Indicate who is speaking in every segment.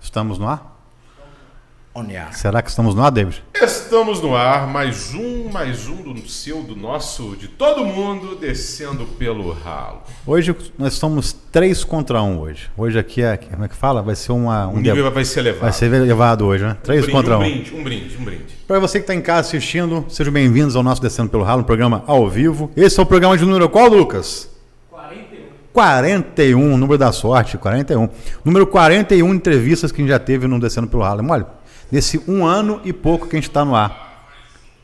Speaker 1: Estamos no ar?
Speaker 2: On the air.
Speaker 1: Será que estamos no ar, David?
Speaker 3: Estamos no ar, mais um, mais um do seu, do nosso, de todo mundo, descendo pelo ralo.
Speaker 1: Hoje nós somos três contra um hoje. Hoje aqui é, como é que fala? Vai ser uma, um
Speaker 3: O nível
Speaker 1: deba-
Speaker 3: vai ser elevado.
Speaker 1: vai ser elevado hoje, né? Três
Speaker 3: brinde,
Speaker 1: contra um.
Speaker 3: um. brinde, um brinde, um brinde.
Speaker 1: Para você que está em casa assistindo, sejam bem-vindos ao nosso Descendo pelo Ralo, um programa ao vivo. Esse é o programa de número qual, Lucas? 41. 41, número da sorte, 41. Número 41 entrevistas que a gente já teve no Descendo pelo Ralo. Olha, nesse um ano e pouco que a gente está no ar.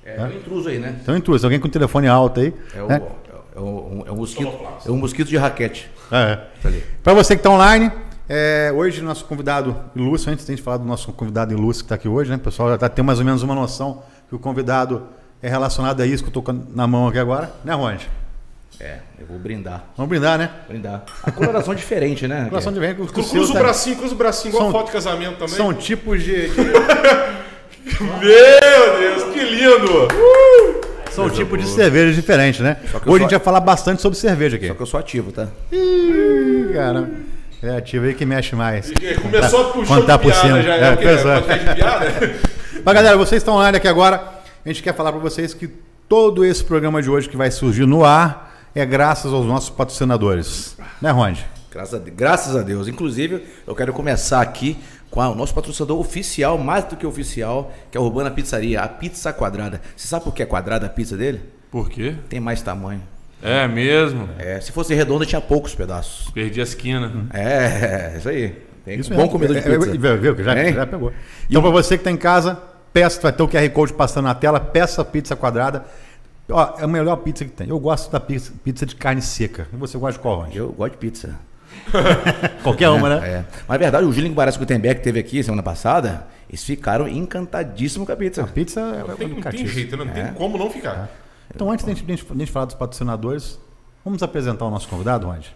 Speaker 2: É, um intruso aí, né?
Speaker 1: Então, intruso, alguém com telefone alto aí.
Speaker 2: É, o,
Speaker 1: né?
Speaker 2: é, o- é um mosquito, é um mosquito de raquete.
Speaker 1: É.
Speaker 2: Tá ali.
Speaker 1: Para você que está online, é, hoje nosso convidado ilustre, antes de a gente falar do nosso convidado ilustre que está aqui hoje, né? O pessoal já tá, tem mais ou menos uma noção que o convidado é relacionado a isso que eu estou na mão aqui agora, né, Ronde?
Speaker 2: É, eu vou brindar.
Speaker 1: Vamos brindar, né?
Speaker 2: Brindar. A coloração é diferente, né?
Speaker 1: Coração de vento.
Speaker 3: Cru- Cruza o bracinho, cruza o bracinho, igual
Speaker 1: tá São-
Speaker 3: foto de casamento também.
Speaker 1: São tipos de, de-
Speaker 3: Meu Deus, que lindo!
Speaker 1: são tipos de cervejas diferentes, né?
Speaker 2: que eu
Speaker 1: Hoje a gente
Speaker 2: só-
Speaker 1: vai falar bastante sobre cerveja aqui.
Speaker 2: Só que eu sou ativo, tá?
Speaker 1: Ih, cara, é ativo aí que mexe mais.
Speaker 3: E Começou a puxar
Speaker 1: Quando tá por cima.
Speaker 3: já.
Speaker 1: É,
Speaker 3: É, o quê?
Speaker 1: pois é.
Speaker 3: Podcast de piada? né?
Speaker 1: Mas galera, vocês estão online aqui agora. A gente quer falar para vocês que todo esse programa de hoje que vai surgir no ar é graças aos nossos patrocinadores. Né, Ronde?
Speaker 2: Graças a, De- graças a Deus. Inclusive, eu quero começar aqui com a- o nosso patrocinador oficial, mais do que oficial, que é a Urbana Pizzaria, a pizza quadrada. Você sabe por que é quadrada a pizza dele?
Speaker 4: Por quê?
Speaker 2: Tem mais tamanho.
Speaker 4: É mesmo?
Speaker 2: É, se fosse redonda, tinha poucos pedaços.
Speaker 4: Perdi a esquina.
Speaker 2: É, isso aí. Tem um bom comedor de
Speaker 1: É, é,
Speaker 2: pizza.
Speaker 1: viu, viu, que já,
Speaker 2: Hein?
Speaker 1: já pegou. Então, para você que está em casa, peça, vai ter o QR Code passando na tela, peça a pizza quadrada. Ó, é a melhor pizza que tem. Eu gosto da pizza, pizza de carne seca. E você gosta de qual, Ronde?
Speaker 2: Eu gosto de pizza.
Speaker 1: Qualquer uma, né?
Speaker 2: É. Mas na verdade, o Júlio Guarasco Gutenberg que teve aqui semana passada, eles ficaram encantadíssimos com a pizza.
Speaker 1: Pizza é
Speaker 3: Não tem, não tem
Speaker 1: educativa.
Speaker 3: jeito, né? não tem como não ficar.
Speaker 1: Então, antes da gente, da gente- da gente falar dos patrocinadores, vamos apresentar o nosso convidado, Ronde?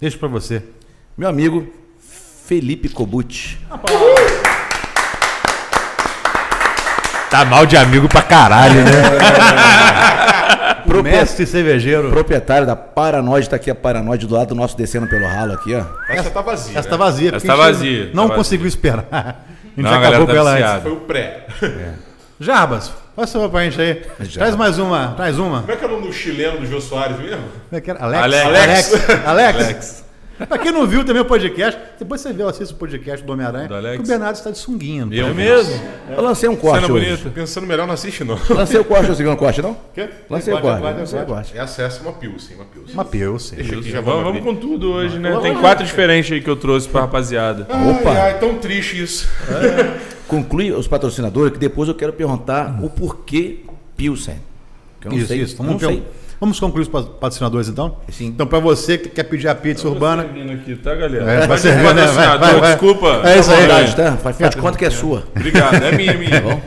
Speaker 1: Deixo para você.
Speaker 2: Meu amigo Felipe Cobut.
Speaker 1: Tá mal de amigo pra
Speaker 4: É.
Speaker 1: caralho, né? Pro mestre cervejeiro.
Speaker 2: Proprietário da Paranoide, tá aqui a Paranoide do lado do nosso descendo pelo ralo aqui, ó.
Speaker 3: Essa tá vazia.
Speaker 1: Essa
Speaker 3: né?
Speaker 1: tá vazia.
Speaker 4: Essa
Speaker 1: porque
Speaker 4: tá
Speaker 1: a gente
Speaker 4: vazia,
Speaker 1: Não
Speaker 4: tá
Speaker 1: conseguiu esperar. A gente
Speaker 4: Não,
Speaker 1: já
Speaker 4: a galera
Speaker 1: acabou
Speaker 4: tá
Speaker 1: pela
Speaker 4: viciada.
Speaker 1: antes.
Speaker 3: Foi o pré.
Speaker 1: Jarbas, passa uma pra gente aí.
Speaker 2: Jarbas.
Speaker 1: Traz mais uma, traz uma.
Speaker 3: Como é que é o nome do chileno do Jô Soares mesmo?
Speaker 1: Como é que era? Alex.
Speaker 4: Alex.
Speaker 1: Alex. Alex. Pra quem não viu também o podcast, depois você vê, assista o podcast do Homem-Aranha,
Speaker 4: Do Alex.
Speaker 1: que o Bernardo está de sunguinha. tá, no
Speaker 4: Eu
Speaker 1: programa.
Speaker 4: mesmo?
Speaker 2: Eu lancei um corte
Speaker 4: Cena
Speaker 2: hoje.
Speaker 4: bonita.
Speaker 3: Pensando melhor, não assiste não.
Speaker 2: Lancei o corte, você viu no corte, não?
Speaker 1: Quê?
Speaker 2: Lancei o
Speaker 1: Pode,
Speaker 2: corte.
Speaker 1: pode,
Speaker 2: Lancei o
Speaker 1: pode.
Speaker 2: corte.
Speaker 3: Essa, essa é uma Pilsen, uma Pilsen.
Speaker 1: Uma pelça.
Speaker 3: Deixa aqui, já vamos
Speaker 4: Vamos, vamos
Speaker 3: abrir.
Speaker 4: com tudo hoje, né? Tem quatro diferentes aí que eu trouxe pra rapaziada.
Speaker 2: Opa.
Speaker 3: Ai, ai, tão Ah, então triste isso.
Speaker 2: Conclui os patrocinadores, que depois eu quero perguntar o porquê Pilsen. Que eu não
Speaker 1: Uhum. Isso,
Speaker 2: sei.
Speaker 1: isso.
Speaker 2: eu não
Speaker 1: Vamos, um-
Speaker 2: sei.
Speaker 1: vamos concluir os pa- patrocinadores então?
Speaker 2: Sim.
Speaker 1: Então, pra você que quer pedir a pizza urbana,
Speaker 4: Termina aqui, tá, galera?
Speaker 1: É, vai
Speaker 4: Pode
Speaker 1: ser,
Speaker 4: ir pro
Speaker 1: vai, vai,
Speaker 4: patrocinador,
Speaker 1: vai, vai.
Speaker 4: assim, Desculpa.
Speaker 1: É isso aí. um
Speaker 2: Verdade, tá? Faz faz de conta que é sua.
Speaker 4: Obrigado, é minha, minha.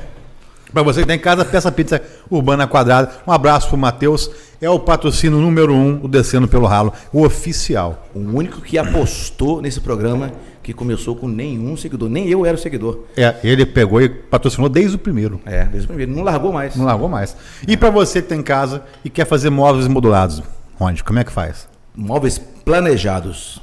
Speaker 1: Para você que está em casa, peça pizza urbana quadrada. Um abraço pro Matheus. É o patrocínio número um do Descendo pelo Ralo, o oficial.
Speaker 2: O único que apostou nesse programa que começou com nenhum seguidor. Nem eu era o seguidor.
Speaker 1: É, ele pegou e patrocinou desde o primeiro.
Speaker 2: É, desde o primeiro. Não largou mais.
Speaker 1: Não largou mais. E para você que está em casa e quer fazer móveis modulados, onde? Como é que faz?
Speaker 2: Móveis planejados.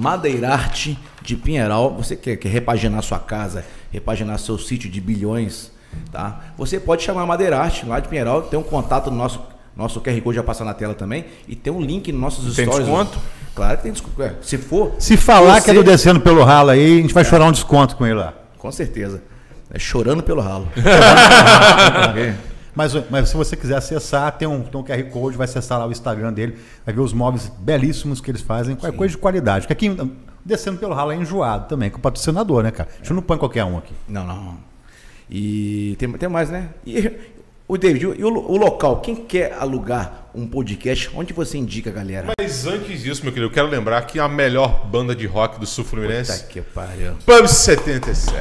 Speaker 2: Madeirarte de Pinheiral. Você quer, quer repaginar sua casa, repaginar seu sítio de bilhões, tá? Você pode chamar a Madeirarte lá de Pinheiral. Tem um contato no nosso, nosso QR Code já passar na tela também. E tem um link nos nossos
Speaker 4: Tem
Speaker 2: stories.
Speaker 4: desconto?
Speaker 2: Claro que tem desconto. É, se for.
Speaker 1: Se falar que é do
Speaker 2: você-
Speaker 1: Descendo pelo Ralo aí, a gente vai chorar um desconto com ele lá.
Speaker 2: Com certeza. É chorando pelo ralo. Ok?
Speaker 1: Mas, mas se você quiser acessar, tem um, tem um QR Code, vai acessar lá o Instagram dele, vai ver os móveis belíssimos que eles fazem, qualquer coisa de qualidade. Porque aqui, descendo pelo ralo, é enjoado também, com o patrocinador, né, cara? A gente não põe qualquer um aqui.
Speaker 2: Não, não. E tem, tem mais, né? E, o David, e o, lo- o local? Quem quer alugar um podcast? Onde você indica, galera?
Speaker 3: Mas antes disso, meu querido, eu quero lembrar que a melhor banda de rock do sul fluminense...
Speaker 2: Puta que pariu.
Speaker 3: Pub 77.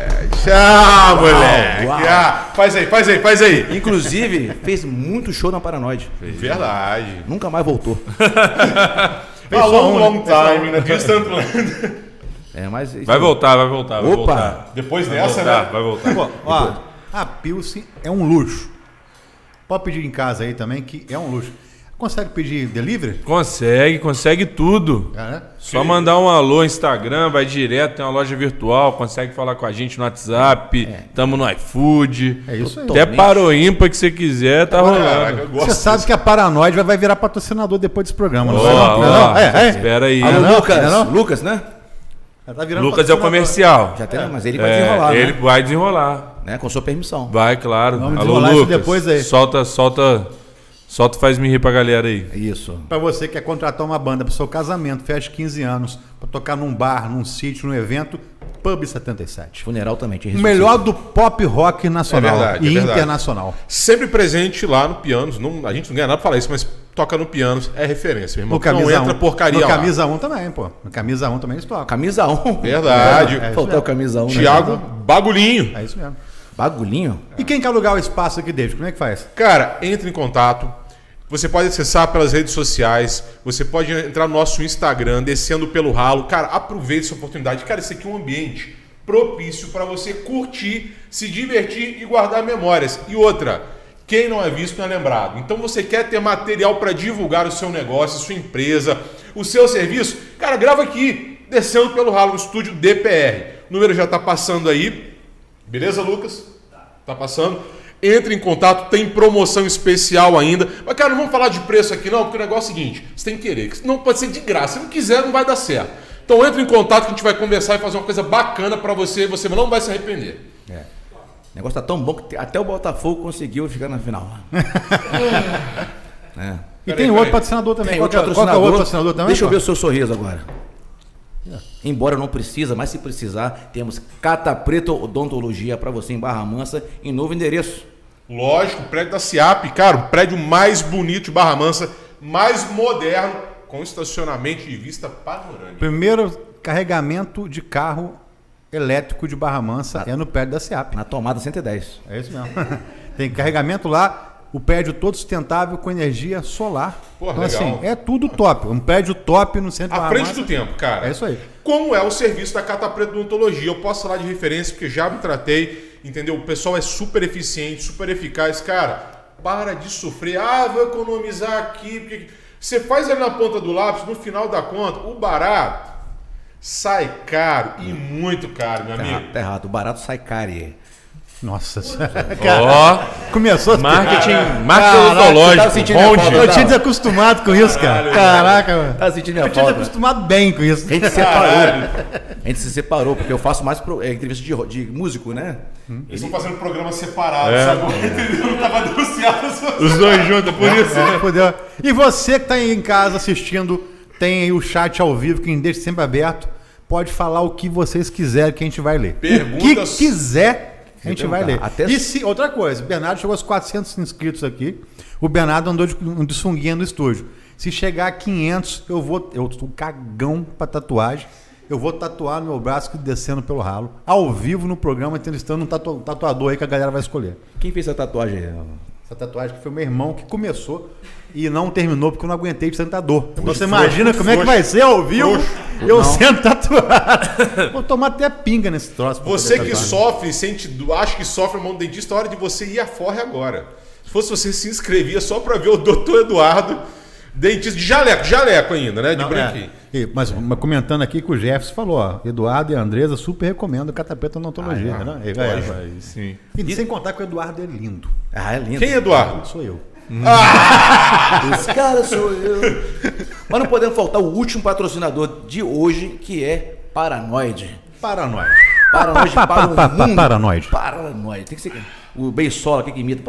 Speaker 3: Ah, moleque.
Speaker 2: uau.
Speaker 3: Ah, faz aí, faz aí, faz aí.
Speaker 2: Inclusive, fez muito show na Paranoide.
Speaker 3: Verdade.
Speaker 2: Nunca mais voltou.
Speaker 3: A long, long time, né? Distant land.
Speaker 2: É, mas isso-
Speaker 4: Vai voltar, vai voltar, vai
Speaker 2: Opa!
Speaker 4: voltar.
Speaker 3: Depois
Speaker 4: Vai
Speaker 3: dessa,
Speaker 4: voltar,
Speaker 3: né?
Speaker 4: vai voltar.
Speaker 1: Ó, ó, a Pilsen é um luxo. Pode pedir em casa aí também, que é um luxo. Consegue pedir delivery? É, né?
Speaker 4: Consegue, consegue tudo.
Speaker 1: Cara,
Speaker 4: Só mandar um alô, Instagram, vai direto, tem uma loja virtual, consegue falar com a gente no WhatsApp, tamo no iFood.
Speaker 1: é isso aí.
Speaker 4: Até paroímpa que você quiser, tá
Speaker 3: Caraca,
Speaker 4: rolando.
Speaker 3: eu gosto
Speaker 1: Você sabe que a Paranoide vai- vai virar patrocinador depois desse programa, não
Speaker 4: Ó,
Speaker 1: vai não? Não é
Speaker 4: ó,
Speaker 1: não? É, é.
Speaker 4: espera aí.
Speaker 2: Alô,
Speaker 1: não?
Speaker 2: Lucas.
Speaker 1: Não é não?
Speaker 2: Lucas, né?
Speaker 1: Ela tá virando
Speaker 4: Lucas é o
Speaker 1: patrocinador.
Speaker 4: comercial.
Speaker 2: Já tem, mas ele vai desenrolar,
Speaker 4: É, ele
Speaker 2: né?
Speaker 4: vai desenrolar.
Speaker 2: Né? Com sua permissão.
Speaker 4: Vai, claro.
Speaker 1: Vamos
Speaker 4: Alô,
Speaker 1: desenrolar isso
Speaker 4: Lucas.
Speaker 1: depois aí.
Speaker 4: Solta, solta. Solta e faz me rir pra galera aí.
Speaker 2: Isso.
Speaker 1: Pra você que quer contratar uma banda pro seu casamento, fecha 15 anos, pra tocar num bar, num sítio, num evento, Pub 77.
Speaker 2: Funeral também. te
Speaker 1: O melhor do pop rock nacional
Speaker 3: É verdade, é
Speaker 1: e
Speaker 3: verdade.
Speaker 1: internacional.
Speaker 3: Sempre presente lá no Pianos. Não, a gente não ganha nada pra falar isso, mas toca no Pianos é referência, meu irmão.
Speaker 1: No camisa
Speaker 3: não entra
Speaker 1: 1.
Speaker 3: porcaria
Speaker 1: No
Speaker 3: lá.
Speaker 1: camisa 1 também, pô. No camisa 1 também eles tocam.
Speaker 2: Camisa 1.
Speaker 3: Verdade.
Speaker 1: É.
Speaker 2: Faltou o camisa 1.
Speaker 3: Tiago Bagulhinho.
Speaker 1: É isso mesmo.
Speaker 2: Bagulhinho.
Speaker 1: E quem quer alugar o espaço aqui, David, como é que faz?
Speaker 3: Cara, entre em contato. Você pode acessar pelas redes sociais. Você pode entrar no nosso Instagram, descendo pelo ralo. Cara, aproveite essa oportunidade. Cara, esse aqui é um ambiente propício para você curtir, se divertir e guardar memórias. E outra, quem não é visto não é lembrado. Então você quer ter material para divulgar o seu negócio, sua empresa, o seu serviço? Cara, grava aqui, descendo pelo ralo, no estúdio DPR. O número já está passando aí. Beleza, Lucas? Tá passando? Entre em contato, tem promoção especial ainda. Mas, cara, não vamos falar de preço aqui, não, porque o negócio é o seguinte: você tem que querer. que Não pode ser de graça. Se não quiser, não vai dar certo. Então, entre em contato que a gente vai conversar e fazer uma coisa bacana pra você. Você não vai se arrepender.
Speaker 2: O negócio tá tão bom que te- até o Botafogo conseguiu ficar na final.
Speaker 1: E
Speaker 2: É.
Speaker 3: Peraí,
Speaker 1: tem
Speaker 3: peraí.
Speaker 1: outro patrocinador também.
Speaker 2: Tem
Speaker 1: qual, que é-
Speaker 2: outro
Speaker 1: qual que é o
Speaker 2: patrocinador.
Speaker 1: outro patrocinador também?
Speaker 2: Deixa eu
Speaker 1: pô?
Speaker 2: ver o seu sorriso agora. Embora não precisa, mas se precisar, temos Cata Preta Odontologia para você em Barra Mansa, em novo endereço.
Speaker 3: Lógico, o prédio da CIAP, cara, o prédio mais bonito de Barra Mansa, mais moderno, com estacionamento e vista panorâmica.
Speaker 1: Primeiro carregamento de carro elétrico de Barra Mansa é no prédio da SEAP.
Speaker 2: Na tomada 110.
Speaker 1: É isso mesmo. Tem carregamento lá, o prédio todo sustentável com energia solar.
Speaker 3: Porra,
Speaker 1: então,
Speaker 3: legal.
Speaker 1: assim, é tudo top. Um prédio top no centro de
Speaker 3: À
Speaker 1: Barra
Speaker 3: frente
Speaker 1: Mansa.
Speaker 3: do tempo, cara.
Speaker 1: Ah, É isso aí.
Speaker 3: Como é o serviço da Cata Preta Odontologia? Eu posso falar de referência porque já me tratei, entendeu? O pessoal é super eficiente, super eficaz, cara. Para de sofrer. Ah, vou economizar aqui. porque- Você faz ali na ponta do lápis, no final da conta, o barato sai caro e muito caro, meu
Speaker 2: Tá errado,
Speaker 3: amigo.
Speaker 2: tá errado. O barato sai caro.
Speaker 1: Nossa senhora.
Speaker 4: Ó,
Speaker 1: Começou a
Speaker 4: marketing, marketing
Speaker 2: Caraca, tá
Speaker 4: odontológico.
Speaker 2: sentindo
Speaker 4: bonde.
Speaker 2: minha falta,
Speaker 1: Eu tinha desacostumado com isso, cara. Caraca, mano.
Speaker 2: Tá sentindo
Speaker 1: Eu
Speaker 2: minha
Speaker 1: tinha
Speaker 2: falta?
Speaker 1: desacostumado bem com isso.
Speaker 2: A gente se separou. A gente se separou, porque eu faço mais pro, é, entrevista de, ro- de músico, né?
Speaker 3: Eles estão fazendo programa separado,
Speaker 4: É.
Speaker 3: sabe? Entendeu? Não tava anunciado.
Speaker 4: Os dois juntos, por isso.
Speaker 1: É, fudeu. E você que está em casa assistindo, tem aí o chat ao vivo que a gente deixa sempre aberto. Pode falar o que vocês quiserem que a gente vai ler.
Speaker 3: Perguntas-
Speaker 1: O que quiser, a gente vai ler.
Speaker 2: Até-
Speaker 1: E se, outra coisa, o Bernardo chegou aos 400 inscritos aqui. O Bernardo andou de, um de sunguinha no estúdio. Se chegar a 500, eu vou. Eu sou um cagão pra tatuagem. Eu vou tatuar no meu braço descendo pelo ralo, ao vivo no programa, entrevistando um tatu- tatuador aí que a galera vai escolher.
Speaker 2: Quem fez essa tatuagem?
Speaker 1: Essa tatuagem que foi meu irmão que começou e não terminou porque eu não aguentei de tanta dor. Então você imagina como é que vai ser ao vivo eu
Speaker 2: Não.
Speaker 1: sendo tatuado. Vou tomar até pinga nesse troço. pra
Speaker 3: Você
Speaker 1: poder
Speaker 3: que
Speaker 1: tatuar.
Speaker 3: sofre, sente, do- acha que sofre a mão do dentista, é hora de você ir à forra agora. Se fosse você se inscrevia só pra ver o doutor Eduardo, dentista de jaleco, jaleco ainda, né? De
Speaker 1: Não, é.
Speaker 3: branquinho.
Speaker 1: E- mas, mas comentando aqui que o Jefferson falou, ó, Eduardo e a Andresa super recomendam o Catapeta Odontologia, né? É, é, é.
Speaker 4: Sim.
Speaker 1: E sem contar que o Eduardo é lindo.
Speaker 2: Ah, é lindo.
Speaker 3: Quem, Eduardo?
Speaker 1: Sou eu. Ah.
Speaker 2: Esse cara sou eu. Mas não podemos faltar o último patrocinador de hoje, que é Paranoide.
Speaker 1: Paranoide.
Speaker 2: Paranoide
Speaker 1: Pa, pa,
Speaker 2: para
Speaker 1: pa,
Speaker 2: o
Speaker 1: pa,
Speaker 2: mundo.
Speaker 1: paranoide.
Speaker 2: Paranoide. Tem que ser o Beisola aqui que imita.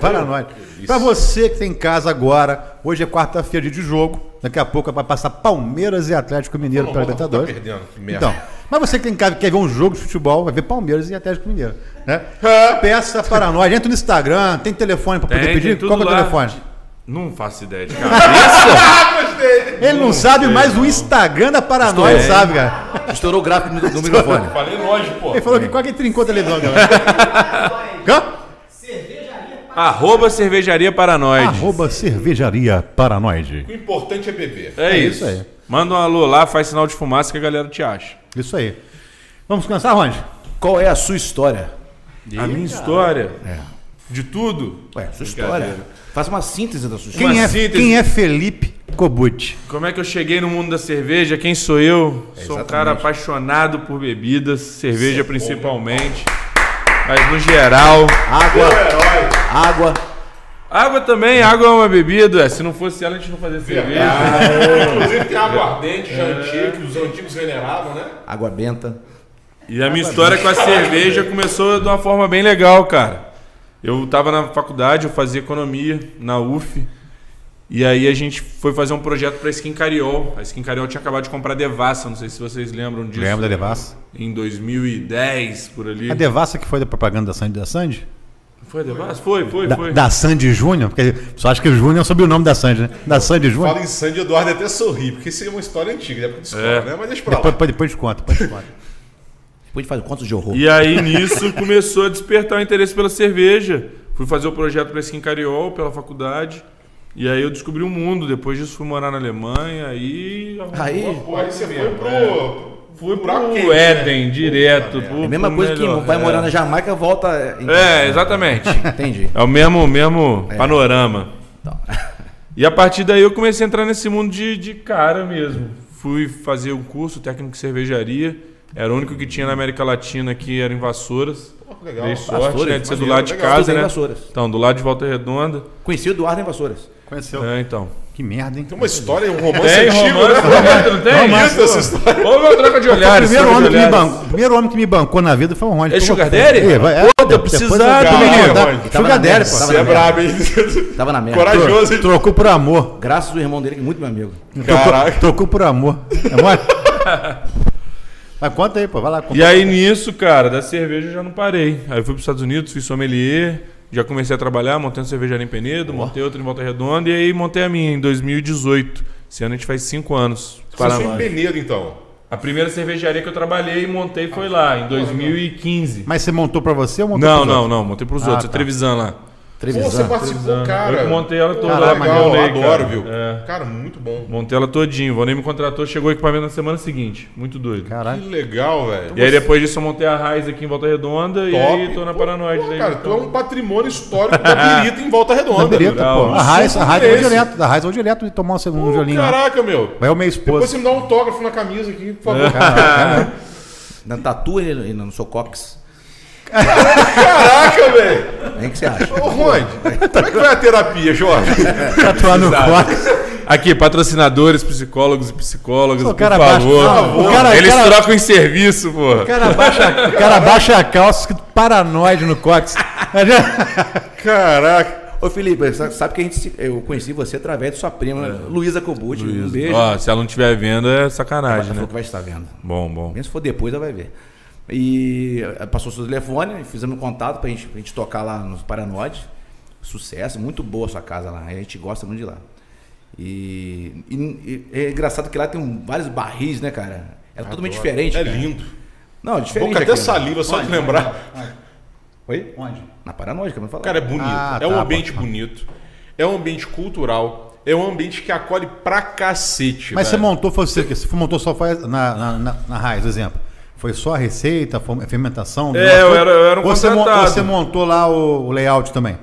Speaker 1: Paranoide. Pra você que tem em casa agora, hoje é quarta-feira de jogo. Daqui a pouco vai passar Palmeiras e Atlético Mineiro
Speaker 3: Não,
Speaker 1: para
Speaker 3: não, não, tá
Speaker 1: Libertadores.
Speaker 3: perdendo, que merda.
Speaker 1: Então, mas você que tem em casa que quer ver um jogo de futebol, vai ver Palmeiras e Atlético Mineiro, né?
Speaker 3: É.
Speaker 1: Peça Paranoide. Entra no Instagram, tem telefone pra
Speaker 4: Tem,
Speaker 1: poder
Speaker 4: tem
Speaker 1: pedir?
Speaker 4: tudo
Speaker 1: Qual que é o
Speaker 4: lá.
Speaker 1: telefone?
Speaker 4: Não faço ideia de cara.
Speaker 3: Ah, gostei!
Speaker 1: Ele não, sabe
Speaker 4: sei,
Speaker 1: mais o
Speaker 4: não.
Speaker 1: Instagram da Paranoide,
Speaker 4: Estou-
Speaker 1: sabe, cara?
Speaker 2: Estourou o gráfico no, no microfone.
Speaker 3: Falei longe, pô.
Speaker 1: Ele falou que quase que trincou a televisão, galera. Hã?
Speaker 4: Arroba Cervejaria Paranoide.
Speaker 1: Arroba Cervejaria Paranoide.
Speaker 3: O importante é beber.
Speaker 4: É,
Speaker 1: É isso
Speaker 4: isso.
Speaker 1: aí.
Speaker 4: Manda um alô lá, faz sinal de fumaça que a galera te acha.
Speaker 1: Isso aí. Vamos começar, Ronde?
Speaker 2: Qual é a sua história?
Speaker 1: É.
Speaker 4: a minha história de tudo.
Speaker 2: Ué, sua história. Faz uma síntese da sua história.
Speaker 1: Quem é,
Speaker 4: síntese.
Speaker 1: quem é Felipe Kobuti?
Speaker 4: Como é que eu cheguei no mundo da cerveja? Quem sou eu?
Speaker 1: É,
Speaker 4: sou um cara apaixonado por bebidas, cerveja principalmente. Mas no geral.
Speaker 2: Água, água.
Speaker 4: Água também, água é uma bebida. Se não fosse ela, a gente não fazia cerveja.
Speaker 3: Inclusive tem água ardente, já antiga, que os antigos veneravam, né?
Speaker 2: Água benta.
Speaker 4: E a minha história com a cerveja começou de uma forma bem legal, cara. Eu tava na faculdade, eu fazia economia na UF. E aí a gente foi fazer um projeto pra Skin Cariol. A Skin Cariol tinha acabado de comprar a Devassa, não sei se vocês lembram disso.
Speaker 1: Lembra da Devassa?
Speaker 4: Em 2010, por ali.
Speaker 1: A Devassa que foi da propaganda da Sandy da Sandy?
Speaker 4: Foi a Devassa? Foi, foi,
Speaker 1: Da,
Speaker 4: foi.
Speaker 1: da Sandy Júnior? Porque só acho que o Júnior é o sobrenome da Sandy, né? Da Sandy Júnior?
Speaker 3: Fala em Sandy Eduardo até sorri, porque isso é uma história antiga, da época de escola,
Speaker 4: É.
Speaker 3: né? Mas deixa pra
Speaker 1: Depois,
Speaker 3: lá.
Speaker 1: depois, depois de conta, depois de conta.
Speaker 2: Depois de fazer contos de horror.
Speaker 4: E aí nisso começou a despertar o interesse pela cerveja. Fui fazer o projeto para Skin Cariol pela faculdade. E aí eu descobri o mundo. Depois disso fui morar na Alemanha e
Speaker 2: Aí,
Speaker 4: um
Speaker 3: Pô, aí você foi pro...
Speaker 4: fui
Speaker 3: buraco
Speaker 4: pro
Speaker 3: quente, né?
Speaker 4: Éden direto. pro-
Speaker 2: é a mesma
Speaker 4: pro
Speaker 2: coisa que
Speaker 4: melhor.
Speaker 2: vai
Speaker 4: É.
Speaker 2: morar na Jamaica volta. em-
Speaker 4: É, exatamente.
Speaker 2: Entendi.
Speaker 4: É o mesmo, mesmo panorama.
Speaker 2: É. Então.
Speaker 4: E a partir daí eu comecei a entrar nesse mundo de, de cara mesmo. Fui fazer um curso técnico de cervejaria. Era o único que tinha na América Latina que era em Vassouras.
Speaker 3: Pô, legal.
Speaker 4: Dei sorte,
Speaker 2: Vassouras,
Speaker 4: né? De ser do
Speaker 3: maneiro,
Speaker 4: lado de
Speaker 3: legal.
Speaker 4: casa,
Speaker 2: Estudei em
Speaker 4: né?
Speaker 2: Vassouras.
Speaker 4: Então, do lado de Volta Redonda.
Speaker 2: Conheci o Eduardo em Vassouras.
Speaker 1: Conheceu.
Speaker 4: É, então.
Speaker 1: Que merda, hein?
Speaker 3: Tem uma história, um romance
Speaker 1: é
Speaker 4: Tem
Speaker 3: antigo,
Speaker 4: romance,
Speaker 3: né?
Speaker 4: Roberto, não tem?
Speaker 3: Romance dessa história.
Speaker 4: Ou meu troca de
Speaker 1: Foi o
Speaker 4: olhares.
Speaker 1: primeiro
Speaker 4: troca de
Speaker 1: homem, que me
Speaker 4: olhares.
Speaker 1: bancou, o primeiro homem que me bancou na vida foi o Rony.
Speaker 4: É
Speaker 1: Pô,
Speaker 4: Sugar Daddy?
Speaker 1: É, vai- é,
Speaker 4: Pô, tô
Speaker 1: depois-
Speaker 4: precisando,
Speaker 1: depois eu-
Speaker 4: cara.
Speaker 1: tá?
Speaker 3: Rony.
Speaker 2: Tava
Speaker 1: Sugar
Speaker 2: na
Speaker 1: Daddy,
Speaker 2: merda,
Speaker 1: pô.
Speaker 2: tava
Speaker 3: Você é brabo, hein?
Speaker 2: Tava na merda.
Speaker 3: Coragem.
Speaker 1: Tro-
Speaker 3: Corajoso, hein?
Speaker 1: Trocou por amor.
Speaker 2: Graças ao irmão dele, que é muito meu amigo.
Speaker 3: Caraca.
Speaker 1: Trocou, trocou por amor. É mole? Mas conta aí, pô. Vai lá. conta.
Speaker 4: E aí nisso, cara, da cerveja eu já não parei. Aí eu fui para os Estados Unidos, fiz sommelier, já comecei a trabalhar, montei uma cervejaria em Penedo, montei outra em Volta Redonda e aí montei a minha em 2018. Esse ano a gente faz cinco anos.
Speaker 3: Você
Speaker 4: Paraná.
Speaker 3: em Penedo, então.
Speaker 4: A primeira cervejaria que eu trabalhei e montei foi lá, em 2015.
Speaker 1: Ah, Mas você montou pra você ou montou
Speaker 4: Não,
Speaker 1: pros
Speaker 4: não,
Speaker 1: outros?
Speaker 4: não, montei pros
Speaker 1: Ah,
Speaker 4: outros,
Speaker 1: tá.
Speaker 4: a Trevisan lá.
Speaker 3: Pô, você
Speaker 2: Trevisan.
Speaker 3: participou,
Speaker 4: eu
Speaker 3: cara.
Speaker 4: que montei ela toda.
Speaker 3: Caraca,
Speaker 4: que
Speaker 3: legal,
Speaker 4: montei, cara.
Speaker 3: adoro, viu?
Speaker 4: É.
Speaker 3: Cara, muito bom.
Speaker 4: Montei ela todinha. O Vonei me contratou, chegou o equipamento na semana seguinte. Muito doido.
Speaker 1: Caralho.
Speaker 3: Que legal, velho.
Speaker 4: E aí depois disso eu montei a Raiz aqui em Volta Redonda e aí tô na
Speaker 3: Pô,
Speaker 4: Paranoide.
Speaker 3: pô,
Speaker 4: daí,
Speaker 3: Cara, tu
Speaker 4: então.
Speaker 3: é um patrimônio histórico da birita em volta redonda.
Speaker 1: Bandeirinha,
Speaker 3: meu.
Speaker 4: Não,
Speaker 1: pô. A
Speaker 4: não
Speaker 1: Raiz,
Speaker 3: sou
Speaker 1: a Raiz vou
Speaker 3: desse.
Speaker 1: direto. A Raiz vou direto de tomar um segundo
Speaker 3: Pô,
Speaker 1: gelinho lá.
Speaker 3: Caraca, meu.
Speaker 1: Vai o meu
Speaker 3: Depois
Speaker 1: esposo.
Speaker 3: você me dá um autógrafo na camisa aqui, por favor.
Speaker 2: Na tatua e no- e no seu cox.
Speaker 3: Caraca, velho.
Speaker 2: É o que você acha.
Speaker 3: Ô, Rony, como é que vai a terapia, Jorge?
Speaker 1: Tatuar no
Speaker 3: é um
Speaker 1: coque.
Speaker 4: Aqui, patrocinadores, psicólogos e psicólogas,
Speaker 1: Pô,
Speaker 4: por
Speaker 1: cara, baixa-
Speaker 4: favor.
Speaker 1: por favor. O cara-
Speaker 4: Eles
Speaker 1: cara-
Speaker 4: trocam em serviço, pô.
Speaker 1: O cara baixa, o cara baixa a calça, escrito paranoide no cox.
Speaker 3: Caraca.
Speaker 2: Ô Felipe, sa- sabe que a gente se- eu conheci você através de sua
Speaker 3: É.
Speaker 2: prima, Luísa Kobuti. Um beijo.
Speaker 4: Ó, se ela não estiver vendo, é
Speaker 2: ela
Speaker 4: sacanagem,
Speaker 2: falou
Speaker 4: né?
Speaker 2: que vai estar vendo.
Speaker 4: Bom, bom.
Speaker 2: Mesmo se for depois, ela vai ver. E eh, passou seu telefone, fizemos um contato pra gente, pra gente tocar lá nos Paranoide. Sucesso, muito boa a sua casa lá. A gente gosta muito de lá. E, e- e é engraçado que lá tem um- vários barris, né, cara? É totalmente diferente.
Speaker 3: É
Speaker 2: cara.
Speaker 3: lindo.
Speaker 2: Não, é diferente.
Speaker 3: Boca até
Speaker 2: daquilo.
Speaker 3: saliva, só de
Speaker 1: né?
Speaker 3: lembrar.
Speaker 2: Oi?
Speaker 1: Onde?
Speaker 2: Na Paranoide, que eu não falei.
Speaker 3: Cara, é bonito.
Speaker 1: Ah,
Speaker 3: é um
Speaker 1: tá,
Speaker 3: ambiente bonito. É um ambiente cultural. É um ambiente que acolhe pra cacete.
Speaker 1: Mas você
Speaker 3: velho.
Speaker 1: montou, foi você, que- você montou só foi na, na, na, na raiz, exemplo. Foi só a receita, foi a fermentação?
Speaker 4: É, eu era- eu era um
Speaker 1: ou você, mon-
Speaker 4: contratado.
Speaker 1: ou você montou lá o, o layout também?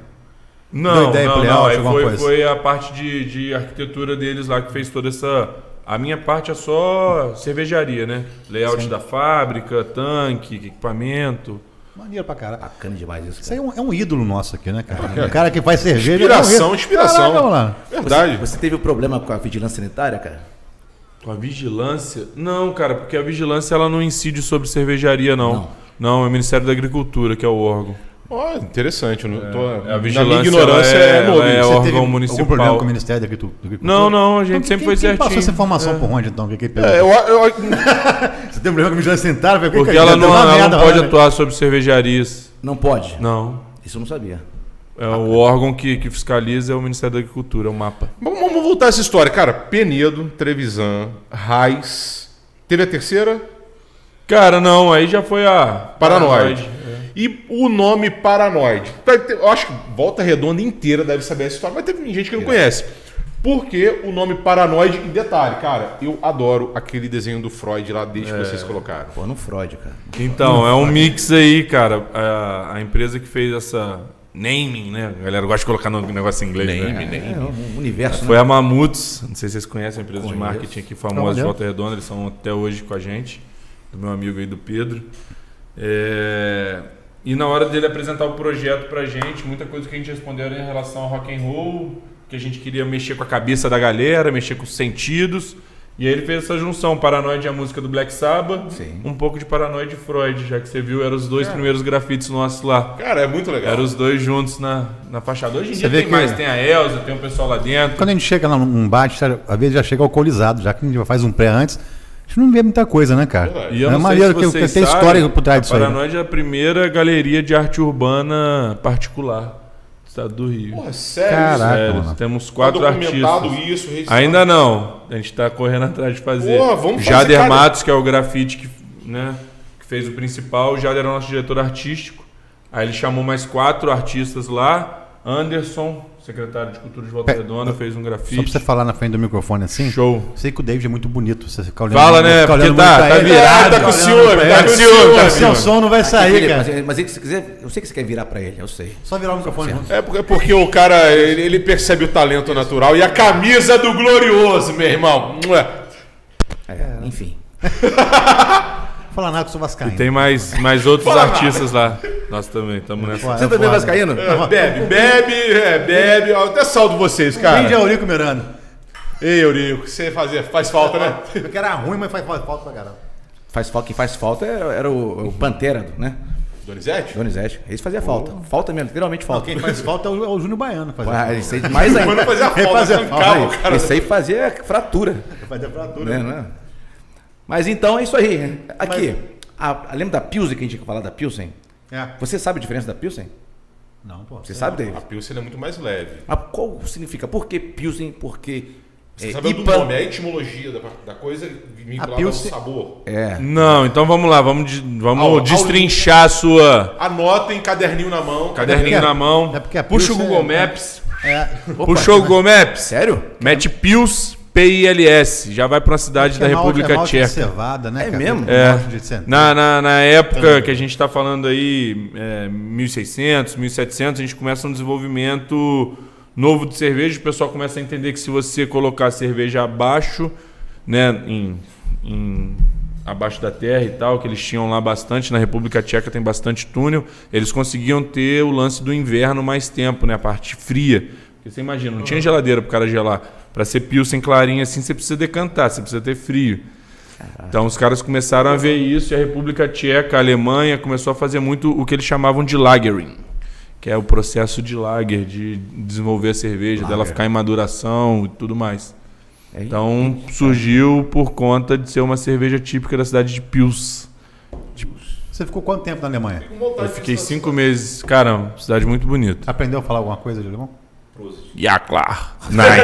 Speaker 1: Deu
Speaker 4: Não,
Speaker 1: ideia
Speaker 4: não,
Speaker 1: pro
Speaker 4: não.
Speaker 1: layout,
Speaker 4: Aí
Speaker 1: alguma
Speaker 4: foi,
Speaker 1: coisa?
Speaker 4: foi a parte de, de arquitetura deles lá que fez toda essa. A minha parte é só cervejaria, né? Layout da fábrica, tanque, equipamento.
Speaker 1: Maneiro pra caralho.
Speaker 2: Bacana demais isso.
Speaker 1: Isso
Speaker 2: Cara.
Speaker 1: aí é um, é um ídolo nosso aqui, né, cara? O cara que faz cerveja.
Speaker 3: Inspiração,
Speaker 1: é um ídolo.
Speaker 3: inspiração.
Speaker 1: Caraca, olha lá.
Speaker 3: é Verdade.
Speaker 2: Você teve problema com a vigilância sanitária, cara?
Speaker 4: Com a vigilância? Não, cara, porque a vigilância ela não incide sobre cervejaria, não. Não, é o Ministério da Agricultura, que é o órgão.
Speaker 3: Ó, interessante. Eu não tô...
Speaker 4: É, a
Speaker 3: na
Speaker 4: vigilância.
Speaker 3: minha ignorância é,
Speaker 4: ela
Speaker 3: novo.
Speaker 4: é,
Speaker 3: isso.
Speaker 1: Você
Speaker 4: órgão
Speaker 1: teve
Speaker 4: municipal.
Speaker 1: Algum problema com o Ministério da Agricultu- da Agricultura?
Speaker 4: Não, não, a gente
Speaker 1: Então, quem,
Speaker 4: sempre foi
Speaker 1: quem
Speaker 4: certinho.
Speaker 1: passou essa informação por onde, então? Que, que,
Speaker 3: É, eu, eu, eu-
Speaker 1: Você tem problema com o Ministério Sanitário? Vai-
Speaker 4: Porque
Speaker 1: que-
Speaker 4: ela
Speaker 1: deu
Speaker 4: não,
Speaker 1: uma
Speaker 4: ela
Speaker 1: merda
Speaker 4: não
Speaker 1: lá,
Speaker 4: pode
Speaker 1: né?
Speaker 4: atuar sobre cervejarias.
Speaker 2: Não pode?
Speaker 4: Não.
Speaker 2: Isso eu não sabia.
Speaker 4: É
Speaker 1: Ah,
Speaker 4: o órgão que, que fiscaliza é o Ministério da Agricultura, é o mapa.
Speaker 3: Vamos, vamos voltar a essa história, cara. Penedo, Trevisan, Raiz. Teve a terceira?
Speaker 4: Cara, não, aí já foi a.
Speaker 3: Paranoide.
Speaker 4: Paranoide.
Speaker 3: E o nome Paranoide. Pra- te- Eu acho que Volta Redonda inteira deve saber essa história, mas tem gente
Speaker 4: É.
Speaker 3: que não conhece. Por que o nome Paranoide? E detalhe, cara, eu adoro aquele desenho do Freud lá desde
Speaker 4: É.
Speaker 3: que vocês colocaram.
Speaker 2: Pô, no Freud, cara.
Speaker 4: É Então, é um mix aí, cara. A, a empresa que fez essa, naming, né? A galera gosta de colocar no negócio em inglês. né?
Speaker 2: É, um universo.
Speaker 4: Foi
Speaker 2: né?
Speaker 4: a Mamuts, não sei se vocês conhecem a empresa de
Speaker 2: Conheço.
Speaker 4: marketing aqui famosa de
Speaker 1: Trabalhou.
Speaker 4: Volta Redonda, eles são até hoje com a gente, do meu amigo aí do Pedro. É, E na hora dele apresentar o projeto pra gente, muita coisa que a gente respondeu era em relação ao rock and roll, que a gente queria mexer com a cabeça da galera, mexer com os sentidos. E aí ele fez essa junção, Paranoide é a música do Black Sabbath,
Speaker 2: Sim.
Speaker 4: um pouco de Paranoide e Freud, já que você viu, eram os dois primeiros grafites nossos lá.
Speaker 3: Cara, é muito legal.
Speaker 4: Eram os dois juntos na, na fachada. Hoje em
Speaker 1: Você
Speaker 4: dia
Speaker 1: vê
Speaker 4: tem
Speaker 1: que-
Speaker 4: mais, tem a Elza, tem o pessoal lá dentro.
Speaker 1: Quando a gente chega lá num bate, sabe, às vezes já chega alcoolizado, já que a gente já faz um pré antes, a gente não vê muita coisa, né, cara?
Speaker 3: Verdade.
Speaker 4: E eu
Speaker 1: é
Speaker 4: não sei se
Speaker 1: maneiro que, que
Speaker 4: vocês
Speaker 1: tem
Speaker 4: sabem,
Speaker 1: história por trás disso
Speaker 4: a
Speaker 1: aí. né?
Speaker 4: Paranoide é a primeira galeria de arte urbana particular do estado do Rio.
Speaker 3: Porra, sério
Speaker 1: Caraca,
Speaker 4: Sério,
Speaker 1: mano.
Speaker 4: temos
Speaker 3: isso? Tá
Speaker 4: quatro
Speaker 3: documentado
Speaker 4: artistas.
Speaker 3: isso, registrado.
Speaker 4: Ainda não. A gente está correndo atrás de fazer.
Speaker 3: Porra, vamos fazer,
Speaker 4: Jader
Speaker 3: cara.
Speaker 4: Matos, que é o grafite que, né, que fez o principal. O Jader era o nosso diretor artístico. Aí ele chamou mais quatro artistas lá. Anderson, secretário de Cultura de Volta
Speaker 1: Pe-
Speaker 4: Redonda, fez um
Speaker 1: Só pra
Speaker 4: grafite.
Speaker 1: você falar na frente do microfone assim.
Speaker 4: Show.
Speaker 1: Sei que o David é muito bonito. Você ficar olhando,
Speaker 4: Fala, né?
Speaker 1: ficar olhando
Speaker 4: Porque
Speaker 1: muito
Speaker 4: tá-
Speaker 1: pra
Speaker 4: tá
Speaker 1: ele. É,
Speaker 4: virado,
Speaker 3: tá com
Speaker 1: olhando
Speaker 3: ciúme,
Speaker 1: pra
Speaker 3: tá
Speaker 1: ele.
Speaker 3: com ciúme, tá
Speaker 1: Seu
Speaker 3: com
Speaker 1: som não vai
Speaker 2: Aquele-
Speaker 1: sair, cara.
Speaker 2: Mas, mas ele, se quiser, eu sei que você quer virar pra ele, eu sei.
Speaker 1: Só virar o microfone. vamos.
Speaker 3: É porque, é porque o cara, ele, ele percebe o talento natural e a camisa do glorioso, meu irmão. Mua.
Speaker 2: É, Enfim.
Speaker 1: Fala nada que eu sou vascaíno.
Speaker 4: Tem mais, mais outros artistas lá. Nós também, estamos nessa.
Speaker 1: Fala,
Speaker 2: Você também é
Speaker 1: fala.
Speaker 2: vascaíno?
Speaker 3: Bebe, bebe, é, bebe. Eu até saldo vocês,
Speaker 1: Brinde a
Speaker 3: cara.
Speaker 1: Eurico Miranda.
Speaker 3: Ei, Eurico, você fazia, faz falta, né?
Speaker 1: Porque era ruim, mas faz faz falta pra caramba.
Speaker 2: Faz falta, quem faz falta é, era, era o, o Pantera, né?
Speaker 3: Donizete?
Speaker 2: Donizete. Esse fazia falta. Falta mesmo, literalmente
Speaker 1: Não,
Speaker 2: falta.
Speaker 1: quem faz falta é o, é o Júnior Baiano. que Faz
Speaker 2: Ah, Isso aí mais
Speaker 3: Quando
Speaker 2: ainda.
Speaker 3: fazia falta,
Speaker 1: Fazia
Speaker 3: arrancava o
Speaker 1: falta,
Speaker 3: tá cara.
Speaker 2: Isso aí fazia fratura.
Speaker 1: Faz a fratura.
Speaker 2: né, né? Mas então é isso aí. né? Aqui, a- a- lembra da Pilsen que a gente tinha que falar da Pilsen?
Speaker 1: É.
Speaker 2: Você sabe a diferença da Pilsen?
Speaker 1: Não, pô.
Speaker 2: Você sabe,
Speaker 3: A
Speaker 2: David?
Speaker 3: Pilsen é muito mais leve.
Speaker 2: Mas qual significa? Por que Pilsen? Por que
Speaker 3: Você
Speaker 2: é,
Speaker 3: sabe o do
Speaker 2: IPA?
Speaker 3: nome, a etimologia da, da coisa vinculada ao
Speaker 1: Pilsen-
Speaker 3: sabor.
Speaker 2: É.
Speaker 4: Não, então vamos lá, vamos, de- vamos
Speaker 3: Ao- ao-
Speaker 4: destrinchar a sua
Speaker 3: Anotem, caderninho na mão.
Speaker 4: caderninho
Speaker 1: É porque-
Speaker 4: na mão.
Speaker 1: é porque a
Speaker 4: Puxa o
Speaker 1: Pilsen
Speaker 4: Google
Speaker 1: é-
Speaker 4: Maps.
Speaker 1: É.
Speaker 4: Puxa o Google Maps.
Speaker 2: Sério?
Speaker 4: Mete Pils, P-I-L-S. Já vai pra uma cidade da
Speaker 1: É malte- é
Speaker 4: República
Speaker 1: malte de
Speaker 4: Tcheca.
Speaker 1: cevada, né,
Speaker 2: É
Speaker 1: cara?
Speaker 2: mesmo?
Speaker 1: É.
Speaker 4: É.
Speaker 1: malte de cevada.
Speaker 4: Na, na, na época que a gente está falando aí, é, 1600, 1700, a gente começa um desenvolvimento novo de cerveja. O pessoal começa a entender que se você colocar a cerveja abaixo, né, em, em- abaixo da terra e tal, que eles tinham lá bastante, na República Tcheca tem bastante túnel, eles conseguiam ter o lance do inverno mais tempo, né, a parte fria. Porque você imagina, não tinha geladeira pro cara gelar. Para ser pilsen clarinha assim, você precisa decantar, você precisa ter frio. Então os caras começaram a ver isso e a República Tcheca, a Alemanha, começou a fazer muito o que eles chamavam de lagering, que é o processo de lager, de desenvolver a cerveja, dela ficar em maduração e tudo mais.
Speaker 2: É,
Speaker 4: Então surgiu por conta de ser uma cerveja típica da cidade de Pils.
Speaker 1: Você ficou quanto tempo na Alemanha?
Speaker 4: Eu fiquei cinco meses, caramba, cidade muito bonita.
Speaker 1: Aprendeu a falar alguma coisa de alemão?
Speaker 4: Ja klar. Nein,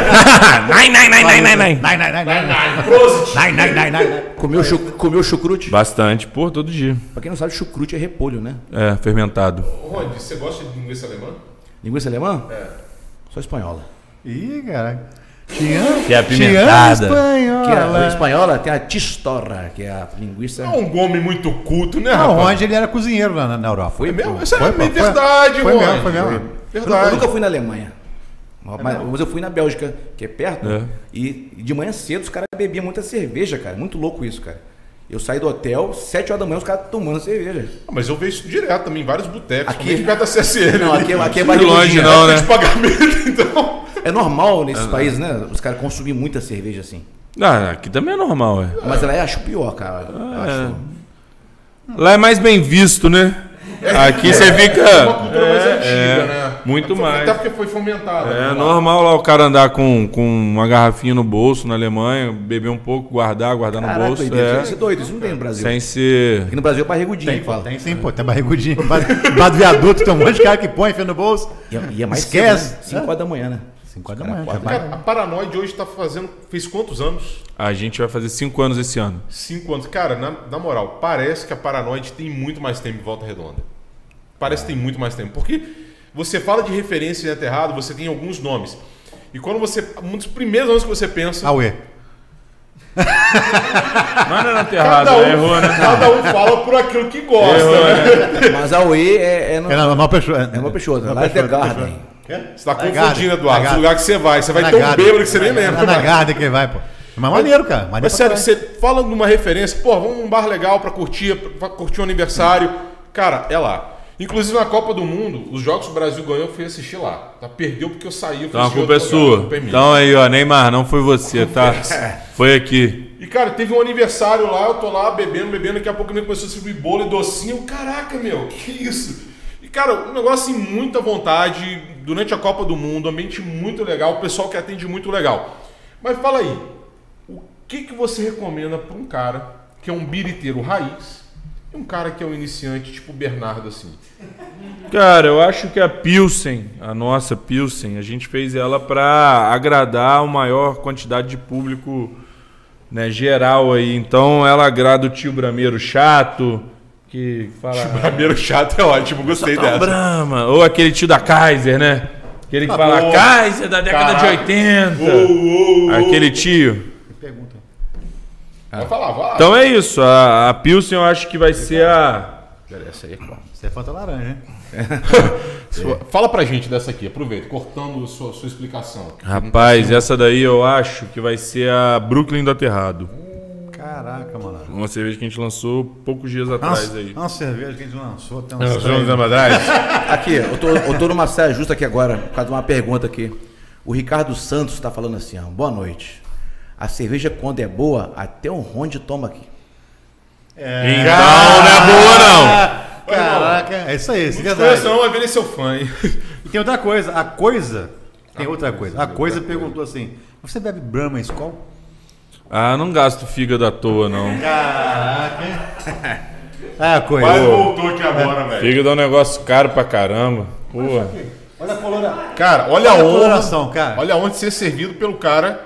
Speaker 4: nein, nein, nein, nein, nein.
Speaker 1: Nein, nein, nein, nein, nein.
Speaker 3: Prosit!
Speaker 1: Nein, nein, nein, nein.
Speaker 2: Comeu, chu- comeu chucrute?
Speaker 4: Bastante, pô, todo dia.
Speaker 2: Pra quem não sabe, chucrute é repolho, né?
Speaker 4: É, fermentado.
Speaker 3: Rod, você gosta de linguiça alemã?
Speaker 2: Linguiça alemã? É. Só espanhola.
Speaker 1: Ih, um cara. Te amo.
Speaker 4: Que
Speaker 1: Te amo,
Speaker 4: é apimentada.
Speaker 1: um Ah,
Speaker 2: Que é a, a
Speaker 1: espanhola.
Speaker 2: espanhola tem a tistorra, que é a linguiça.
Speaker 3: É um homem muito culto, né,
Speaker 1: Não,
Speaker 3: rapaz?
Speaker 1: onde ele era cozinheiro lá na, na Europa.
Speaker 3: Foi mesmo? Isso
Speaker 1: Foi,
Speaker 3: é
Speaker 1: pô, foi.
Speaker 3: verdade,
Speaker 1: Foi
Speaker 3: Rod.
Speaker 1: mesmo, foi mesmo.
Speaker 2: Eu nu- Eu
Speaker 3: Verdade.
Speaker 2: nunca fui na Alemanha. Mas, mas eu fui na Bélgica, que é perto.
Speaker 4: É.
Speaker 2: E e de manhã cedo os caras bebiam muita cerveja, cara. Muito louco isso, cara. Eu saí do hotel, 7 horas da manhã, os caras tomando cerveja.
Speaker 3: Ah, Mas eu vejo isso direto também, em vários botecos.
Speaker 2: Aqui-
Speaker 3: Aqui perto da CSN.
Speaker 2: Não, aqui, é- aqui é
Speaker 4: Longe,
Speaker 2: barrigudinha.
Speaker 4: não, né?
Speaker 3: de pagamento, então.
Speaker 2: É normal nesses países, né? Os caras consumem muita cerveja assim.
Speaker 4: Ah, aqui também é normal, é.
Speaker 2: Mas ela acho pior, cara. Eu acho.
Speaker 4: Lá é mais bem visto, né? Aqui você
Speaker 3: É uma
Speaker 4: fica.
Speaker 3: cultura mais
Speaker 4: É,
Speaker 3: antiga,
Speaker 4: é,
Speaker 3: né?
Speaker 4: muito
Speaker 3: Até
Speaker 4: mais.
Speaker 3: Até porque foi fomentada.
Speaker 4: É
Speaker 3: né?
Speaker 4: normal lá o cara andar com, com uma garrafinha no bolso na Alemanha, beber um pouco, guardar, guardar
Speaker 2: Caraca,
Speaker 4: no bolso.
Speaker 2: doideira,
Speaker 4: É,
Speaker 2: isso é doido, isso não tem no Brasil.
Speaker 4: sem ser.
Speaker 2: Aqui no Brasil é barrigudinha,
Speaker 1: Tem,
Speaker 2: que fala.
Speaker 1: tem sim, pô. Tem barrigudinho. Bado viaduto, tem um monte de cara que põe, enfia no bolso.
Speaker 2: E é, e é mais
Speaker 1: Esquece.
Speaker 2: 5 horas da manhã, né?
Speaker 1: 5 horas da manhã,
Speaker 2: Cara,
Speaker 1: cara.
Speaker 3: Cara, a Paranoide hoje tá fazendo. Fez quantos anos?
Speaker 4: A gente vai fazer cinco anos esse ano.
Speaker 3: Cinco anos. Cara, na, na moral, parece que a Paranoide tem muito mais tempo em volta redonda. Parece que tem muito mais tempo. Porque você fala de referência em
Speaker 1: Ah,
Speaker 3: aterrado, você tem alguns nomes. E quando você. Um dos primeiros nomes que você pensa.
Speaker 1: Aue.
Speaker 4: Mas não era enterrado, né? errou, né?
Speaker 3: um, cada um fala por aquilo que gosta,
Speaker 4: Errou,
Speaker 3: né?
Speaker 4: né?
Speaker 2: Mas a UE é, é, no,
Speaker 1: É
Speaker 2: é
Speaker 1: na Nova Peixoto.
Speaker 2: uma Peixoto, lá é The Garden.
Speaker 3: Você tá
Speaker 1: Na
Speaker 3: confundindo,
Speaker 1: Garden,
Speaker 3: Eduardo.
Speaker 1: na
Speaker 3: O lugar que você vai. Você vai
Speaker 1: na
Speaker 3: ter um
Speaker 1: Garden.
Speaker 3: bêbado que você nem lembra. né?
Speaker 1: É na Garden que vai, pô. Mas maneiro, cara. Maneiro
Speaker 3: Mas
Speaker 1: pra
Speaker 3: sério,
Speaker 1: caralho.
Speaker 3: você é fala numa referência, pô, vamos num bar legal pra curtir, pra curtir um aniversário. Cara, é lá. Inclusive na Copa do Mundo, os jogos que o Brasil ganhou, eu fui assistir lá. Tá, perdeu porque eu saí. Eu fui
Speaker 4: Então a
Speaker 3: assistir
Speaker 4: culpa é
Speaker 3: outro lugar, a
Speaker 4: sua.
Speaker 3: culpa é minha.
Speaker 4: Então aí, ó, Neymar, não foi você, tá? Foi aqui.
Speaker 3: E cara, teve um aniversário lá, eu tô lá bebendo, bebendo, daqui a pouco me começou a servir bolo e docinho. Caraca, meu, que isso? E cara, um negócio assim, muita vontade, durante a Copa do Mundo, ambiente muito legal, o pessoal que atende muito legal. Mas fala aí, o que que você recomenda pra um cara que é um biriteiro raiz e um cara que é um iniciante, tipo o Bernardo, assim?
Speaker 4: Cara, eu acho que a Pilsen, a nossa Pilsen, a gente fez ela pra agradar a maior quantidade de público né, geral aí. Então ela agrada o tio Brameiro chato, que fala.
Speaker 3: Primeiro chato é ótimo, gostei
Speaker 4: Tá Brahma. Ou aquele tio da Kaiser, né? Aquele que fala
Speaker 3: bom. Uh.
Speaker 4: Kaiser da década
Speaker 3: Caraca.
Speaker 4: de 80.
Speaker 3: Uou, uou,
Speaker 4: Aquele tio.
Speaker 1: Pergunta.
Speaker 3: Vai falar, vai lá.
Speaker 4: Então é isso. A, a Pilsen eu acho que vai ser a.
Speaker 2: Essa aí é qual?
Speaker 1: Você é fanta laranja, hein?
Speaker 3: Então, Fala pra gente dessa aqui, aproveita, cortando sua, sua explicação.
Speaker 4: Rapaz, essa daí eu acho que vai ser a Brooklyn do Aterrado.
Speaker 1: Caraca, mano.
Speaker 4: Uma cerveja que a gente lançou poucos dias atrás
Speaker 1: Nossa,
Speaker 4: aí. Então,
Speaker 1: uma cerveja que a gente lançou até
Speaker 4: Nós
Speaker 1: uns
Speaker 4: vamos
Speaker 1: três.
Speaker 4: dar uma trás?
Speaker 2: Aqui, eu tô, eu tô numa saia justa aqui agora, por causa de uma pergunta aqui. O Ricardo Santos está falando assim, ó, boa noite. A cerveja quando é boa, até um ronde toma aqui.
Speaker 4: Então não é boa, não.
Speaker 1: Caraca, é isso aí, isso é verdade.
Speaker 3: Coração vai virar seu fã, hein?
Speaker 1: E tem outra coisa, a coisa. Tem outra coisa. A coisa perguntou assim: você bebe Brahma Skol?
Speaker 4: Ah, não gasto fígado à toa, não.
Speaker 1: Ah, a coisa.
Speaker 3: voltou aqui agora, velho.
Speaker 4: Fígado é um negócio caro pra caramba. Porra.
Speaker 1: Olha a colora.
Speaker 3: Cara,
Speaker 1: Olha
Speaker 3: olha,
Speaker 1: a
Speaker 3: onde.
Speaker 1: coloração, cara.
Speaker 3: Olha onde ser servido pelo cara.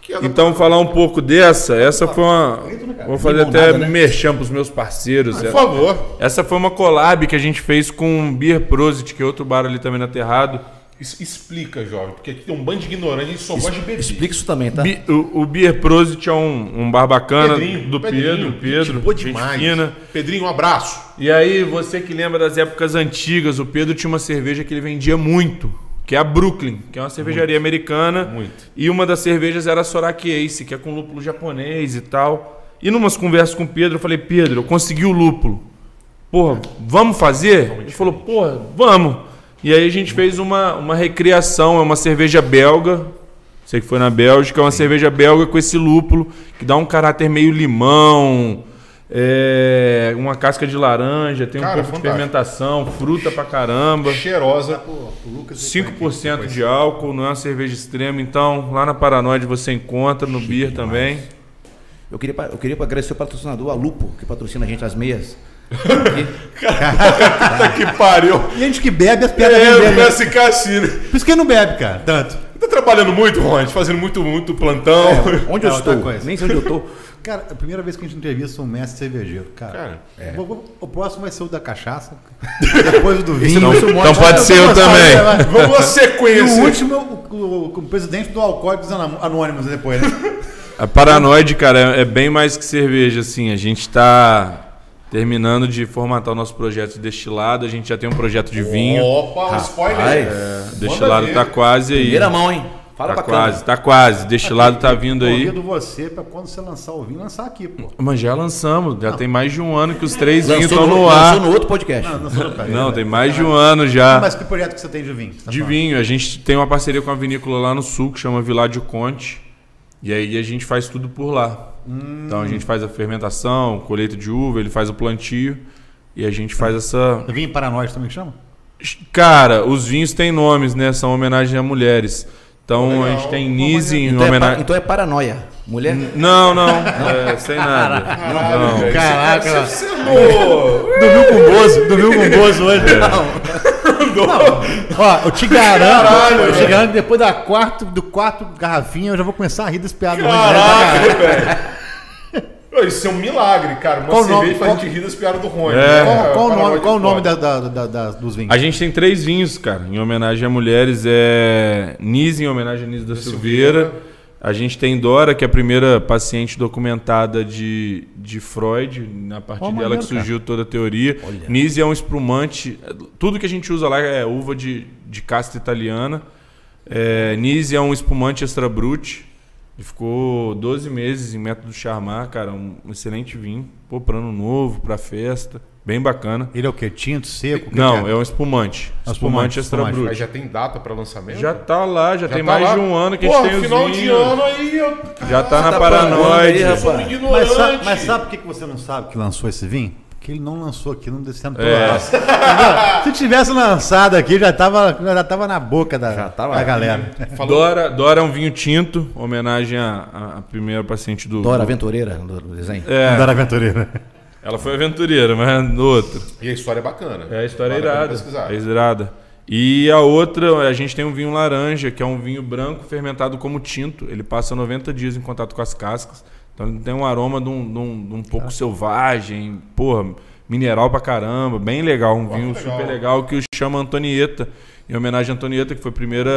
Speaker 3: Que é da-
Speaker 4: Então, falar um pouco dessa, essa foi uma. Vou fazer
Speaker 2: Limonada,
Speaker 4: até
Speaker 2: né?
Speaker 4: merchan pros meus parceiros.
Speaker 3: Por
Speaker 4: É-
Speaker 3: favor.
Speaker 4: Essa foi uma collab que a gente fez com o Beer Prosit, que é outro bar ali também na Terrado.
Speaker 3: es- Explica, jovem, porque aqui tem um bando de ignorante e só
Speaker 2: Es-
Speaker 3: gosta de beber.
Speaker 2: Explica isso também, tá?
Speaker 4: Bi- o, o Beer Prosit é um, um bar bacana
Speaker 3: Pedrinho,
Speaker 4: do
Speaker 3: Pedrinho,
Speaker 4: Pedro, Pedro,
Speaker 3: gente boa
Speaker 4: gente
Speaker 3: demais.
Speaker 4: fina.
Speaker 3: Pedrinho, um abraço.
Speaker 4: E aí, você que lembra das épocas antigas, o Pedro tinha uma cerveja que ele vendia muito, que é a Brooklyn, que é uma cervejaria americana.
Speaker 3: muito.
Speaker 4: E uma das cervejas era a Soraki Ace, que é com lúpulo japonês e tal. E numas conversas com o Pedro, eu falei, Pedro, eu consegui o lúpulo. Porra, vamos fazer? Ele falou, porra, vamos. E aí a gente fez uma, uma recriação, é uma cerveja belga. Sei que foi na Bélgica, é uma cerveja belga com esse lúpulo, que dá um caráter meio limão, é, uma casca de laranja, tem um
Speaker 3: Cara,
Speaker 4: pouco de
Speaker 3: fantástico.
Speaker 4: fermentação, fruta pra caramba.
Speaker 3: Cheirosa. é
Speaker 4: 5% de álcool, não é uma cerveja extrema, então lá na Paranoide você encontra, no Beer também.
Speaker 2: Eu queria, pa- eu queria agradecer o patrocinador, a Lupo, que patrocina a gente as meias.
Speaker 3: Puta que pariu.
Speaker 1: E a gente que bebe, as pedras não
Speaker 3: É,
Speaker 1: bebem.
Speaker 3: o SK Cine.
Speaker 1: Por isso que não bebe, cara, tanto.
Speaker 3: Tá trabalhando muito, Ron? Fazendo muito, muito plantão.
Speaker 2: Onde
Speaker 1: É,
Speaker 2: eu
Speaker 1: outra
Speaker 2: estou?
Speaker 1: coisa.
Speaker 2: Nem sei onde eu estou.
Speaker 1: Cara, é a primeira vez que a gente entrevista um mestre cervejeiro, cara.
Speaker 3: Cara,
Speaker 1: Vou- vou- O próximo vai ser o da cachaça, É. depois o do vinho.
Speaker 4: Então, então pode ser eu
Speaker 1: Vamos lá, vai,
Speaker 4: também.
Speaker 1: vai.
Speaker 3: Vamos à
Speaker 1: E
Speaker 3: sequência.
Speaker 1: o último, é o, o- o presidente do Alcoólicos Anam- Anônimos, depois, né?
Speaker 4: A Paranoide, cara, é é bem mais que cerveja, assim. A gente tá terminando de formatar o nosso projeto de destilado, a gente já tem um projeto de vinho.
Speaker 3: Opa, um spoiler.
Speaker 2: Rapaz.
Speaker 3: É,
Speaker 4: Destilado
Speaker 3: manda
Speaker 4: tá
Speaker 3: ver.
Speaker 4: quase aí.
Speaker 2: Primeira mão, hein? Fala
Speaker 4: Tá
Speaker 2: bacana.
Speaker 4: quase, tá quase. Destilado tá vindo aí.
Speaker 1: Convido você pra quando você lançar o vinho, lançar aqui, pô.
Speaker 4: Mas já lançamos, já tem mais de um ano que os três vinhos
Speaker 2: Lançou
Speaker 4: estão
Speaker 2: no,
Speaker 4: no
Speaker 2: lançou
Speaker 4: ar.
Speaker 2: no outro podcast.
Speaker 1: Não, sou do Caio,
Speaker 4: Não,
Speaker 1: né?
Speaker 4: tem mais de um ano já.
Speaker 1: Mas que projeto que você tem de vinho? que você tá
Speaker 4: De
Speaker 1: falando?
Speaker 4: vinho, a gente tem uma parceria com a vinícola lá no sul que chama Viládio Conte. E aí a gente faz tudo por lá.
Speaker 2: Hum.
Speaker 4: Então a gente faz a fermentação, colheita de uva, ele faz o plantio e a gente faz essa.
Speaker 1: Vinho para nós também é que chama?
Speaker 4: Cara, os vinhos têm nomes, né? São homenagem a mulheres. Então a gente tem Nise em
Speaker 2: Então, é, pa-
Speaker 4: homenagem.
Speaker 2: então é paranoia. Mulher?
Speaker 1: Hum.
Speaker 4: Não, não, é, sem nada. Não.
Speaker 3: Esse cara se obsessinou.
Speaker 1: Dormiu com Bozo, dormiu com Bozo hoje. Não. Não. Ó, eu te garanto,
Speaker 3: Caralho,
Speaker 1: eu te
Speaker 3: velho.
Speaker 1: garanto que depois da quarto, do quarto garrafinha eu já vou começar a rir desse piada. ruim, né?
Speaker 3: Caraca, velho. Ô, Isso é um milagre, cara. Uma
Speaker 1: Qual o
Speaker 3: cerveja
Speaker 1: nome?
Speaker 3: faz a
Speaker 1: Qual-
Speaker 3: gente rir das piadas do Rony. né,
Speaker 4: É.
Speaker 1: Qual, qual o nome, qual o nome
Speaker 3: da.
Speaker 1: da, da, da- da- dos vinhos?
Speaker 4: A gente tem três vinhos, cara, em homenagem a mulheres. É Nise, em homenagem a Nise da, Silveira. A gente tem Dora, que é a primeira paciente documentada de, de Freud, na partir
Speaker 1: Ó,
Speaker 4: dela
Speaker 1: maneiro,
Speaker 4: que surgiu toda a teoria. Nise é um espumante. Tudo que a gente usa lá é uva de, de casta italiana. É, Nise é um espumante extra brut. Ele ficou 12 meses em método Charmat, cara. Um excelente vinho. Pô, pra ano novo, pra festa. Bem bacana.
Speaker 1: Ele é o quê? Tinto, seco? O que
Speaker 4: Não,
Speaker 1: que
Speaker 4: é um espumante.
Speaker 1: É um espumante,
Speaker 4: espumante, extra
Speaker 1: espumante.
Speaker 4: brut.
Speaker 3: Mas já tem data pra lançamento?
Speaker 4: Já tá lá, já, tem
Speaker 3: tá
Speaker 4: mais
Speaker 3: lá?
Speaker 4: de um ano que a
Speaker 3: Porra,
Speaker 4: gente tem os
Speaker 3: final de
Speaker 4: vinhos.
Speaker 3: ano aí eu
Speaker 4: Já tá na
Speaker 2: tá
Speaker 4: paranoide.
Speaker 2: planando aí,
Speaker 3: sou um
Speaker 2: Rapaz.
Speaker 3: ignorante.
Speaker 1: Mas sabe, mas sabe por que que você não sabe que lançou esse vinho? Porque ele não lançou aqui, não descendo pela
Speaker 4: É.
Speaker 1: raça. Entendeu? Se tivesse lançado aqui, já tava, já tava na boca da,
Speaker 2: Já tava
Speaker 1: da
Speaker 2: lá.
Speaker 1: galera.
Speaker 3: Falou
Speaker 4: Dora, Dora é um vinho tinto, homenagem à, à- à primeira paciente do.
Speaker 2: Dora Aventureira, do desenho.
Speaker 1: É.
Speaker 4: É,
Speaker 1: Da aventureira.
Speaker 4: ela foi aventureira, mas no outro.
Speaker 3: E a história é bacana.
Speaker 4: É a história é
Speaker 3: Vale a pena
Speaker 4: irada.
Speaker 3: pesquisar.
Speaker 4: É irada. E a outra, a gente tem um vinho laranja, que é um vinho branco fermentado como tinto. Ele passa 90 dias em contato com as cascas. Então ele tem um aroma de um, de um, de um
Speaker 1: Ah.
Speaker 4: pouco selvagem, porra, mineral pra caramba, bem legal. Um vinho
Speaker 3: legal.
Speaker 4: super legal que o chama Antonieta, em homenagem a Antonieta, que foi a primeira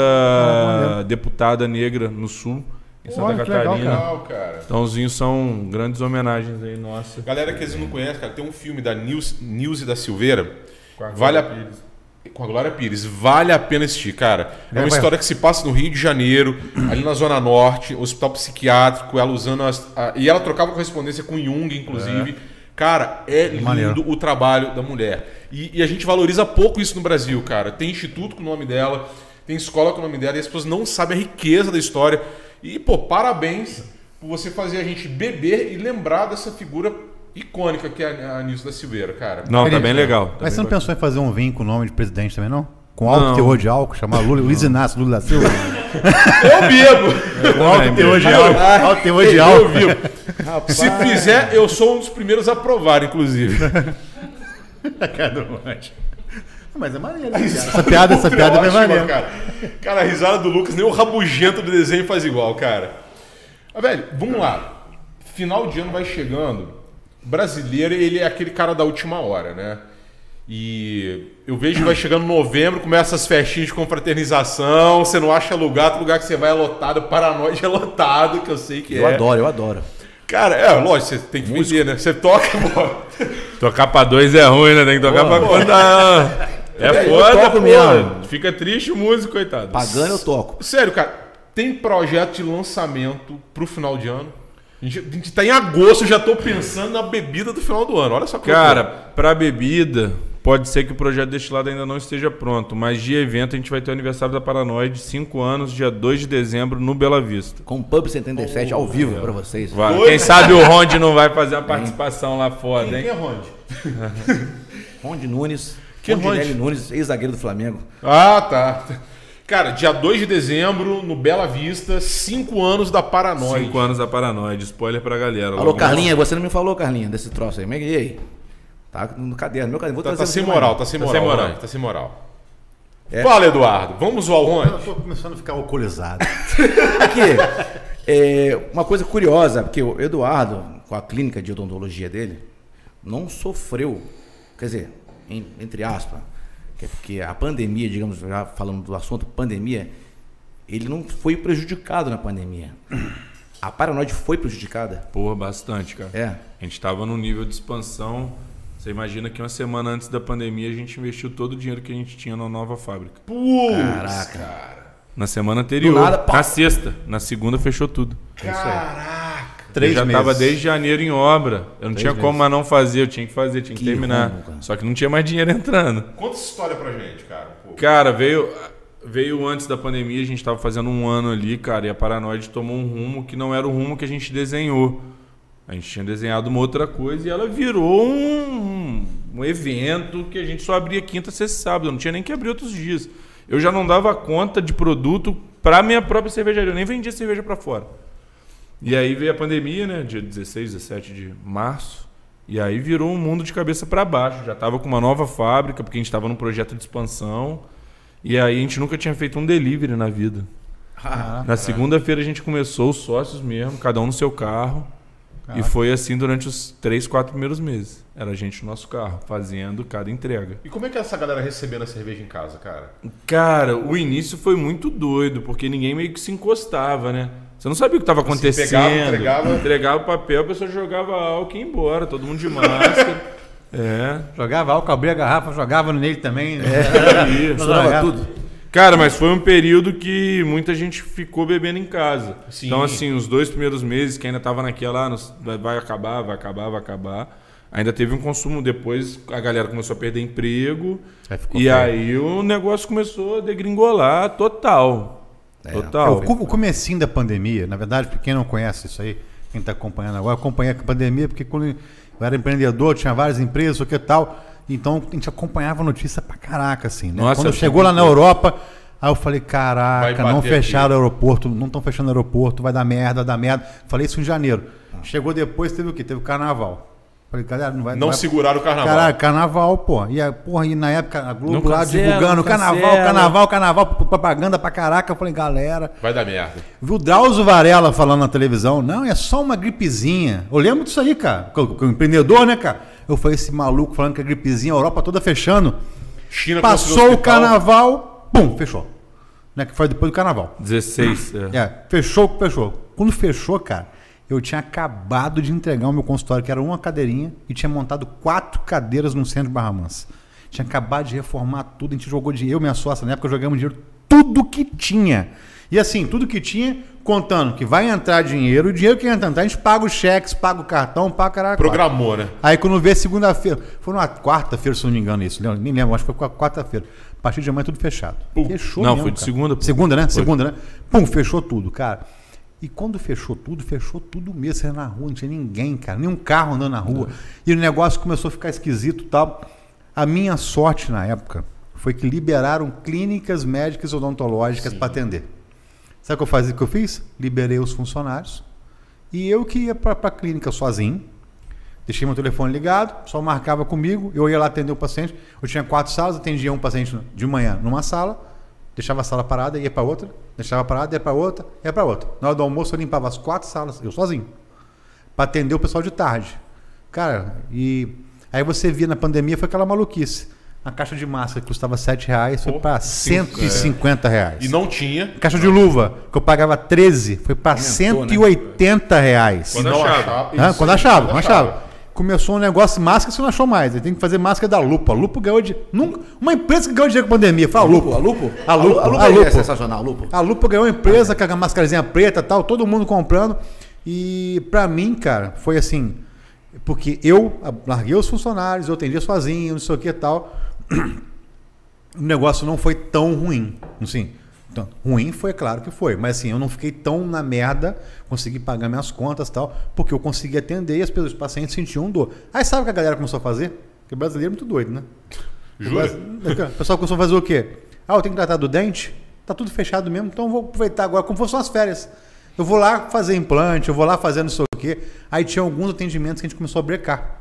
Speaker 4: deputada negra no sul, em Santa
Speaker 1: Olha, Ah, que legal,
Speaker 4: Catarina.
Speaker 3: Legal, cara.
Speaker 4: então os vinhos são grandes homenagens aí, nossa.
Speaker 1: É
Speaker 3: Galera que eles não conhecem, cara, tem um filme da Nils- Nilce da Silveira.
Speaker 4: a
Speaker 3: Vale a
Speaker 4: Glória Pires.
Speaker 3: Com a Glória Pires. Vale a pena assistir, cara. É
Speaker 1: Vai,
Speaker 3: uma
Speaker 1: vai.
Speaker 3: história que se passa no Rio de Janeiro, ali na Zona Norte, hospital psiquiátrico, ela usando as. a- e ela trocava correspondência com Jung, inclusive. Cara, é lindo
Speaker 1: Maneiro.
Speaker 3: o trabalho da mulher. E, e a gente valoriza pouco isso no Brasil, cara. Tem instituto com o nome dela, tem escola com o nome dela, e as pessoas não sabem a riqueza da história. E, pô, parabéns por você fazer a gente beber e lembrar dessa figura icônica que é a, a Nilce da Silveira, cara.
Speaker 4: Não, tá
Speaker 1: Ele-
Speaker 4: bem legal. tá
Speaker 1: Mas você
Speaker 4: bem
Speaker 1: não pensou em fazer um vinho com o nome de presidente também, não? Com alto
Speaker 4: Não.
Speaker 1: teor de álcool, chamar Lula, Luiz Inácio Lula da Silva.
Speaker 3: Eu bebo! Ah,
Speaker 1: Com alto
Speaker 4: também,
Speaker 1: teor de
Speaker 4: meu.
Speaker 1: álcool. Alto teor de
Speaker 3: Eu
Speaker 1: álcool.
Speaker 3: vivo. Se fizer, eu sou um dos primeiros a provar, inclusive.
Speaker 1: Mas é maneiro. né, cara? Essa piada, essa piada é bem
Speaker 3: Ótima,
Speaker 1: maneira.
Speaker 3: cara. Cara, a risada do Lucas, nem o rabugento do desenho faz igual, cara. Mas, velho, vamos lá. Final de ano vai chegando. Brasileiro, ele é aquele cara da última hora, né? E eu vejo que vai chegando novembro, começa as festinhas de confraternização, você não acha lugar, todo lugar que você vai é lotado, Paranoide é lotado, que eu sei que
Speaker 2: Eu
Speaker 3: é.
Speaker 2: adoro, eu adoro.
Speaker 3: Cara, é, lógico, você tem que vender, né? Você toca, pô.
Speaker 4: Tocar pra dois é ruim, né? Tem que tocar pra conta. É
Speaker 2: Eu
Speaker 4: foda,
Speaker 2: toco
Speaker 4: pô.
Speaker 2: mesmo.
Speaker 4: Fica triste o músico, coitado.
Speaker 2: Pagando eu toco.
Speaker 3: Sério, cara, tem projeto de lançamento pro final de ano? A gente, a gente tá em agosto, eu já tô pensando na bebida do final do ano. Olha só é que
Speaker 4: Cara,
Speaker 3: loucura.
Speaker 4: pra bebida, pode ser que o projeto destilado ainda não esteja pronto, mas de evento a gente vai ter o aniversário da Paranoide, 5 anos, dia 2 de dezembro, no Bela Vista.
Speaker 2: Com o Pub
Speaker 1: Oh,
Speaker 2: 77 ao vivo pra vocês.
Speaker 4: Vai.
Speaker 3: Dois?
Speaker 4: Quem sabe o Rondi não vai fazer uma participação lá foda,
Speaker 3: quem é
Speaker 4: hein?
Speaker 3: Ronde?
Speaker 2: Ronde Nunes.
Speaker 3: Que
Speaker 2: Rondinelli
Speaker 3: Ronde?
Speaker 2: Nunes, ex-zagueiro do Flamengo.
Speaker 3: Ah, tá. Cara, dia 2 de dezembro, no Bela Vista, 5 anos da Paranoia.
Speaker 4: 5 anos da Paranoide, spoiler pra galera.
Speaker 2: é Alô, Carlinha, você não me falou, Carlinha, desse troço aí. Mas E aí? Tá no caderno, meu caderno. Vou
Speaker 3: Tá,
Speaker 2: trazer
Speaker 3: tá sem
Speaker 2: aqui
Speaker 3: moral,
Speaker 2: amanhã.
Speaker 3: tá sem
Speaker 4: Tá
Speaker 3: moral.
Speaker 4: sem moral.
Speaker 3: Ronde, Tá sem moral.
Speaker 2: É.
Speaker 3: Fala, Eduardo. Vamos zoar o
Speaker 1: Eu
Speaker 3: Ronde?
Speaker 1: tô começando a ficar alcoolizado.
Speaker 2: Aqui, é, uma coisa curiosa, porque o Eduardo, com a clínica de odontologia dele, não sofreu, quer dizer, em- entre aspas, que é porque a pandemia, digamos, já falando do assunto pandemia, ele não foi prejudicado na pandemia. A paranoide foi prejudicada.
Speaker 4: Porra, bastante, cara.
Speaker 2: É.
Speaker 4: A gente estava num nível de expansão. Você imagina que uma semana antes da pandemia a gente investiu todo o dinheiro que a gente tinha na nova fábrica.
Speaker 2: Caraca.
Speaker 4: Na semana anterior.
Speaker 2: Do nada, pá.
Speaker 4: na sexta. Na segunda fechou tudo.
Speaker 3: Caraca.
Speaker 1: Três
Speaker 4: eu já
Speaker 1: meses.
Speaker 4: estava desde janeiro em obra. Eu não tinha como mas não fazer, eu tinha que fazer, tinha que,
Speaker 2: Que
Speaker 4: terminar.
Speaker 2: rumo, cara.
Speaker 4: Só que não tinha mais dinheiro entrando.
Speaker 3: Conta essa história pra gente, cara. um pouco.
Speaker 4: Cara, veio, veio antes da pandemia, a gente tava fazendo um ano ali, cara, e a Paranoide tomou um rumo que não era o rumo que a gente desenhou. A gente tinha desenhado uma outra coisa e ela virou um, um evento que a gente só abria quinta, sexta e sábado. Eu não tinha nem que abrir outros dias. Eu já não dava conta de produto pra minha própria cervejaria. Eu nem vendia cerveja pra fora. E aí veio a pandemia, né? Dia 16, 17 de março. E aí virou um mundo de cabeça para baixo. Já tava com uma nova fábrica, porque a gente tava num projeto de expansão. E aí a gente nunca tinha feito um delivery na vida.
Speaker 1: Ah,
Speaker 4: na segunda-feira a gente começou, os sócios mesmo, cada um no seu carro. E foi assim durante os três, quatro primeiros meses. Era a gente no nosso carro, fazendo cada entrega.
Speaker 3: E como é que é essa galera recebendo a cerveja em casa, cara?
Speaker 4: Cara, o início foi muito doido, porque ninguém meio que se encostava, né? Você não sabia o que estava
Speaker 3: Assim,
Speaker 4: acontecendo.
Speaker 3: pegava, entregava.
Speaker 4: Entregava o papel, a pessoa jogava álcool e ia embora, todo mundo de máscara. é.
Speaker 1: Jogava álcool, abria a garrafa, jogava nele também. É.
Speaker 4: Isso.
Speaker 2: Estourava tudo.
Speaker 4: Cara, mas foi um período que muita gente ficou bebendo em casa.
Speaker 3: Sim.
Speaker 4: Então, assim, os dois primeiros meses que ainda tava naquela, ah, nos- vai- vai acabar, vai acabar, vai acabar. Ainda teve um consumo. Depois a galera começou a perder emprego.
Speaker 1: Aí ficou
Speaker 4: e
Speaker 1: feio.
Speaker 4: aí o negócio começou a degringolar total.
Speaker 1: É,
Speaker 4: Total.
Speaker 1: o, cu- o comecinho da pandemia, na verdade, pra quem não conhece isso aí, quem está acompanhando agora, eu acompanhei a pandemia porque quando eu era empreendedor, tinha várias empresas, o que tal, então a gente acompanhava a notícia pra caraca, assim, né?
Speaker 4: Nossa, eu
Speaker 1: quando
Speaker 4: sei
Speaker 1: chegou lá
Speaker 4: que
Speaker 1: na
Speaker 4: foi.
Speaker 1: Europa, aí eu falei,
Speaker 3: Vai
Speaker 1: caraca,
Speaker 3: bater
Speaker 1: não
Speaker 3: aqui.
Speaker 1: fecharam o aeroporto, não estão fechando o aeroporto, vai dar merda, vai dar merda. Falei isso em janeiro. Chegou depois, teve o quê? Teve o carnaval. Falei, galera, não é- vai
Speaker 3: Não
Speaker 1: vai-
Speaker 3: seguraram o carnaval.
Speaker 1: Caralho, carnaval, pô. E, a- porra, e na época a Globo
Speaker 4: Não
Speaker 1: lá
Speaker 4: cancela,
Speaker 1: divulgando
Speaker 4: não
Speaker 1: carnaval,
Speaker 4: cancela.
Speaker 1: carnaval, carnaval, p- propaganda pra caraca. Eu falei, galera.
Speaker 3: Vai dar merda.
Speaker 1: Viu o Drauzio Varela falando na televisão? Não, é só uma gripezinha. Eu lembro disso aí, cara. Que eu- que eu empreendedor, né, cara? Eu falei, esse maluco falando que a gripezinha, a Europa toda fechando.
Speaker 3: China
Speaker 1: Passou
Speaker 3: construiu
Speaker 1: o
Speaker 3: hospital.
Speaker 1: carnaval, pum, fechou. Né, que foi depois do carnaval.
Speaker 4: 16. é.
Speaker 1: É, fechou, fechou. Quando fechou, cara, eu tinha acabado de entregar o meu consultório, que era uma cadeirinha, e tinha montado quatro cadeiras no centro de Barra Mansa. Tinha acabado de reformar tudo, a gente jogou dinheiro, eu e minha sócia, na época jogamos dinheiro, tudo que tinha. E assim, tudo que tinha, contando que vai entrar dinheiro, o dinheiro que entra, entrar, a gente paga os cheques, paga o cartão, paga o caralho.
Speaker 3: Programou, né?
Speaker 1: Aí quando vê segunda-feira, foi numa quarta-feira, se eu não me engano, isso, nem lembro, acho que foi quarta-feira. A partir de amanhã tudo fechado. Fechou
Speaker 4: Não,
Speaker 1: mesmo,
Speaker 4: foi de
Speaker 1: cara.
Speaker 4: segunda, pô.
Speaker 1: Segunda, né? Segunda, né? Pum, fechou tudo, cara. E quando fechou tudo, fechou tudo mesmo. Você ia na rua, não tinha ninguém, cara. Nenhum carro andando na rua.
Speaker 4: É.
Speaker 1: E o negócio começou a ficar esquisito e tal. A minha sorte na época foi que liberaram clínicas médicas e odontológicas para atender. Sabe o que eu fazia, o que eu fiz? Liberei os funcionários. E eu que ia para a clínica sozinho. Deixei meu telefone ligado, só marcava comigo, eu ia lá atender o paciente. Eu tinha quatro salas, atendia um paciente de manhã numa sala, deixava a sala parada, ia para outra, deixava parada, ia para outra, ia para outra. Na hora do almoço eu limpava as quatro salas, eu sozinho, para atender o pessoal de tarde. Cara, e aí você via na pandemia foi aquela maluquice. A caixa de massa que custava R$ 7 reais foi
Speaker 3: Pô, é.
Speaker 1: para R$ 150 reais.
Speaker 3: E não tinha.
Speaker 1: Caixa de luva, que eu pagava 13, foi para R$
Speaker 2: Aumentou, né?
Speaker 1: 180 reais.
Speaker 3: e
Speaker 4: Quando
Speaker 3: não
Speaker 4: achava.
Speaker 1: Hã?
Speaker 3: Isso,
Speaker 1: quando achava, quando achava. Começou um negócio, máscara você não achou mais. Aí tem que fazer máscara da Lupa. A Lupa ganhou de. Nunca, uma empresa que ganhou dinheiro com a pandemia. Fala, Lupa.
Speaker 2: Lupo, a Lupo?
Speaker 1: A Lupo.
Speaker 2: A Lupo
Speaker 1: A
Speaker 2: é
Speaker 1: Lupo.
Speaker 2: sensacional, a Lupo.
Speaker 1: A Lupa ganhou uma empresa com a mascarazinha preta e tal, todo mundo comprando. E pra mim, cara, foi assim. Porque eu ah, larguei os funcionários, eu atendia sozinho, não sei o que e tal. O negócio não foi tão ruim. Assim, então, ruim foi, claro que foi. Mas assim, eu não fiquei tão na merda, consegui pagar minhas contas e tal, porque eu consegui atender e as pessoas, os pacientes sentiam dor. Aí sabe o que a galera começou a fazer? Porque brasileiro é muito doido, né?
Speaker 3: Jura?
Speaker 1: O pessoal começou a fazer o quê? Ah, eu tenho que tratar do dente? Tá tudo fechado mesmo, então eu vou aproveitar agora, como fossem as férias. Eu vou lá fazer implante, eu vou lá fazer não sei o quê. Aí tinha alguns atendimentos que a gente começou a brecar.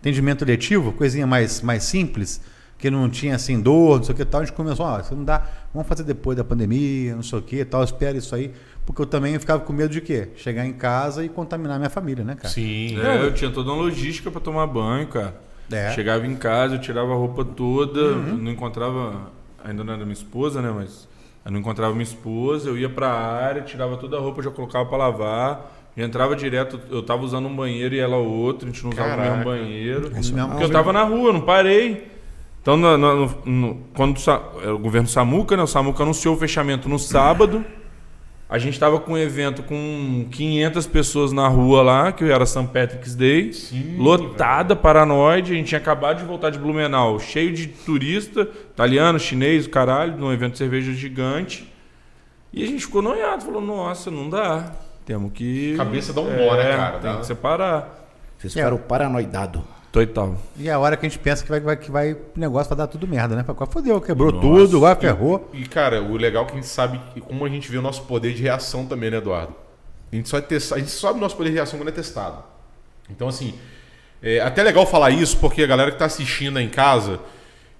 Speaker 1: Atendimento letivo, coisinha mais, mais simples, que não tinha assim dor, não sei o que e tal. A gente começou, ó, isso não dá, vamos fazer depois da pandemia, não sei o que e tal, espera isso aí. Porque eu também ficava com medo de quê? Chegar em casa e contaminar minha família, né, cara?
Speaker 3: Sim.
Speaker 4: É, eu tinha toda uma logística pra tomar banho, cara.
Speaker 1: É. Uhum.
Speaker 4: Chegava em casa, eu tirava a roupa toda, não encontrava. Ainda não era minha esposa, né? Mas eu não encontrava minha esposa, eu ia pra área, tirava toda a roupa, já colocava pra lavar. Já entrava direto, eu tava usando um banheiro e ela outro, a gente não usava o mesmo
Speaker 3: Caraca.
Speaker 4: banheiro.
Speaker 1: Isso mesmo.
Speaker 4: Porque eu tava na rua, não parei. Então, na- na- no- no- quando o Sa- é, o governo Samuca, né? O Samuca anunciou o fechamento no sábado. A gente tava com um evento com 500 pessoas na rua lá, que era St. Patrick's Day.
Speaker 3: Sim,
Speaker 4: lotada, paranoide. A gente tinha acabado de voltar de Blumenau, cheio de turista, italiano, chinês, o caralho, num evento de cerveja gigante. E a gente ficou noiado, falou, nossa, não dá. Temos que. É,
Speaker 3: Cabeça dá um nó, né, cara?
Speaker 4: Tem
Speaker 3: Dá-
Speaker 4: que separar.
Speaker 2: Vocês ficaram paranoidados.
Speaker 4: Total.
Speaker 1: E é a hora que a gente pensa que vai, vai- que vai, o negócio vai dar tudo merda, né? Fala, Fodeu, quebrou tudo, agora ferrou.
Speaker 3: E, cara, o legal é que a gente sabe que- como a gente vê o nosso poder de reação também, né, Eduardo? A gente, só é testa- a gente sabe o nosso poder de reação quando é testado. Então, assim, é até legal falar isso, porque a galera que tá assistindo aí em casa,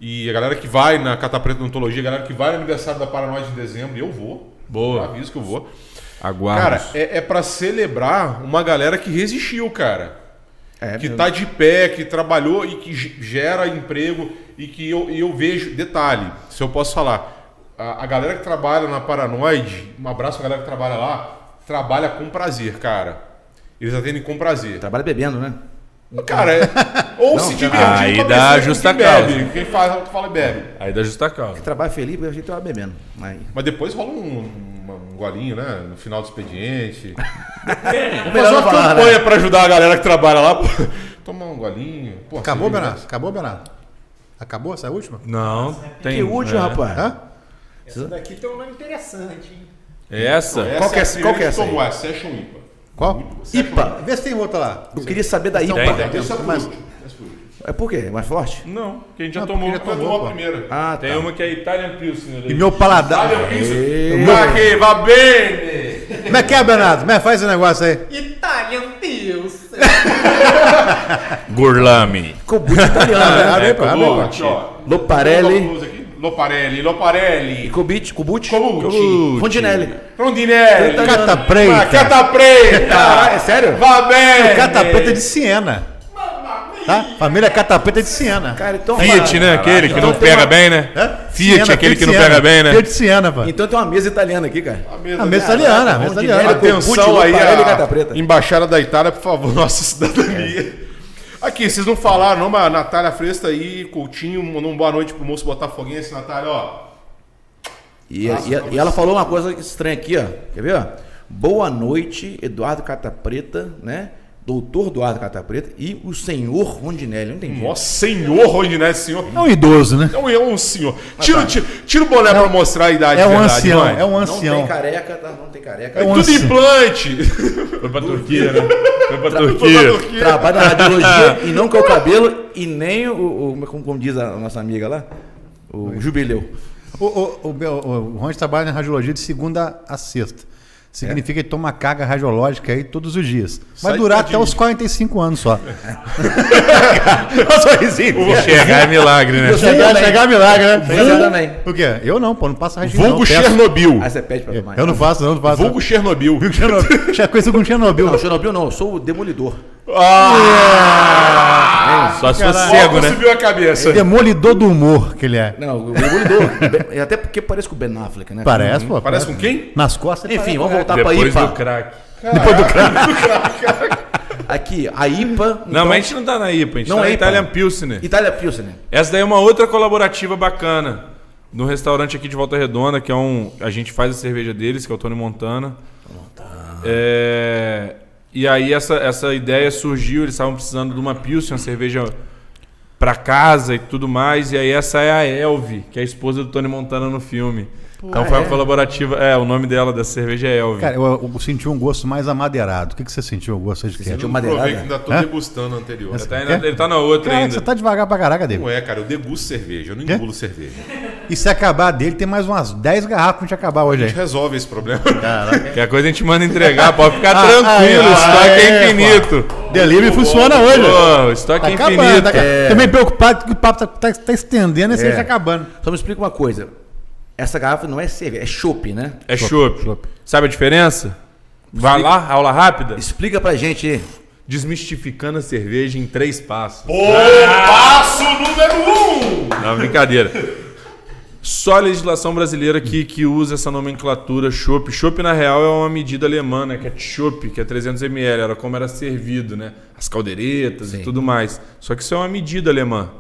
Speaker 3: e a galera que vai na Catapreta Ontologia, a galera que vai no aniversário da Paranoia de dezembro, e eu vou.
Speaker 4: Boa.
Speaker 3: Eu aviso que eu vou.
Speaker 4: Aguardo.
Speaker 3: Cara, é, é para celebrar uma galera que resistiu, cara.
Speaker 2: É,
Speaker 3: que tá de pé, que trabalhou e que ge- gera emprego e que eu, e eu vejo. Detalhe, se eu posso falar. A, a galera que trabalha na Paranoide, um abraço pra galera que trabalha lá. trabalha com prazer, cara. Eles atendem com prazer.
Speaker 2: Trabalha bebendo, né?
Speaker 3: Cara, é- ou se divertir
Speaker 4: Aí
Speaker 3: com a
Speaker 4: dá
Speaker 3: pessoa
Speaker 4: justa
Speaker 3: que bebe.
Speaker 4: causa.
Speaker 3: Quem fala, fala bebe.
Speaker 4: Aí dá justa causa.
Speaker 2: Trabalha feliz, a gente tava bebendo. Aí.
Speaker 3: Mas depois rola um, um, um golinho, né? No final do expediente.
Speaker 2: melhor
Speaker 3: Faz uma
Speaker 2: não falar, né?
Speaker 3: campanha pra ajudar a galera que trabalha lá. pô. Tomar um golinho. Pô,
Speaker 1: Acabou,
Speaker 3: cerveja.
Speaker 1: Bernardo? Acabou, Bernardo? Acabou essa última?
Speaker 4: Não, tem.
Speaker 2: Que útil,
Speaker 4: é.
Speaker 2: rapaz.
Speaker 1: Hã?
Speaker 5: Essa daqui tem um nome interessante, hein?
Speaker 4: Essa?
Speaker 3: né? Essa
Speaker 2: Qual que é-
Speaker 3: a
Speaker 2: qual que é
Speaker 3: primeira que
Speaker 2: essa aí?
Speaker 3: tomou, é Session IPA.
Speaker 1: Qual?
Speaker 2: IPA.
Speaker 1: Vê se tem outra lá.
Speaker 2: Eu queria saber da IPA.
Speaker 4: tem, tem.
Speaker 3: Essa é por
Speaker 2: Mas-
Speaker 3: último, essa é por último.
Speaker 2: É por quê? Mais forte?
Speaker 4: Não, que a gente já
Speaker 1: Não,
Speaker 4: tomou.
Speaker 1: porque já
Speaker 3: Ela
Speaker 1: tomou.
Speaker 3: tomou a primeira.
Speaker 2: Ah,
Speaker 4: Tem
Speaker 2: tá.
Speaker 4: uma que é Italian Pilsner.
Speaker 1: E meu paladar.
Speaker 3: Italian Pilsner.
Speaker 1: Meu-
Speaker 4: Vai que vai bem! né?
Speaker 1: Como é que é, Bernardo? Como é que faz esse negócio aí.
Speaker 5: Italian Deus.
Speaker 4: Gurlame.
Speaker 2: Ficou muito italiano, né?
Speaker 1: Abre aí, pô, abre aí, pô.
Speaker 3: Loparelli.
Speaker 2: Loparelli.
Speaker 3: Loparelli, Loparelli.
Speaker 2: Kubit, Kubut?
Speaker 3: Cobucci.
Speaker 2: Rondinelli.
Speaker 3: Rondinelli.
Speaker 1: Cata preta.
Speaker 3: Cata preta.
Speaker 2: Ah, é sério?
Speaker 3: Vá bem.
Speaker 1: Catapeta tá de Siena. Tá? Família Catapeta de Siena.
Speaker 2: Cara, então,
Speaker 4: Fiat, né? Aquele que
Speaker 2: Então
Speaker 4: não
Speaker 2: tem
Speaker 4: pega
Speaker 2: uma-
Speaker 4: bem, né?
Speaker 1: Hã?
Speaker 4: Fiat,
Speaker 1: Siena,
Speaker 4: aquele que não
Speaker 1: Siena.
Speaker 4: pega bem, né?
Speaker 1: Fiat de Siena, pô.
Speaker 2: Então tem uma mesa italiana aqui, cara.
Speaker 3: mesa
Speaker 1: A mesa italiana, a mesa
Speaker 2: Rondinelli,
Speaker 1: italiana.
Speaker 2: Kubut,
Speaker 3: Atenção aí,
Speaker 2: Loparelli e Gata
Speaker 3: a
Speaker 2: Preta.
Speaker 3: embaixada da Itália, por favor, nossa cidadania. Aqui, vocês não falaram, não, mas a Natália Fresta aí, Coutinho, mandou um boa noite pro moço botafoguense, Natália, ó.
Speaker 2: E, e- e ela falou uma coisa estranha aqui, ó. Quer ver? ó? Boa noite, Eduardo Catapreta, né? Doutor Eduardo Catapreta e o senhor Rondinelli. Não entendi.
Speaker 3: Nossa, senhor Rondinelli, senhor.
Speaker 1: É um idoso, né?
Speaker 3: É um, é um senhor. Tira, o- tira, tira o boné pra mostrar a idade
Speaker 1: É
Speaker 3: de
Speaker 1: um
Speaker 3: verdade,
Speaker 1: ancião,
Speaker 3: vai.
Speaker 1: é um
Speaker 2: Não tem
Speaker 1: ancião.
Speaker 2: careca, tá? Não tem careca.
Speaker 3: É
Speaker 1: um
Speaker 3: tudo
Speaker 1: ancião.
Speaker 3: implante.
Speaker 4: Foi pra Turquia, né? Foi pra
Speaker 3: Pra
Speaker 4: Turquia.
Speaker 3: Turquia.
Speaker 2: Trabalha na radiologia e não quer o cabelo e nem o, o- como, como diz a nossa amiga lá, o jubileu.
Speaker 1: O, o, o, Bel- o, o Ronald trabalha na radiologia de segunda a sexta. Significa que ele toma carga radiológica aí todos os dias. Vai
Speaker 3: Sai
Speaker 1: durar
Speaker 3: de
Speaker 1: até
Speaker 3: mim.
Speaker 1: os 45 anos só.
Speaker 4: Chegar é milagre, né?
Speaker 2: Você
Speaker 1: Chegar,
Speaker 2: também.
Speaker 1: chegar milagre, né?
Speaker 2: Você
Speaker 1: Vulgo-
Speaker 2: também.
Speaker 1: O quê? Eu não, pô, não passa raio
Speaker 3: Vulgo
Speaker 1: não, testo.
Speaker 3: Chernobyl.
Speaker 2: Aí você pede pra tomar.
Speaker 1: Eu não faço, não, não faço.
Speaker 3: Vulgo Chernobyl.
Speaker 1: Chernobyl. Já conheço com Chernobyl.
Speaker 2: Não, Chernobyl não, eu sou o demolidor.
Speaker 1: É.
Speaker 4: Só se fosse
Speaker 1: Caralho.
Speaker 4: cego, né?
Speaker 3: Ah! Subiu a
Speaker 1: É
Speaker 3: cabeça.
Speaker 1: Ah, Demolidor do humor que ele é.
Speaker 2: Não, o demolidor. Be- Até porque parece com o Ben Affleck, né?
Speaker 1: Parece, É. pô.
Speaker 3: Parece um com quem?
Speaker 1: Nas costas. um ele
Speaker 2: Enfim, vamos voltar pra
Speaker 4: Depois do
Speaker 2: IPA.
Speaker 4: crack.
Speaker 2: Aqui, a então, IPA.
Speaker 4: Não, mas a gente não tá na IPA, a gente
Speaker 2: Não
Speaker 4: tá na
Speaker 2: é IPA.
Speaker 4: Italian Pilsner.
Speaker 2: Itália Pilsen.
Speaker 4: Essa daí é uma outra colaborativa bacana. No restaurante aqui de Volta Redonda, que é um. A gente faz a cerveja deles, que é o Tony Montana. É, e aí essa, essa ideia surgiu, eles estavam precisando de uma Pilsen, uma cerveja pra casa e tudo mais. E aí essa é a Elvi, que é a esposa do Tony Montana no filme. então foi uma colaborativa. É, o nome dela da cerveja é Elvi.
Speaker 1: Cara, eu, eu senti um gosto mais amadeirado. O que, que você sentiu o gosto de
Speaker 2: sentiu
Speaker 1: queijo?
Speaker 2: uma
Speaker 3: Provei que
Speaker 2: madeirada.
Speaker 3: ainda tô
Speaker 1: Hã?
Speaker 3: degustando a anterior.
Speaker 4: Tá
Speaker 1: quer?
Speaker 4: ainda- ele tá na outra
Speaker 1: Cara,
Speaker 4: ainda.
Speaker 1: você tá devagar pra caraca dele.
Speaker 3: Não é, cara, eu degusto cerveja, eu não
Speaker 1: Quê?
Speaker 3: engulo cerveja.
Speaker 1: E se acabar dele, tem mais umas 10 garrafas pra gente acabar hoje
Speaker 3: A gente
Speaker 1: aí.
Speaker 3: resolve esse problema.
Speaker 1: Tá.
Speaker 4: Que a coisa a gente manda entregar, pode
Speaker 3: Tá
Speaker 4: ficar tranquilo,
Speaker 1: ah,
Speaker 4: o estoque
Speaker 1: é,
Speaker 4: é infinito.
Speaker 1: Delivery funciona hoje.
Speaker 4: Pô, o estoque é infinito.
Speaker 1: tá, Também preocupado que o papo tá, tá- tá estendendo e você tá acabando.
Speaker 2: Só me explica uma coisa. Essa garrafa não é cerveja, é chopp, né?
Speaker 4: É chopp. Sabe a diferença? Vai lá, aula rápida.
Speaker 2: Explica pra gente.
Speaker 4: Desmistificando a cerveja em três passos.
Speaker 3: Passo número um!
Speaker 4: Não, brincadeira. Só a legislação brasileira que, que usa essa nomenclatura chopp. Chopp, na real, é uma medida alemã, né? Que é chopp, que é 300 ml. Era como era servido, né? As caldeiretas e tudo mais. Só que isso é uma medida alemã.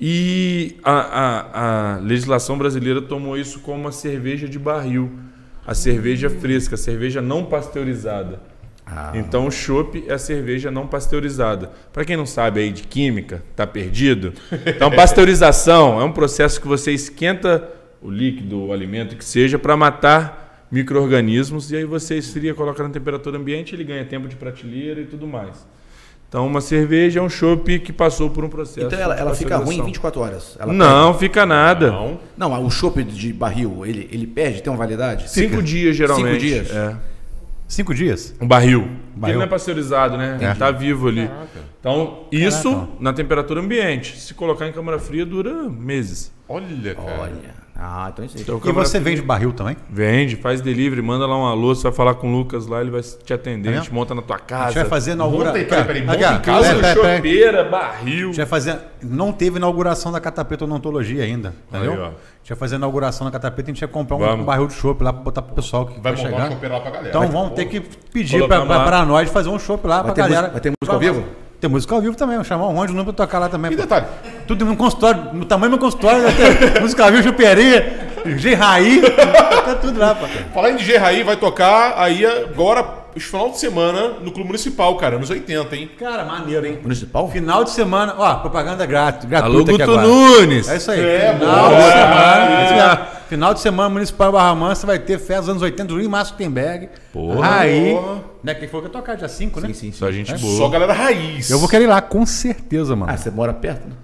Speaker 4: E a, a- a legislação brasileira tomou isso como uma cerveja de barril. A cerveja fresca, a cerveja não pasteurizada. Então o chopp é a cerveja não pasteurizada. Para quem não sabe aí de química, tá perdido. Então pasteurização é um processo que você esquenta o líquido, o alimento que seja para matar micro-organismos e aí você esfria, coloca na temperatura ambiente, ele ganha tempo de prateleira e tudo mais. Então uma cerveja é um chopp que passou por um processo.
Speaker 2: Então ela,
Speaker 4: de
Speaker 2: ela fica ruim em
Speaker 4: pasteurização.
Speaker 2: 24 horas. Ela
Speaker 4: Não, fica nada.
Speaker 3: Não.
Speaker 2: perde. Não, o chopp de barril, ele, ele perde, tem uma validade?
Speaker 4: Cinco dias, geralmente.
Speaker 2: Cinco dias?
Speaker 4: É.
Speaker 1: Cinco dias?
Speaker 4: Um barril. Porque Ele
Speaker 1: Barril.
Speaker 4: não é pasteurizado, né? Ele tá vivo ali. Então, isso na temperatura ambiente. Se colocar em câmara fria, dura meses.
Speaker 3: Olha, cara.
Speaker 2: Olha. Ah, então é isso aí.
Speaker 4: Então, o
Speaker 1: E
Speaker 4: camarada-
Speaker 1: você vende barril também?
Speaker 4: Vende, faz delivery, manda lá um alô, você vai falar com o Lucas lá, ele vai te atender,
Speaker 1: É
Speaker 4: a gente
Speaker 1: mesmo?
Speaker 4: monta na tua
Speaker 1: A gente
Speaker 4: casa.
Speaker 1: vai fazer inauguração.
Speaker 3: Monta aí, peraí, peraí, monta em casa,
Speaker 1: peraí, peraí, peraí.
Speaker 4: Chopeira, barril.
Speaker 1: A gente vai fazer. Não teve inauguração da catapeta odontologia ainda. Entendeu?
Speaker 3: Aí, ó.
Speaker 1: a gente vai fazer a inauguração da catapeta, a gente vai comprar um
Speaker 4: Vamos.
Speaker 1: barril de chopp lá pra botar pro pessoal que
Speaker 3: Vai
Speaker 1: vai
Speaker 3: montar
Speaker 1: chegar.
Speaker 3: um chopp lá pra galera.
Speaker 1: Então
Speaker 3: Vai-
Speaker 1: vamos ter que pedir pra,
Speaker 4: Colocamos
Speaker 1: pra,
Speaker 4: lá.
Speaker 1: pra nós fazer um show lá pra
Speaker 2: ter
Speaker 1: galera.
Speaker 2: música- vai ter música ao vivo?
Speaker 1: Tem música ao vivo também, vou chamar um monte de número pra tocar lá também.
Speaker 3: E
Speaker 1: pô.
Speaker 3: detalhe,
Speaker 1: Tudo no consultório, no tamanho do meu consultório, vai ter música ao vivo, chupeirinha, G Raí, tá tudo lá, pô.
Speaker 3: falar em DJ Raí, vai tocar aí agora, esse final de semana, no Clube Municipal, cara, anos 80, hein?
Speaker 1: Cara, maneiro, hein?
Speaker 2: Municipal?
Speaker 1: Final de semana, ó, propaganda grátis, gratuita
Speaker 4: Alô,
Speaker 1: aqui
Speaker 4: Guto
Speaker 1: agora.
Speaker 4: Nunes.
Speaker 1: É isso aí.
Speaker 3: É,
Speaker 1: final,
Speaker 3: boa.
Speaker 1: de semana, isso mesmo. final de semana, Municipal Barra Mansa vai ter festa dos anos 80 do Rio Márcio Temberg.
Speaker 4: Porra.
Speaker 1: Aí, né, quem falou que ia tocar dia 5, né?
Speaker 2: Sim, sim, sim.
Speaker 4: Só gente
Speaker 3: Só
Speaker 4: boa.
Speaker 3: galera raiz.
Speaker 1: Eu vou querer ir lá, com certeza, mano.
Speaker 2: Ah, você mora perto? né?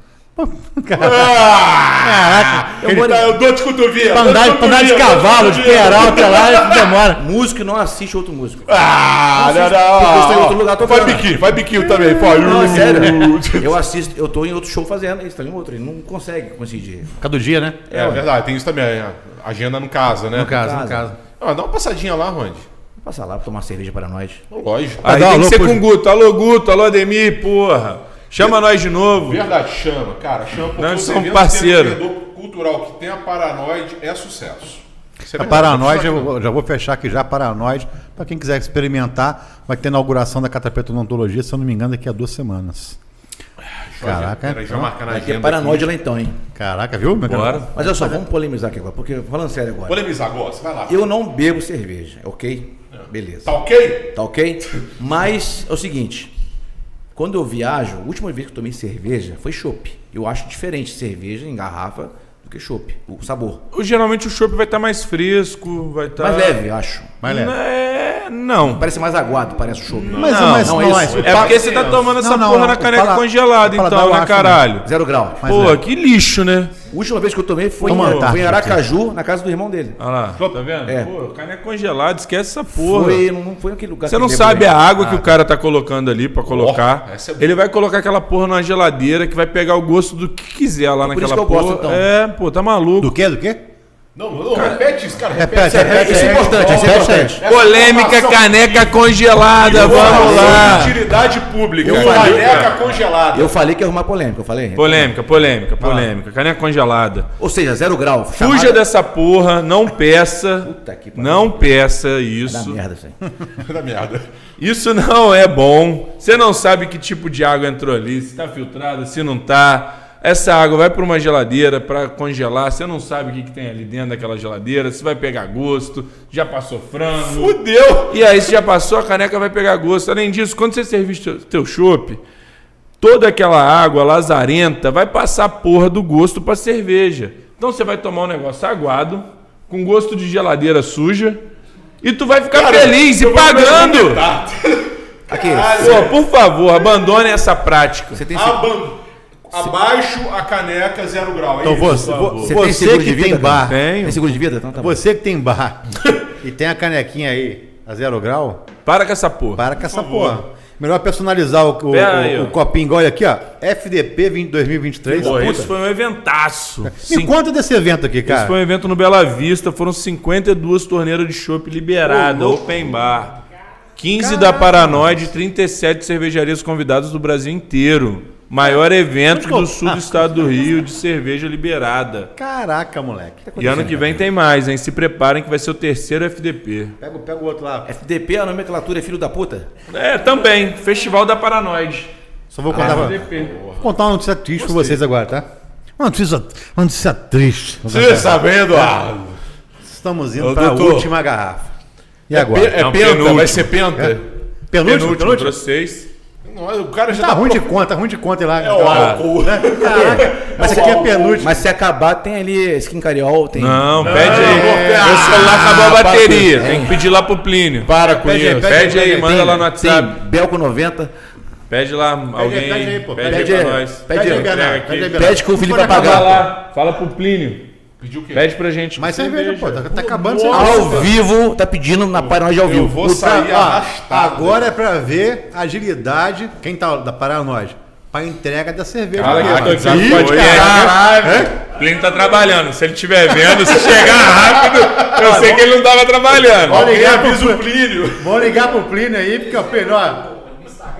Speaker 3: Ah!
Speaker 1: Eu
Speaker 3: Eu,
Speaker 1: vou-
Speaker 3: eu dou de cotovelo.
Speaker 1: Pra
Speaker 3: eu dou
Speaker 1: tá- andar, pra andar de
Speaker 3: cotovelo,
Speaker 1: cavalo,
Speaker 3: eu dou
Speaker 1: de
Speaker 3: cotovelo.
Speaker 1: peral até lá, demora.
Speaker 2: Músico não assiste outro músico.
Speaker 3: Ah, não, não.
Speaker 2: Porque isso é em outro lugar, tô
Speaker 3: Vai
Speaker 2: falando.
Speaker 3: biquinho, vai biquinho também. Pô,
Speaker 2: Não, é
Speaker 3: uh,
Speaker 2: sério.
Speaker 3: uh.
Speaker 2: Eu assisto, eu tô em outro show fazendo, eles estão em outro. Ele não consegue coincidir.
Speaker 1: Cada dia, né?
Speaker 3: É, verdade, tem isso também. a Agenda no casa, né?
Speaker 1: No caso, no
Speaker 2: Casa.
Speaker 1: caso.
Speaker 3: Ah, dá uma passadinha lá, Rondi.
Speaker 2: Vou passar lá pra tomar uma cerveja para nós.
Speaker 3: Lógico.
Speaker 4: Aí
Speaker 1: dar
Speaker 4: tem
Speaker 1: alô
Speaker 4: que ser
Speaker 1: pro-
Speaker 4: com o Guto. Alô, Guto, alô, Ademir, porra. Chama nós de novo.
Speaker 3: Verdade, chama, cara. Chama porque
Speaker 4: Nós
Speaker 3: os
Speaker 4: somos
Speaker 3: eventos
Speaker 4: parceiro.
Speaker 3: que tem um vendedor cultural que tem a paranoide é sucesso. Isso é
Speaker 1: A
Speaker 3: verdade,
Speaker 1: Paranoide, eu
Speaker 3: não precisa
Speaker 1: vou- já vou fechar aqui já, a Paranoide. Pra quem quiser experimentar, vai ter inauguração da Catapeta Odontologia, se eu não me engano, daqui a duas semanas.
Speaker 3: achar,
Speaker 1: Caraca,
Speaker 3: Peraí, já
Speaker 1: então.
Speaker 3: marcar na
Speaker 2: Vai ter
Speaker 3: agenda.
Speaker 2: é paranoide lá
Speaker 3: aqui.
Speaker 2: então, hein?
Speaker 1: Caraca, viu? meu cara?
Speaker 4: Bora.
Speaker 2: Mas olha só, vamos polemizar aqui agora, porque falando sério agora.
Speaker 3: Polemizar, gosta. Vai lá.
Speaker 2: Eu não bebo cerveja, ok?
Speaker 4: É.
Speaker 2: Beleza.
Speaker 3: Tá ok?
Speaker 2: Tá ok? Mas é o seguinte. Quando eu viajo, a última vez que eu tomei cerveja foi chopp. Eu acho diferente cerveja em garrafa do que chopp, o sabor.
Speaker 4: Geralmente o chopp vai estar mais fresco, vai estar...
Speaker 2: Mais leve, eu acho.
Speaker 1: Vai, Léo.
Speaker 4: É, não.
Speaker 2: Parece mais aguado, parece o chopp.
Speaker 1: Mas,
Speaker 4: Não,
Speaker 1: mas,
Speaker 2: não
Speaker 1: não,
Speaker 2: é
Speaker 1: é
Speaker 2: isso.
Speaker 1: isso.
Speaker 4: É porque você tá
Speaker 3: Não,
Speaker 4: tomando essa
Speaker 1: não,
Speaker 4: porra
Speaker 1: não,
Speaker 4: na
Speaker 1: o
Speaker 4: caneca
Speaker 1: pala-
Speaker 4: congelada,
Speaker 1: o paladar
Speaker 4: então,
Speaker 1: eu
Speaker 4: né,
Speaker 1: acho,
Speaker 4: caralho?
Speaker 2: Zero grau.
Speaker 1: Mas
Speaker 4: Pô,
Speaker 1: é.
Speaker 4: que lixo, né?
Speaker 2: A última vez que eu tomei foi,
Speaker 1: Toma
Speaker 2: em,
Speaker 1: Antártica
Speaker 4: tá
Speaker 2: foi em Aracaju, na casa do irmão dele.
Speaker 4: Olha lá, tá vendo?
Speaker 2: É.
Speaker 4: Pô, caneca congelada, esquece essa porra.
Speaker 2: Foi, não, não foi naquele lugar
Speaker 4: Você
Speaker 2: que
Speaker 4: não
Speaker 2: eu
Speaker 4: sabe
Speaker 2: bebo,
Speaker 4: a
Speaker 2: né?
Speaker 4: água que o cara tá colocando ali pra colocar.
Speaker 3: Ó, essa é boa.
Speaker 4: Ele vai colocar aquela porra na geladeira que vai pegar o gosto do que quiser lá
Speaker 2: por isso
Speaker 4: naquela
Speaker 2: que eu
Speaker 4: porra.
Speaker 2: gosto, então.
Speaker 4: É, pô, tá maluco.
Speaker 1: Do quê? Do quê?
Speaker 3: Não, não, repete isso, cara. Repete.
Speaker 1: Repete, repete.
Speaker 2: Isso é importante, isso é
Speaker 1: Repete aí.
Speaker 2: importante.
Speaker 3: Essa
Speaker 4: Polêmica
Speaker 3: informação-
Speaker 4: caneca congelada,
Speaker 3: Informação
Speaker 4: vamos
Speaker 3: de
Speaker 4: lá.
Speaker 3: Utilidade pública.
Speaker 2: Eu falei,
Speaker 3: Caneca congelada.
Speaker 2: Eu falei que ia arrumar polêmica, eu falei.
Speaker 4: Polêmica, polêmica, polêmica. Caneca congelada.
Speaker 2: Ou seja, zero grau.
Speaker 4: Fuja dessa porra, não peça.
Speaker 2: Puta que pariu.
Speaker 4: Não peça
Speaker 2: Da
Speaker 4: isso.
Speaker 2: merda, isso aí.
Speaker 3: Da merda.
Speaker 4: Isso não é bom. Você não sabe que tipo de água entrou ali, se tá filtrada, se não tá. Essa água vai para uma geladeira para congelar. Você não sabe o que, que tem ali dentro daquela geladeira. Se vai pegar gosto, já passou frango.
Speaker 3: Fudeu!
Speaker 4: E aí, se já passou, a caneca vai pegar gosto. Além disso, quando você servir teu- teu chopp, toda aquela água lazarenta vai passar a porra do gosto pra cerveja. Então você vai tomar um negócio aguado, com gosto de geladeira suja, e tu vai ficar feliz e pagando.
Speaker 3: Tá.
Speaker 2: Aqui, é
Speaker 4: Pô, por favor, abandone essa prática.
Speaker 2: você tem, ce-
Speaker 3: Aban- Abaixo a caneca zero grau. é
Speaker 1: Então
Speaker 3: isso,
Speaker 1: você,
Speaker 3: por favor.
Speaker 1: vo-
Speaker 2: você tem
Speaker 1: você
Speaker 2: seguro de
Speaker 1: que
Speaker 2: vida?
Speaker 1: tem
Speaker 2: cara? É.
Speaker 1: bar,
Speaker 4: Tenho.
Speaker 2: Tem seguro de vida? Então tá bom.
Speaker 1: você que tem bar e tem a canequinha aí a zero grau,
Speaker 4: Para com essa porra.
Speaker 1: para com essa porra. Melhor personalizar o, o,
Speaker 4: Pera aí,
Speaker 1: o-
Speaker 4: ó.
Speaker 1: o copinho igual aqui, ó. FDP 20, 2023.
Speaker 4: Pô,
Speaker 1: Puta.
Speaker 4: isso foi um eventaço.
Speaker 1: Me conta desse evento aqui,
Speaker 4: Isso foi um
Speaker 1: cara.
Speaker 4: evento no Bela Vista, foram 52 torneiras de chopp liberada, open bar. 15 da Paranoide, 37 cervejarias convidadas do Brasil inteiro. Maior evento do sul do estado do Rio de cerveja liberada.
Speaker 1: Caraca, moleque.
Speaker 4: E ano que vem tem mais, hein? Se preparem que vai ser o terceiro FDP.
Speaker 1: Pega, pega o outro lá.
Speaker 2: FDP, a nomenclatura é filho da puta?
Speaker 4: É, também, Festival da Paranoide.
Speaker 1: Só
Speaker 4: Ah,
Speaker 1: vou contar, pra-
Speaker 4: FDP.
Speaker 1: vou contar uma notícia triste pra vocês agora, tá? Uma notícia, uma notícia triste.
Speaker 3: Você sabendo, Eduardo.
Speaker 1: Estamos indo
Speaker 3: Ô,
Speaker 1: para a
Speaker 3: doutor.
Speaker 1: última garrafa. E
Speaker 3: É, pe-
Speaker 1: agora?
Speaker 3: é
Speaker 4: Não,
Speaker 3: penta,
Speaker 4: penúltimo. É.
Speaker 3: vai ser penta.
Speaker 1: Penúltimo?
Speaker 4: Penúltimo,
Speaker 1: penúltimo?
Speaker 4: trouxe seis.
Speaker 3: Não, o cara já
Speaker 1: Tá ruim de conta, tá ruim de conta ir lá. Né?
Speaker 3: É o álcool.
Speaker 1: Caraca, mas aqui é penúltimo.
Speaker 2: Mas se acabar, tem ali skin cariol, tem.
Speaker 4: Não, pede aí.
Speaker 3: amor,
Speaker 4: Meu celular acabou a
Speaker 2: para com
Speaker 4: bateria.
Speaker 2: isso.
Speaker 4: Tem que pedir lá pro Plínio.
Speaker 3: Para com
Speaker 1: Pede aí,
Speaker 3: isso.
Speaker 1: pede
Speaker 4: Pede aí,
Speaker 2: Tem-
Speaker 4: manda lá no WhatsApp.
Speaker 2: Tem Belco 90.
Speaker 4: Pede lá alguém.
Speaker 1: pede aí, pô,
Speaker 4: Pede,
Speaker 2: pede
Speaker 4: aí
Speaker 2: aí,
Speaker 4: pra nós.
Speaker 2: pede aí,
Speaker 4: entrega
Speaker 1: Bernardo,
Speaker 4: aqui.
Speaker 1: pede aí, Bernardo.
Speaker 2: Pede que o Felipe vai
Speaker 4: Fala
Speaker 2: pagar.
Speaker 4: lá. Fala pro Plínio.
Speaker 3: Pediu o quê?
Speaker 4: Pede pra gente.
Speaker 1: Mais cerveja, pô. Tá, tá acabando
Speaker 3: Nossa.
Speaker 1: cerveja.
Speaker 2: Ao vivo, tá pedindo na paranoia de ao vivo.
Speaker 3: Eu vou
Speaker 2: Puta-
Speaker 3: sair
Speaker 1: Ó,
Speaker 3: arrastado.
Speaker 1: agora é pra ver a agilidade. Quem tá da Paranoide? para entrega da cerveja.
Speaker 4: Cara,
Speaker 1: Ah,
Speaker 4: eu tô
Speaker 1: que
Speaker 4: aqui,
Speaker 1: pode-
Speaker 4: olha.
Speaker 6: Caralho! O Plínio tá trabalhando. Se ele estiver vendo, se chegar rápido, eu sei que ele não tava trabalhando.
Speaker 1: Tá Olha
Speaker 3: Alguém
Speaker 1: aí,
Speaker 3: avisa o Plínio.
Speaker 1: Vou ligar pro Plínio aí, porque ó, Plínio, ó,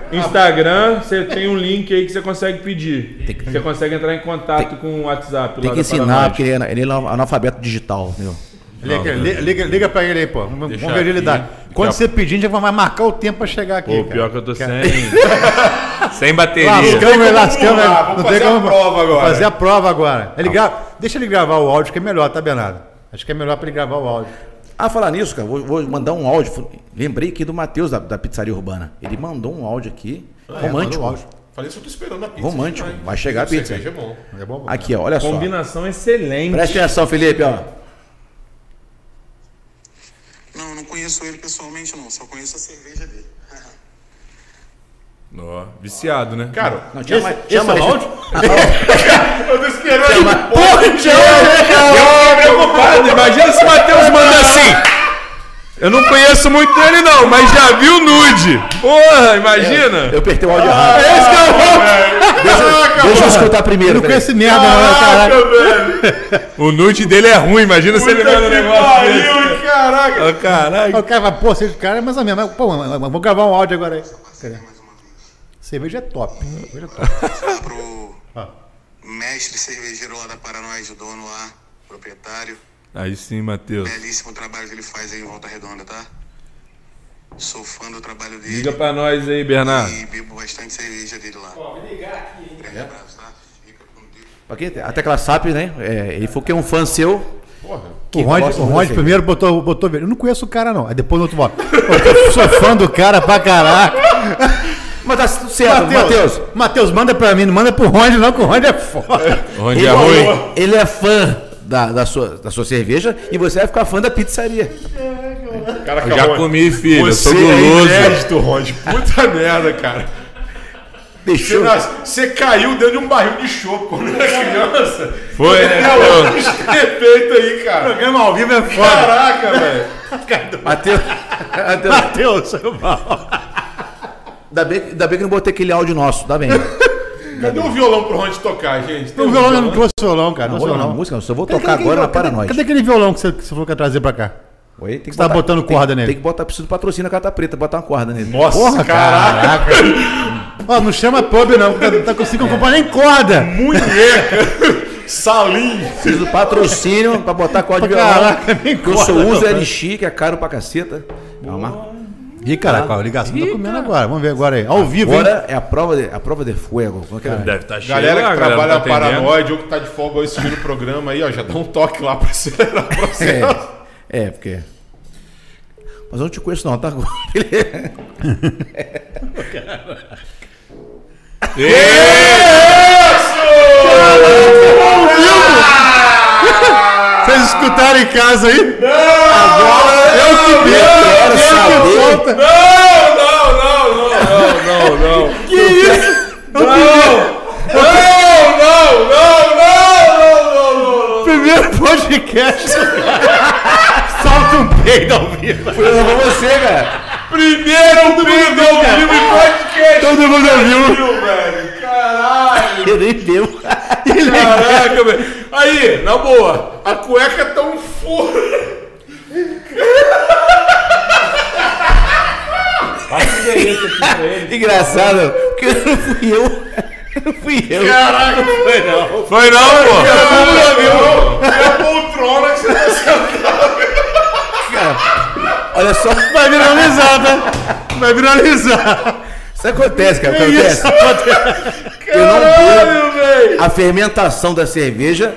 Speaker 4: Instagram, você tem um link aí que você consegue pedir. Você consegue entrar em contato com o WhatsApp. lá
Speaker 2: Tem que
Speaker 4: da
Speaker 2: ensinar,
Speaker 4: Paramaid.
Speaker 2: porque ele é, ele é analfabeto digital, entendeu?
Speaker 1: liga, li- liga, liga pra ele aí, pô. Vamos vamos
Speaker 6: Deixa
Speaker 1: ver ele
Speaker 6: aqui.
Speaker 1: dá. Quando
Speaker 6: Daqui a-
Speaker 1: você pedir, a gente vai marcar o tempo pra chegar aqui.
Speaker 4: Pô,
Speaker 1: cara.
Speaker 4: pior que eu tô sem.
Speaker 6: Sem bateria.
Speaker 1: Lascamos, ele,
Speaker 3: como
Speaker 1: lascamos.
Speaker 3: burlar,
Speaker 1: ele.
Speaker 3: vamos
Speaker 1: Não tem
Speaker 3: fazer a
Speaker 1: como-
Speaker 3: prova agora.
Speaker 1: Fazer a prova agora. Ele grava- Deixa ele gravar o áudio, que é melhor, tá, Bernardo? Acho que é melhor pra ele gravar o áudio.
Speaker 2: Ah, falar nisso, cara, vou, vou mandar um áudio. Lembrei aqui do Matheus, da, da pizzaria urbana. Ele mandou um áudio aqui, romântico.
Speaker 1: manda o É, um áudio.
Speaker 3: Falei isso, eu tô esperando a pizza.
Speaker 2: Romântico, vai chegar a pizza.
Speaker 3: Cerveja é bom.
Speaker 1: É bom, bom.
Speaker 2: aqui, ó, olha só.
Speaker 4: Combinação excelente.
Speaker 2: Presta atenção, Felipe, ó.
Speaker 7: Não, eu não conheço ele pessoalmente, não. Só conheço a cerveja dele.
Speaker 6: Ó, viciado, né?
Speaker 3: Cara,
Speaker 2: Não, chama,
Speaker 1: Esse-
Speaker 2: chama
Speaker 1: esse é o
Speaker 2: ele.
Speaker 1: áudio?
Speaker 3: eu tô esperando.
Speaker 2: Porra,
Speaker 6: Preocupado, imagina se o Matheus manda assim. Eu não conheço muito ele, não, mas já vi o nude. Porra, imagina.
Speaker 2: É, Eu apertei o áudio
Speaker 1: Ah,
Speaker 2: errado.
Speaker 1: é
Speaker 2: Ah, Deixa eu escutar
Speaker 1: Eu
Speaker 2: primeiro.
Speaker 1: não
Speaker 2: peraí.
Speaker 1: conheço merda, não, né, caralho.
Speaker 6: O nude dele é ruim, imagina se ele manda um negócio. desse.
Speaker 3: Pariu, caraca.
Speaker 6: Ó, caralho.
Speaker 1: O cara fala, pô, esse cara é mais ou menos. mas, Pô, mas- mas vou gravar um áudio agora aí. Cadê? Cerveja é top. Cerveja é top.
Speaker 7: Lá pro
Speaker 1: Ó.
Speaker 7: mestre cervejeiro lá da Paranóis, o dono lá, proprietário.
Speaker 6: Aí sim, Matheus.
Speaker 7: Belíssimo trabalho que ele faz aí em Volta Redonda, tá? Sou fã do trabalho dele
Speaker 4: Liga pra nós aí, Bernardo.
Speaker 7: e bebo bastante cerveja dele lá. Ó, me ligar aqui, hein? Grande abraço, tá? Fica com Deus.
Speaker 2: Pra quem- Até que ela sabe, né? É, ele falou que é um fã seu.
Speaker 1: O Rod,
Speaker 2: gosta
Speaker 1: o
Speaker 2: de
Speaker 1: Rod
Speaker 2: você.
Speaker 1: primeiro botou, botou. Eu não conheço o cara, não. Aí depois no outro bota. Eu sou É fã do cara pra caraca.
Speaker 2: Mas tá tudo certo, Matheus.
Speaker 1: Matheus, manda pra mim, não manda pro Rod, não, que o Rod é foda.
Speaker 6: Onde
Speaker 2: Ele,
Speaker 6: é ruim?
Speaker 2: ele é fã da, da, sua, da sua cerveja e você vai ficar fã da pizzaria.
Speaker 3: Caraca,
Speaker 6: Eu já
Speaker 3: Rony,
Speaker 6: comi, filho. Eu sou
Speaker 3: Você é
Speaker 6: guloso.
Speaker 3: inédito, Rod. Puta merda, cara. Você,
Speaker 2: Deixou.
Speaker 3: nas- você caiu dentro de um barril de chopp quando era criança.
Speaker 6: Foi, né?
Speaker 3: É esse defeito aí, cara.
Speaker 1: Programa ao vivo é foda.
Speaker 3: Caraca, velho.
Speaker 2: Matheus. Matheus.
Speaker 1: Matheus, foi mal.
Speaker 2: Ainda bem, ainda bem que eu não botei aquele áudio nosso, tá bem.
Speaker 3: Cadê o violão pro Rod tocar, gente? Tem
Speaker 1: O
Speaker 3: um
Speaker 1: violão eu não trouxe violão, cara. Não,
Speaker 2: Olha na
Speaker 1: violão.
Speaker 2: música, eu só vou
Speaker 1: Cadê-
Speaker 2: tocar
Speaker 1: cadê
Speaker 2: agora na
Speaker 1: aquele-
Speaker 2: Paranoide.
Speaker 1: Cadê aquele violão que você, que você falou que ia trazer pra cá?
Speaker 2: Oi, tem que
Speaker 1: Você tá botando corda
Speaker 2: tem,
Speaker 1: nele.
Speaker 2: Tem que botar, preciso do patrocínio da carta preta, botar uma corda nele.
Speaker 3: Nossa, caraca.
Speaker 1: Ó, não chama pub, não, porque eu não tá conseguindo comprar nem corda.
Speaker 3: Munheca. Salim.
Speaker 2: Preciso do patrocínio pra botar corda de violão.
Speaker 1: Caraca, nem
Speaker 2: que eu
Speaker 1: corda,
Speaker 2: só uso
Speaker 1: rapaz.
Speaker 2: LX, que é caro pra caceta. É uma marca.
Speaker 1: Ih, caraca, a ligação tá comendo agora. Vamos ver agora aí. Ao vivo, hein?
Speaker 2: Agora é a prova de, a prova de fuego. Como é que é?
Speaker 6: Deve estar cheio. lá,
Speaker 3: Galera que
Speaker 6: não
Speaker 3: trabalha
Speaker 6: tá atendendo.
Speaker 3: paranoide ou que tá de folga ou assistindo o programa aí, ó, já dá um toque lá pra acelerar o processo.
Speaker 2: É, é, porque. Mas eu não te conheço, não, tá?
Speaker 1: Vocês escutaram em casa aí?
Speaker 2: Quero saber.
Speaker 6: Não, não, não, não, não, não. Que isso? Não! Não, não, não, não, não, não, não.
Speaker 1: Primeiro podcast. Solta um peido ao vivo.
Speaker 2: Foi eu, não foi você, cara.
Speaker 6: Primeiro vídeo ao vivo e podcast.
Speaker 1: Todo mundo ouviu.
Speaker 6: Meu, velho. Caralho,
Speaker 2: Eu nem devo.
Speaker 6: caraca, velho. Aí, na boa, a cueca
Speaker 3: é
Speaker 6: tá um furo.
Speaker 2: é Engraçado, porque não fui eu. Não fui eu.
Speaker 6: Foi não, pô.
Speaker 3: É a poltrona que você tá
Speaker 2: Olha só.
Speaker 1: Vai viralizar, né? Vai viralizar.
Speaker 2: Isso acontece, cara.
Speaker 1: Que
Speaker 2: Acontece.
Speaker 1: isso?
Speaker 2: Eu não bebo a fermentação da cerveja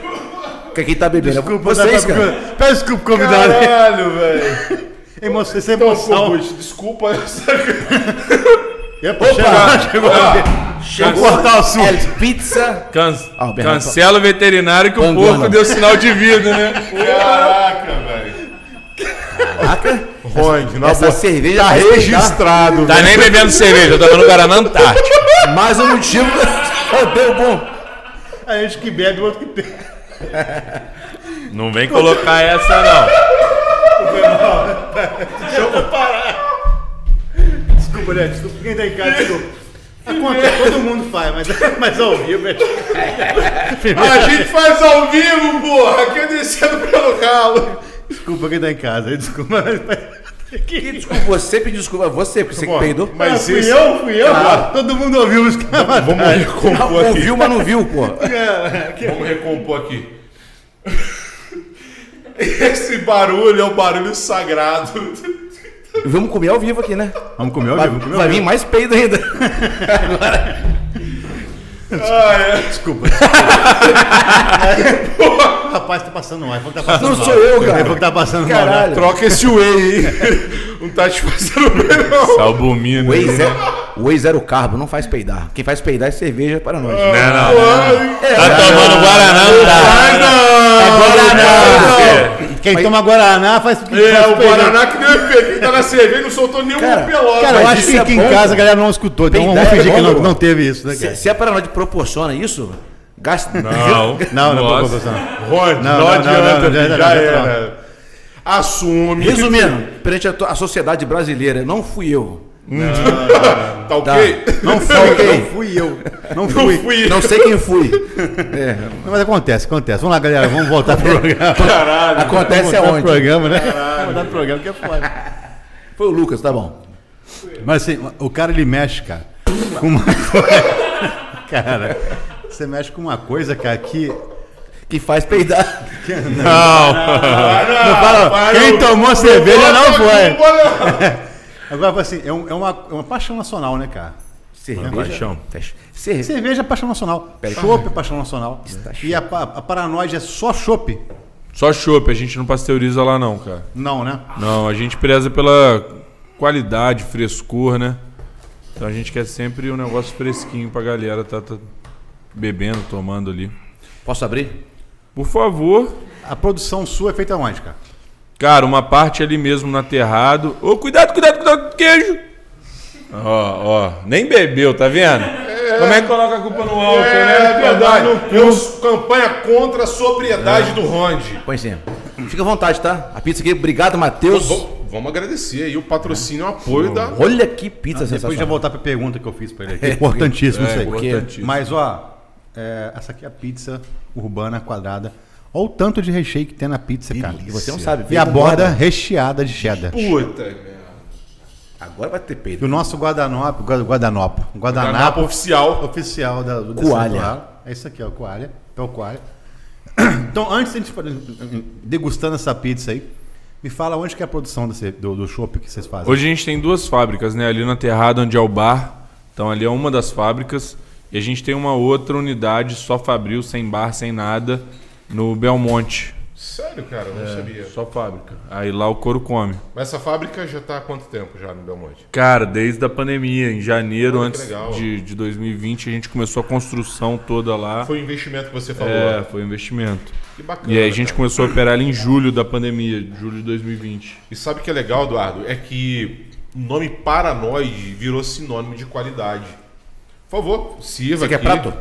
Speaker 2: que quem tá bebendo.
Speaker 1: Desculpa,
Speaker 2: Vocês,
Speaker 1: não,
Speaker 2: cara.
Speaker 1: Peço desculpa, convidado.
Speaker 3: Caralho, velho.
Speaker 1: Emoção, sem
Speaker 3: Então,
Speaker 1: emoção.
Speaker 3: Augusto, desculpa essa Ah,
Speaker 1: Epa, chegou, chegou.
Speaker 2: Chegou
Speaker 1: cortar o assunto.
Speaker 2: El Pizza.
Speaker 6: Can-
Speaker 2: Ah, o Bernardo-
Speaker 6: Cancela o veterinário que o
Speaker 2: Pangana.
Speaker 6: porco deu sinal de vida, né?
Speaker 3: Caraca, velho.
Speaker 2: Caraca.
Speaker 3: Rond, na
Speaker 2: Ah, Essa
Speaker 3: boa.
Speaker 2: cerveja
Speaker 3: Tá
Speaker 2: vai te dar
Speaker 3: registrado,
Speaker 6: Tá
Speaker 3: velho.
Speaker 6: nem bebendo cerveja, tá tomando Guaraná Antártico.
Speaker 2: Mais um motivo. Oh, deu bom.
Speaker 1: A gente que bebe, o outro que bebe.
Speaker 6: Não vem colocar essa, não.
Speaker 1: Desculpa, né? Desculpa. Quem tá em casa, desculpa. Acontece, todo mundo faz, mas, mas ao vivo é
Speaker 3: A gente faz ao vivo, porra! Aqui é descendo pelo ralo.
Speaker 1: Desculpa quem tá em casa, desculpa. Mas, mas- que-
Speaker 2: Desculpa, você pediu desculpa a você, porque você que
Speaker 3: Porra,
Speaker 2: peidou.
Speaker 1: Ah,
Speaker 3: Mas
Speaker 1: fui
Speaker 3: esse...
Speaker 1: eu, fui eu. Ah, Todo mundo ouviu os caras.
Speaker 3: Vamos
Speaker 2: Ah,
Speaker 3: recompor aqui.
Speaker 2: ouviu, mas não viu, pô.
Speaker 3: Vamos recompor aqui. Esse barulho é o barulho sagrado.
Speaker 2: Vamos comer ao vivo aqui, né?
Speaker 1: Vamos comer ao
Speaker 2: Vai,
Speaker 1: vivo, vamos comer ao
Speaker 2: vai vir
Speaker 1: vivo.
Speaker 2: mais peido ainda.
Speaker 3: Ah, é.
Speaker 1: Desculpa. o rapaz tá passando mal. ele falou que tá passando
Speaker 2: Não
Speaker 1: mal.
Speaker 2: sou eu, cara.
Speaker 1: Ele falou que tá passando mal. né?
Speaker 2: Caralho.
Speaker 3: Troca esse whey aí. Não tá te fazendo bem, não.
Speaker 4: Albumina.
Speaker 2: Whey zero, whey zero carbo, não faz peidar. Quem faz peidar é cerveja Né? para nós.
Speaker 4: Não, não.
Speaker 3: Ai,
Speaker 4: Ah, Tá tomando Guaraná, não
Speaker 3: Ai,
Speaker 4: tá.
Speaker 3: não.
Speaker 4: Não.
Speaker 1: Quem toma Guaraná faz o que
Speaker 3: É,
Speaker 1: faz
Speaker 3: o Guaraná que deu efeito. Quem tá na cerveja não soltou nenhum
Speaker 2: Cara,
Speaker 3: pelota.
Speaker 1: Cara, eu
Speaker 2: Mas
Speaker 1: acho
Speaker 2: isso
Speaker 1: que
Speaker 2: é
Speaker 1: aqui
Speaker 2: bom,
Speaker 1: em casa
Speaker 2: pô.
Speaker 1: a galera não escutou. Então
Speaker 2: Tem
Speaker 1: vamos
Speaker 2: ideia,
Speaker 1: fingir
Speaker 2: é
Speaker 1: que
Speaker 2: bom,
Speaker 1: não,
Speaker 2: pô.
Speaker 1: não teve isso, né,
Speaker 2: Se,
Speaker 1: cara?
Speaker 2: se a paranoide proporciona isso, gasta.
Speaker 4: Não,
Speaker 3: é
Speaker 1: Não, não, não,
Speaker 4: Nossa.
Speaker 1: não, não. Não, não, não,
Speaker 3: Rod, não,
Speaker 1: não, não,
Speaker 3: adianta,
Speaker 1: não, não,
Speaker 3: já
Speaker 1: não, não, não.
Speaker 3: era. Assume.
Speaker 2: Resumindo, perante a, to- a sociedade brasileira, não fui eu.
Speaker 3: Tá ok?
Speaker 1: Não fui,
Speaker 2: Ok.
Speaker 1: não fui eu. Não
Speaker 3: Não
Speaker 1: fui.
Speaker 3: fui.
Speaker 2: Não sei quem fui. É,
Speaker 1: Mas acontece, acontece. Vamos lá, galera, vamos voltar pro programa.
Speaker 3: Caralho.
Speaker 2: acontece
Speaker 1: Vamos voltar pro
Speaker 2: aonde?
Speaker 1: programa, né? Vamos voltar pro programa que é foda.
Speaker 2: Foi o Lucas, tá bom.
Speaker 1: Mas assim, o cara ele mexe, cara, com uma coisa. cara, você mexe com uma coisa, cara, que.
Speaker 2: Que faz peidar.
Speaker 1: Não fala, quem tomou cerveja não foi.
Speaker 3: foi.
Speaker 1: Agora, assim, é, um- é uma, é uma paixão nacional, né, cara?
Speaker 2: Cerveja. Fecha. Cerveja.
Speaker 1: Cerveja é paixão nacional. Chopp é paixão nacional. E a, pa- a paranoide é só chopp?
Speaker 4: Só chopp, a gente não pasteuriza lá não, cara.
Speaker 1: Não, né?
Speaker 2: Ah,
Speaker 4: Não, a gente preza pela qualidade, frescor, né? Então a gente quer sempre um negócio fresquinho pra galera tá, tá bebendo, tomando ali.
Speaker 2: Posso abrir?
Speaker 4: Por favor,
Speaker 1: A produção sua é feita onde, cara?
Speaker 4: cara, uma parte ali mesmo no aterrado. Ô, cuidado, cuidado, cuidado com o queijo! Ó, ó, nem bebeu, tá vendo? Como é que coloca a culpa no álcool, né?
Speaker 3: É verdade. Eu sou campanha contra a sobriedade
Speaker 4: É.
Speaker 3: do Rond.
Speaker 2: Põe em cima. Fica à vontade, tá? A pizza aqui, obrigado, Matheus.
Speaker 3: Vamos vamos agradecer aí o patrocínio e o apoio da.
Speaker 2: Olha que pizza
Speaker 1: Depois já
Speaker 2: sensacional. É,
Speaker 1: voltar pra pergunta que eu fiz pra ele aqui. Importantíssimo isso aí.
Speaker 4: importantíssimo.
Speaker 1: Mas, ó, é, essa aqui é a pizza urbana quadrada. Olha o tanto de recheio que tem na pizza, cara.
Speaker 2: E você não sabe.
Speaker 1: E
Speaker 2: veio
Speaker 1: a
Speaker 2: com
Speaker 1: borda
Speaker 2: borda. Tipo
Speaker 1: recheada de cheddar.
Speaker 3: Puta, merda.
Speaker 2: Agora vai ter
Speaker 1: E o
Speaker 2: peido.
Speaker 1: nosso guadanopo, guad- guadanopo,
Speaker 3: Guardanapo
Speaker 1: guadanapo
Speaker 3: oficial.
Speaker 1: oficial da do
Speaker 2: Coalha.
Speaker 1: Santo Raro. É isso aqui, ó, coalha. É o coalha. Então, antes de a gente fazer- degustando essa pizza aí, me fala onde que é a produção desse, do, do chopp que vocês fazem.
Speaker 4: Hoje a gente tem duas fábricas, né? Ali na Terrada, onde é o bar. Então ali é uma das fábricas. E a gente tem uma outra unidade, só Fabril, sem bar, sem nada, no Belmonte.
Speaker 3: Sério, cara, eu não
Speaker 4: É.
Speaker 3: sabia.
Speaker 4: Só fábrica. Aí lá o couro come.
Speaker 3: Mas essa fábrica já tá há quanto tempo já no Belmonte?
Speaker 4: Cara, desde a pandemia, em janeiro,
Speaker 3: Olha que
Speaker 4: antes
Speaker 3: legal.
Speaker 4: de, de 2020, a gente começou a construção toda lá.
Speaker 3: Foi o investimento que você falou.
Speaker 4: É, foi um investimento.
Speaker 3: Que bacana.
Speaker 4: E aí a gente
Speaker 3: cara.
Speaker 4: começou a operar ali em julho da pandemia, julho de 2020.
Speaker 3: E sabe o que é legal, Eduardo? É que o nome paranoide virou sinônimo de qualidade. Por favor, sirva
Speaker 2: Você
Speaker 4: é
Speaker 2: quer
Speaker 3: aqui.
Speaker 2: é prato?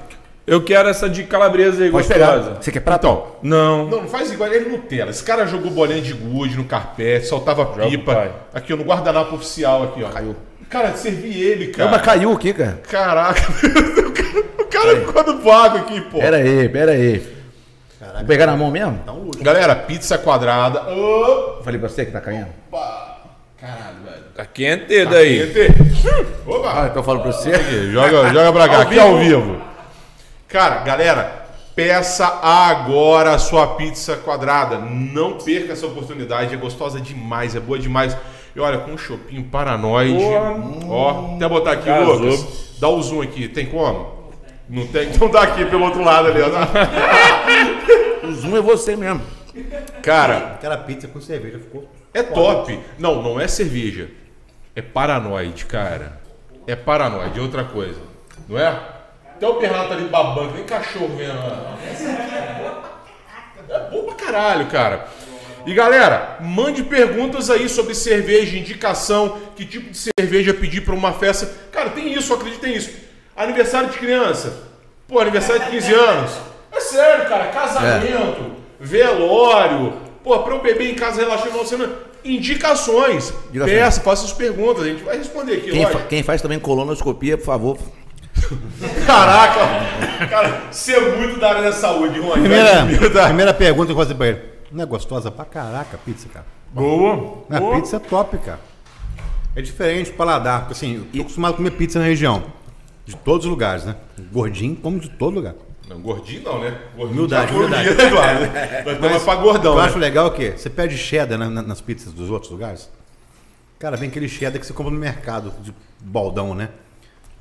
Speaker 4: Eu quero essa de calabresa aí,
Speaker 2: Pode
Speaker 4: gostosa.
Speaker 2: pegar. Você quer prato?
Speaker 3: Então,
Speaker 4: Não.
Speaker 3: não, não faz igual, ele é Nutella. Esse cara jogou bolinha de gude no carpete, soltava pipa.
Speaker 4: pai.
Speaker 3: Aqui, ó, no guardanapo oficial aqui, ó. Caiu. Cara, servi ele,
Speaker 2: Não, mas
Speaker 3: cara.
Speaker 2: É caiu aqui, cara.
Speaker 3: Caraca, o cara- o cara ficou no vago aqui, pô.
Speaker 2: Pera aí, pera aí. Vou pegar na mão mesmo?
Speaker 3: Galera, pizza quadrada. Opa!
Speaker 2: Falei pra você que tá caindo.
Speaker 3: Caralho, velho.
Speaker 4: Tá quente daí.
Speaker 2: Ah,
Speaker 3: Opa!
Speaker 2: então eu falo pra você.
Speaker 3: Joga, joga pra cá, aqui ao vivo. Cara, galera, peça agora a sua pizza quadrada. Não perca essa oportunidade. É gostosa demais, é boa demais. E olha, com um chopinho paranoide. Ó, até botar aqui,
Speaker 4: Casou.
Speaker 3: Lucas. Dá o zoom aqui. Tem como? Não tem? Então dá aqui pelo outro lado ali, ó.
Speaker 2: O zoom é você mesmo.
Speaker 3: Cara,
Speaker 1: Aquela pizza com cerveja ficou.
Speaker 3: É top. Não, não é cerveja. É paranoide, cara. É paranoide, é outra coisa. Não é? Até o Bernardo tá ali babando, nem cachorro vendo. a- né? É bom pra caralho, cara. E galera, mande perguntas aí sobre cerveja, indicação, que tipo de cerveja pedir pra uma festa. Cara, tem isso, acredita nisso. Aniversário de criança. Pô, aniversário de 15 anos. É sério, cara, casamento, velório. Pô, pra eu beber em casa relaxando, você não... Indicações.
Speaker 2: Indicações.
Speaker 3: Peça, faça as perguntas, a gente vai responder aqui,
Speaker 2: Quem,
Speaker 3: lógico.
Speaker 2: fa- quem faz também colonoscopia, por favor,
Speaker 3: Caraca, cara, você é muito da área da saúde, Rony.
Speaker 1: Primeira,
Speaker 3: Admiro, tá?
Speaker 1: primeira pergunta que eu faço pra ele. Não é gostosa pra caraca a pizza, cara?
Speaker 4: Boa.
Speaker 1: A
Speaker 4: Boa.
Speaker 1: pizza é top, cara. É diferente o paladar. porque, Assim, eu tô acostumado a comer pizza na região. De todos os lugares, né? Gordinho como de todo lugar.
Speaker 3: Não, gordinho não, né? Gordinho
Speaker 2: Humildade,
Speaker 3: tá gordinho, né, Eduardo? Nós estamos pra
Speaker 1: Eu
Speaker 3: gordão,
Speaker 1: acho
Speaker 3: né?
Speaker 1: legal o quê? Você pede cheddar na- na- nas pizzas dos outros lugares? Cara, vem aquele cheddar que você compra no mercado, de baldão, né?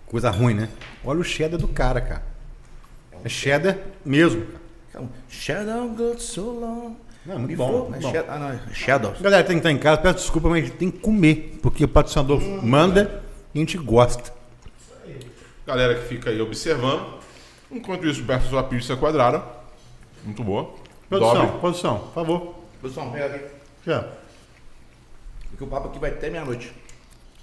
Speaker 1: Coisa ruim, né? Olha o cheddar do cara, cara. É cheddar mesmo. cara.
Speaker 2: Shadow got so long.
Speaker 1: Não, muito
Speaker 2: Before-
Speaker 1: bom, muito
Speaker 2: é
Speaker 1: bom.
Speaker 2: Shadow- Ah, não. Shadow.
Speaker 1: Galera, tem que estar em casa, peço desculpa, mas tem que comer. Porque o patrocinador manda e a gente gosta.
Speaker 3: Galera que fica aí observando. Enquanto isso, peça sua pizza quadrada. Muito boa.
Speaker 1: Produção,
Speaker 3: Dobre.
Speaker 1: produção, por favor.
Speaker 2: Pessoal, pega um aqui.
Speaker 1: Já.
Speaker 2: Porque o papo aqui vai até meia-noite.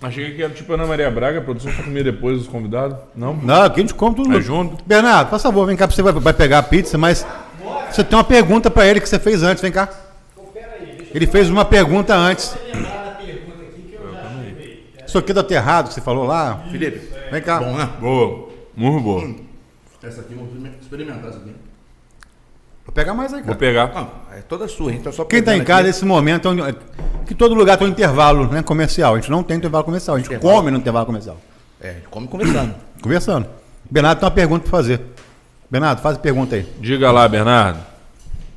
Speaker 4: Achei que era tipo Ana Maria Braga, a produção só comia depois dos convidados. Não?
Speaker 1: Não, aqui a gente come tudo
Speaker 4: Tá junto?
Speaker 1: Bernardo, por favor, vem cá, você vai, vai pegar a pizza, mas você tem uma pergunta pra ele que você fez antes, vem cá. Ele fez uma pergunta antes. Isso aqui do aterrado que você falou lá,
Speaker 2: Felipe,
Speaker 1: vem cá.
Speaker 2: bom, né?
Speaker 4: Boa. Muito boa.
Speaker 2: Essa aqui, vamos experimentar essa aqui.
Speaker 1: Vou pegar mais aí,
Speaker 4: Vou
Speaker 1: cara.
Speaker 4: pegar.
Speaker 2: Não, é toda sua, então só
Speaker 1: Quem tá em
Speaker 2: pegando
Speaker 1: casa
Speaker 2: aqui.
Speaker 1: nesse momento, é onde- que todo lugar tem um intervalo né, comercial. A gente não tem intervalo comercial, a gente
Speaker 2: Intervalo.
Speaker 1: come no intervalo comercial.
Speaker 2: É, a gente come conversando.
Speaker 1: Conversando. Bernardo tem uma pergunta pra fazer. Bernardo, faz a pergunta aí.
Speaker 4: Diga lá, Bernardo.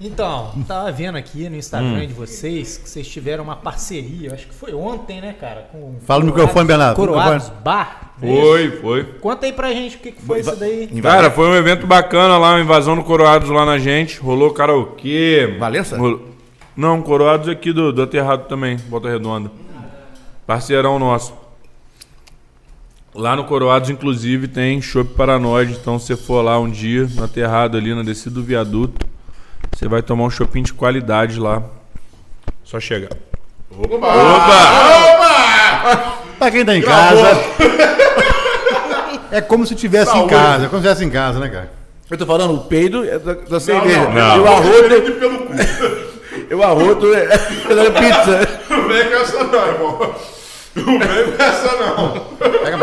Speaker 5: Então, tava vendo aqui no Instagram de vocês que vocês tiveram uma parceria, acho que foi ontem, né, cara? Com
Speaker 1: Fala no microfone, Bernardo.
Speaker 5: Coroados Bar. não é isso?
Speaker 4: Foi, foi.
Speaker 5: Conta aí pra gente o que, que foi isso daí.
Speaker 4: Cara, foi um evento bacana lá, uma invasão no Coroados lá na gente. Rolou karaokê.
Speaker 2: Valença?
Speaker 4: Rolou- Não, Coroados é aqui do, do Aterrado também, Volta Redonda. Parceirão nosso. Lá no Coroados, inclusive, tem chopp paranoide. Então, se você for lá um dia, no Aterrado ali, na descida do viaduto, você vai tomar um chopinho de qualidade lá. Só chegar.
Speaker 1: Pra quem tá em casa. é como se tivesse em casa, é como se estivesse em casa, né, cara?
Speaker 2: Eu tô falando, o peido é da, da cerveja.
Speaker 3: não,
Speaker 4: não.
Speaker 2: E o arroto,
Speaker 3: Ele pelo cu.
Speaker 2: e o arroto é é da pizza.
Speaker 3: Não vem com essa não, irmão. Não vem com essa não.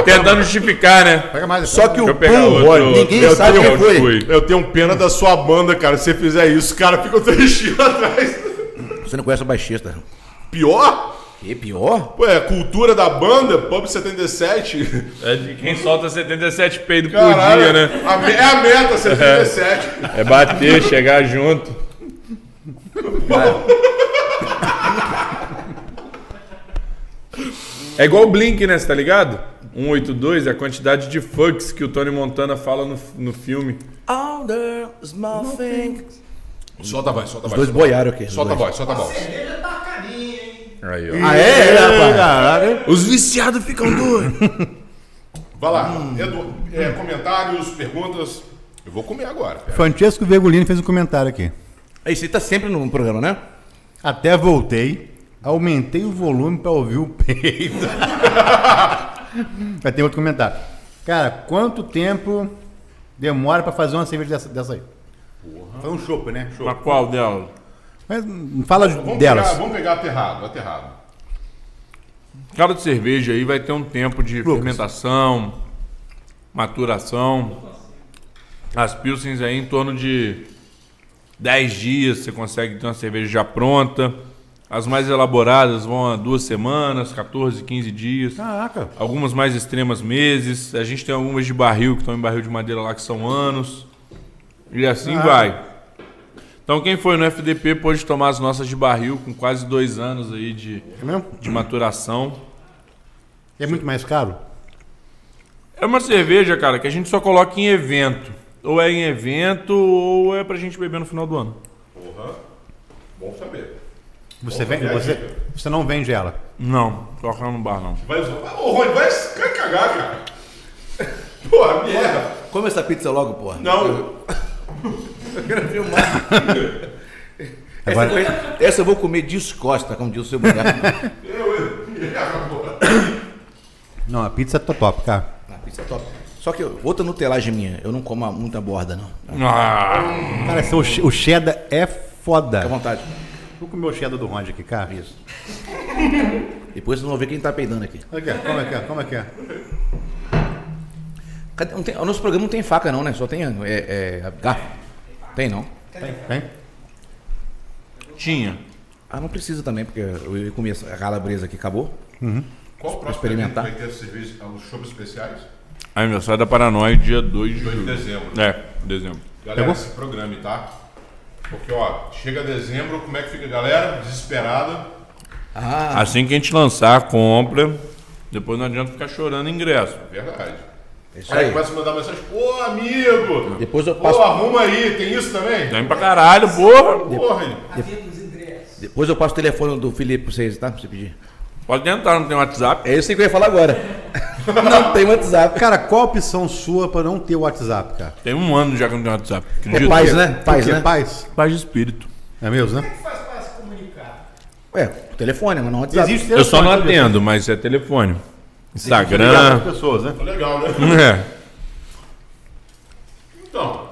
Speaker 4: Tentando justificar, né?
Speaker 1: Pega mais.
Speaker 2: Só que o
Speaker 4: eu pegar
Speaker 2: pão,
Speaker 4: outro-
Speaker 2: olha, ninguém
Speaker 4: eu
Speaker 2: sabe
Speaker 4: tenho-
Speaker 2: quem foi.
Speaker 3: Eu tenho pena da sua banda, cara. Se você fizer isso, os caras ficam tristinhos atrás.
Speaker 2: Você não conhece o baixista.
Speaker 3: Pior?
Speaker 2: Que pior?
Speaker 3: Pô, é cultura da banda, Pub 77.
Speaker 4: É de quem solta 77 peidos por
Speaker 3: Caralho,
Speaker 4: dia, né?
Speaker 3: a me- é a meta, 77.
Speaker 4: É bater, chegar junto. É igual o Blink, né? Você tá ligado? 182 é a quantidade de fucks que o Tony Montana fala no, no filme.
Speaker 2: All the small things.
Speaker 3: Solta a voz, solta a
Speaker 2: Os
Speaker 3: voz.
Speaker 2: dois boiaram aqui. os
Speaker 3: Solta a
Speaker 2: dois.
Speaker 3: voz, solta a voz.
Speaker 4: Aí, ó.
Speaker 2: Ah, é? é rapaz.
Speaker 4: Os viciados ficam doidos.
Speaker 3: Vai lá, Edu, é, comentários, perguntas. Eu vou comer agora. cara.
Speaker 1: Francesco Vergolini fez um comentário aqui.
Speaker 2: Aí você tá sempre no programa, né?
Speaker 1: Até voltei, aumentei o volume pra ouvir o peito. Vai ter outro comentário. Cara, quanto tempo demora pra fazer uma cerveja dessa, dessa aí? Foi um chopp, né? Chopp.
Speaker 4: Pra qual dela?
Speaker 1: Mas hum, fala de-
Speaker 3: Vamos
Speaker 1: delas.
Speaker 3: pegar, vamos pegar aterrado, aterrado.
Speaker 4: Cada de cerveja aí vai ter um tempo de fermentação, maturação. As pilsens aí em torno de 10 dias você consegue ter uma cerveja já pronta. As mais elaboradas vão a duas semanas, 14, 15 dias.
Speaker 1: Caraca.
Speaker 4: Algumas mais extremas meses. A gente tem algumas de barril que estão em barril de madeira lá que são anos. E assim
Speaker 1: Ah.
Speaker 4: vai. Então quem foi no FDP pôde tomar as nossas de barril com quase dois anos aí de,
Speaker 1: É, mesmo?
Speaker 4: de maturação.
Speaker 1: é muito mais caro?
Speaker 4: É uma cerveja, cara, que a gente só coloca em evento. Ou é em evento, ou é pra gente beber no final do ano.
Speaker 3: Bom saber.
Speaker 1: Você,
Speaker 3: Vamos
Speaker 1: vende,
Speaker 3: ver
Speaker 1: você,
Speaker 3: aqui.
Speaker 1: você não vende ela.
Speaker 4: Não, coloca lá no bar, não.
Speaker 3: Vai, ô, Rony, vai se cagar, cara. Porra, me erra.
Speaker 2: Come essa pizza logo, porra.
Speaker 3: Não,
Speaker 2: Eu quero filmar. Essa,
Speaker 1: Agora-
Speaker 2: eu vou- essa eu vou comer descosta, como diz o seu lugar.
Speaker 3: eu, eu, me erra, porra.
Speaker 1: Não, a pizza tá top, cara.
Speaker 2: Ah, pizza é top. Só que eu- outra nutelagem minha, eu não como a- muita borda, não.
Speaker 4: Ah,
Speaker 1: Cara, seu, che- o cheddar é
Speaker 2: Fica à
Speaker 1: foda.
Speaker 2: vontade.
Speaker 1: Vou comer o cheddar do Ronde aqui, cara. Isso.
Speaker 2: Depois vocês vão ver quem tá peidando aqui.
Speaker 1: é Aqui, ó, como é que é? Como é que é?
Speaker 2: Cadê- não tem- o nosso programa não tem faca, não, né? Só tem é, é, garfo. Tem, não?
Speaker 1: Tem?
Speaker 4: Tinha.
Speaker 2: Ah, não precisa também, porque eu ia comer essa calabresa aqui, acabou.
Speaker 3: Qual o próximo
Speaker 2: Experimentar.
Speaker 3: evento que vai ter cerveja, os shows especiais?
Speaker 4: Aniversário da Paranoia, dia 2 de
Speaker 3: 2 de
Speaker 4: julho.
Speaker 3: dezembro.
Speaker 4: É, dezembro.
Speaker 3: Galera, se programe, tá? Porque, ó, chega dezembro, como é que fica a galera? Desesperada.
Speaker 4: Assim que a gente lançar, compra. Depois não adianta ficar chorando ingresso.
Speaker 3: Verdade.
Speaker 2: É isso
Speaker 3: Aí
Speaker 2: aí.
Speaker 3: começa a mandar mensagem, pô, amigo!
Speaker 2: Depois eu
Speaker 3: Pô,
Speaker 2: passo,
Speaker 3: arruma aí, tem isso também?
Speaker 4: Vem pra caralho, porra.
Speaker 3: Porra, hein?
Speaker 2: depois eu passo o telefone do Felipe pra vocês, tá? Pra você pedir.
Speaker 4: Pode tentar, não tem WhatsApp.
Speaker 2: É isso que eu ia falar agora. não tem WhatsApp.
Speaker 1: Cara, qual a opção sua pra não ter o WhatsApp, cara?
Speaker 4: Tem um ano já que não tem WhatsApp.
Speaker 2: É
Speaker 4: Acredito.
Speaker 2: paz, né? Paz,
Speaker 1: Porque
Speaker 2: né?
Speaker 1: Paz?
Speaker 4: Paz de espírito.
Speaker 1: É mesmo, né?
Speaker 2: É, telefone, mas não WhatsApp.
Speaker 4: Eu só não atendo, mas é telefone.
Speaker 1: Instagram.
Speaker 4: Instagram.
Speaker 1: pessoas, né?
Speaker 3: legal, né?
Speaker 4: É.
Speaker 3: Então,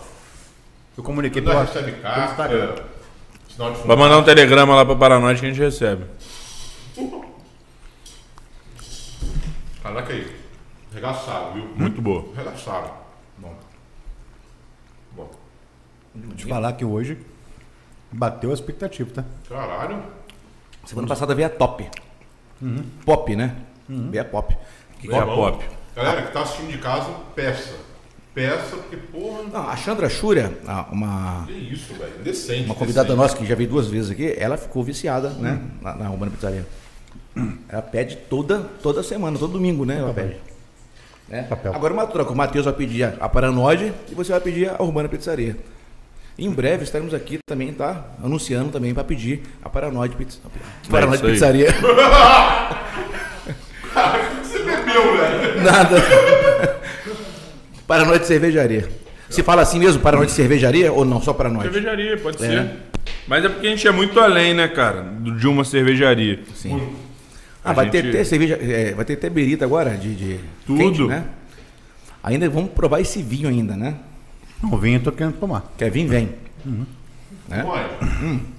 Speaker 1: Eu comuniquei
Speaker 3: nós
Speaker 1: pelo
Speaker 3: recebe
Speaker 1: pelo Instagram.
Speaker 3: carta, é, sinal de
Speaker 4: Vai mandar um telegrama lá pra Paranoia que a gente recebe.
Speaker 3: Caraca aí. Regaçaram, viu?
Speaker 4: Muito boa.
Speaker 3: Regaçaram. Bom. Bom.
Speaker 1: Te falar que hoje bateu a expectativa, tá?
Speaker 3: Caralho.
Speaker 2: Semana passada veio a top. Pop, né? Veio a pop.
Speaker 4: Que é a pop.
Speaker 3: Galera que tá assistindo de casa, peça. Peça, porque, porra,
Speaker 2: Não, a Chandra Shura, a- uma
Speaker 3: que isso, velho. Indecente.
Speaker 2: Uma convidada
Speaker 3: indecente.
Speaker 2: nossa que já veio duas vezes aqui, ela ficou viciada, né? Na, na Urbana Pizzaria. Ela pede toda, toda semana, todo domingo, né? Ela pede. Né?
Speaker 1: Papel.
Speaker 2: Agora uma troca. O Matheus vai pedir a, a Paranoide e você vai pedir a Urbana Pizzaria. Em breve estaremos aqui também, tá? Anunciando também para pedir a Paranoide, Pizz... a Paranoide
Speaker 4: É isso aí.
Speaker 2: Pizzaria.
Speaker 3: Você bebeu, velho.
Speaker 2: Nada. Paranoide Cervejaria. Se fala assim mesmo, Paranoide Cervejaria ou não? Só Paranoide?
Speaker 4: Cervejaria, pode ser. Mas é porque a gente é muito além, né, cara? do- De uma cervejaria.
Speaker 2: Sim. Ah,
Speaker 4: A
Speaker 2: vai ter
Speaker 4: gente-
Speaker 2: até cerveja, é, vai ter até berita agora de, de
Speaker 4: Tudo.
Speaker 2: quente, né? Ainda vamos provar esse vinho ainda, né?
Speaker 1: Não vinho, eu tô querendo tomar.
Speaker 2: Quer vir, vem. É?
Speaker 3: Mãe,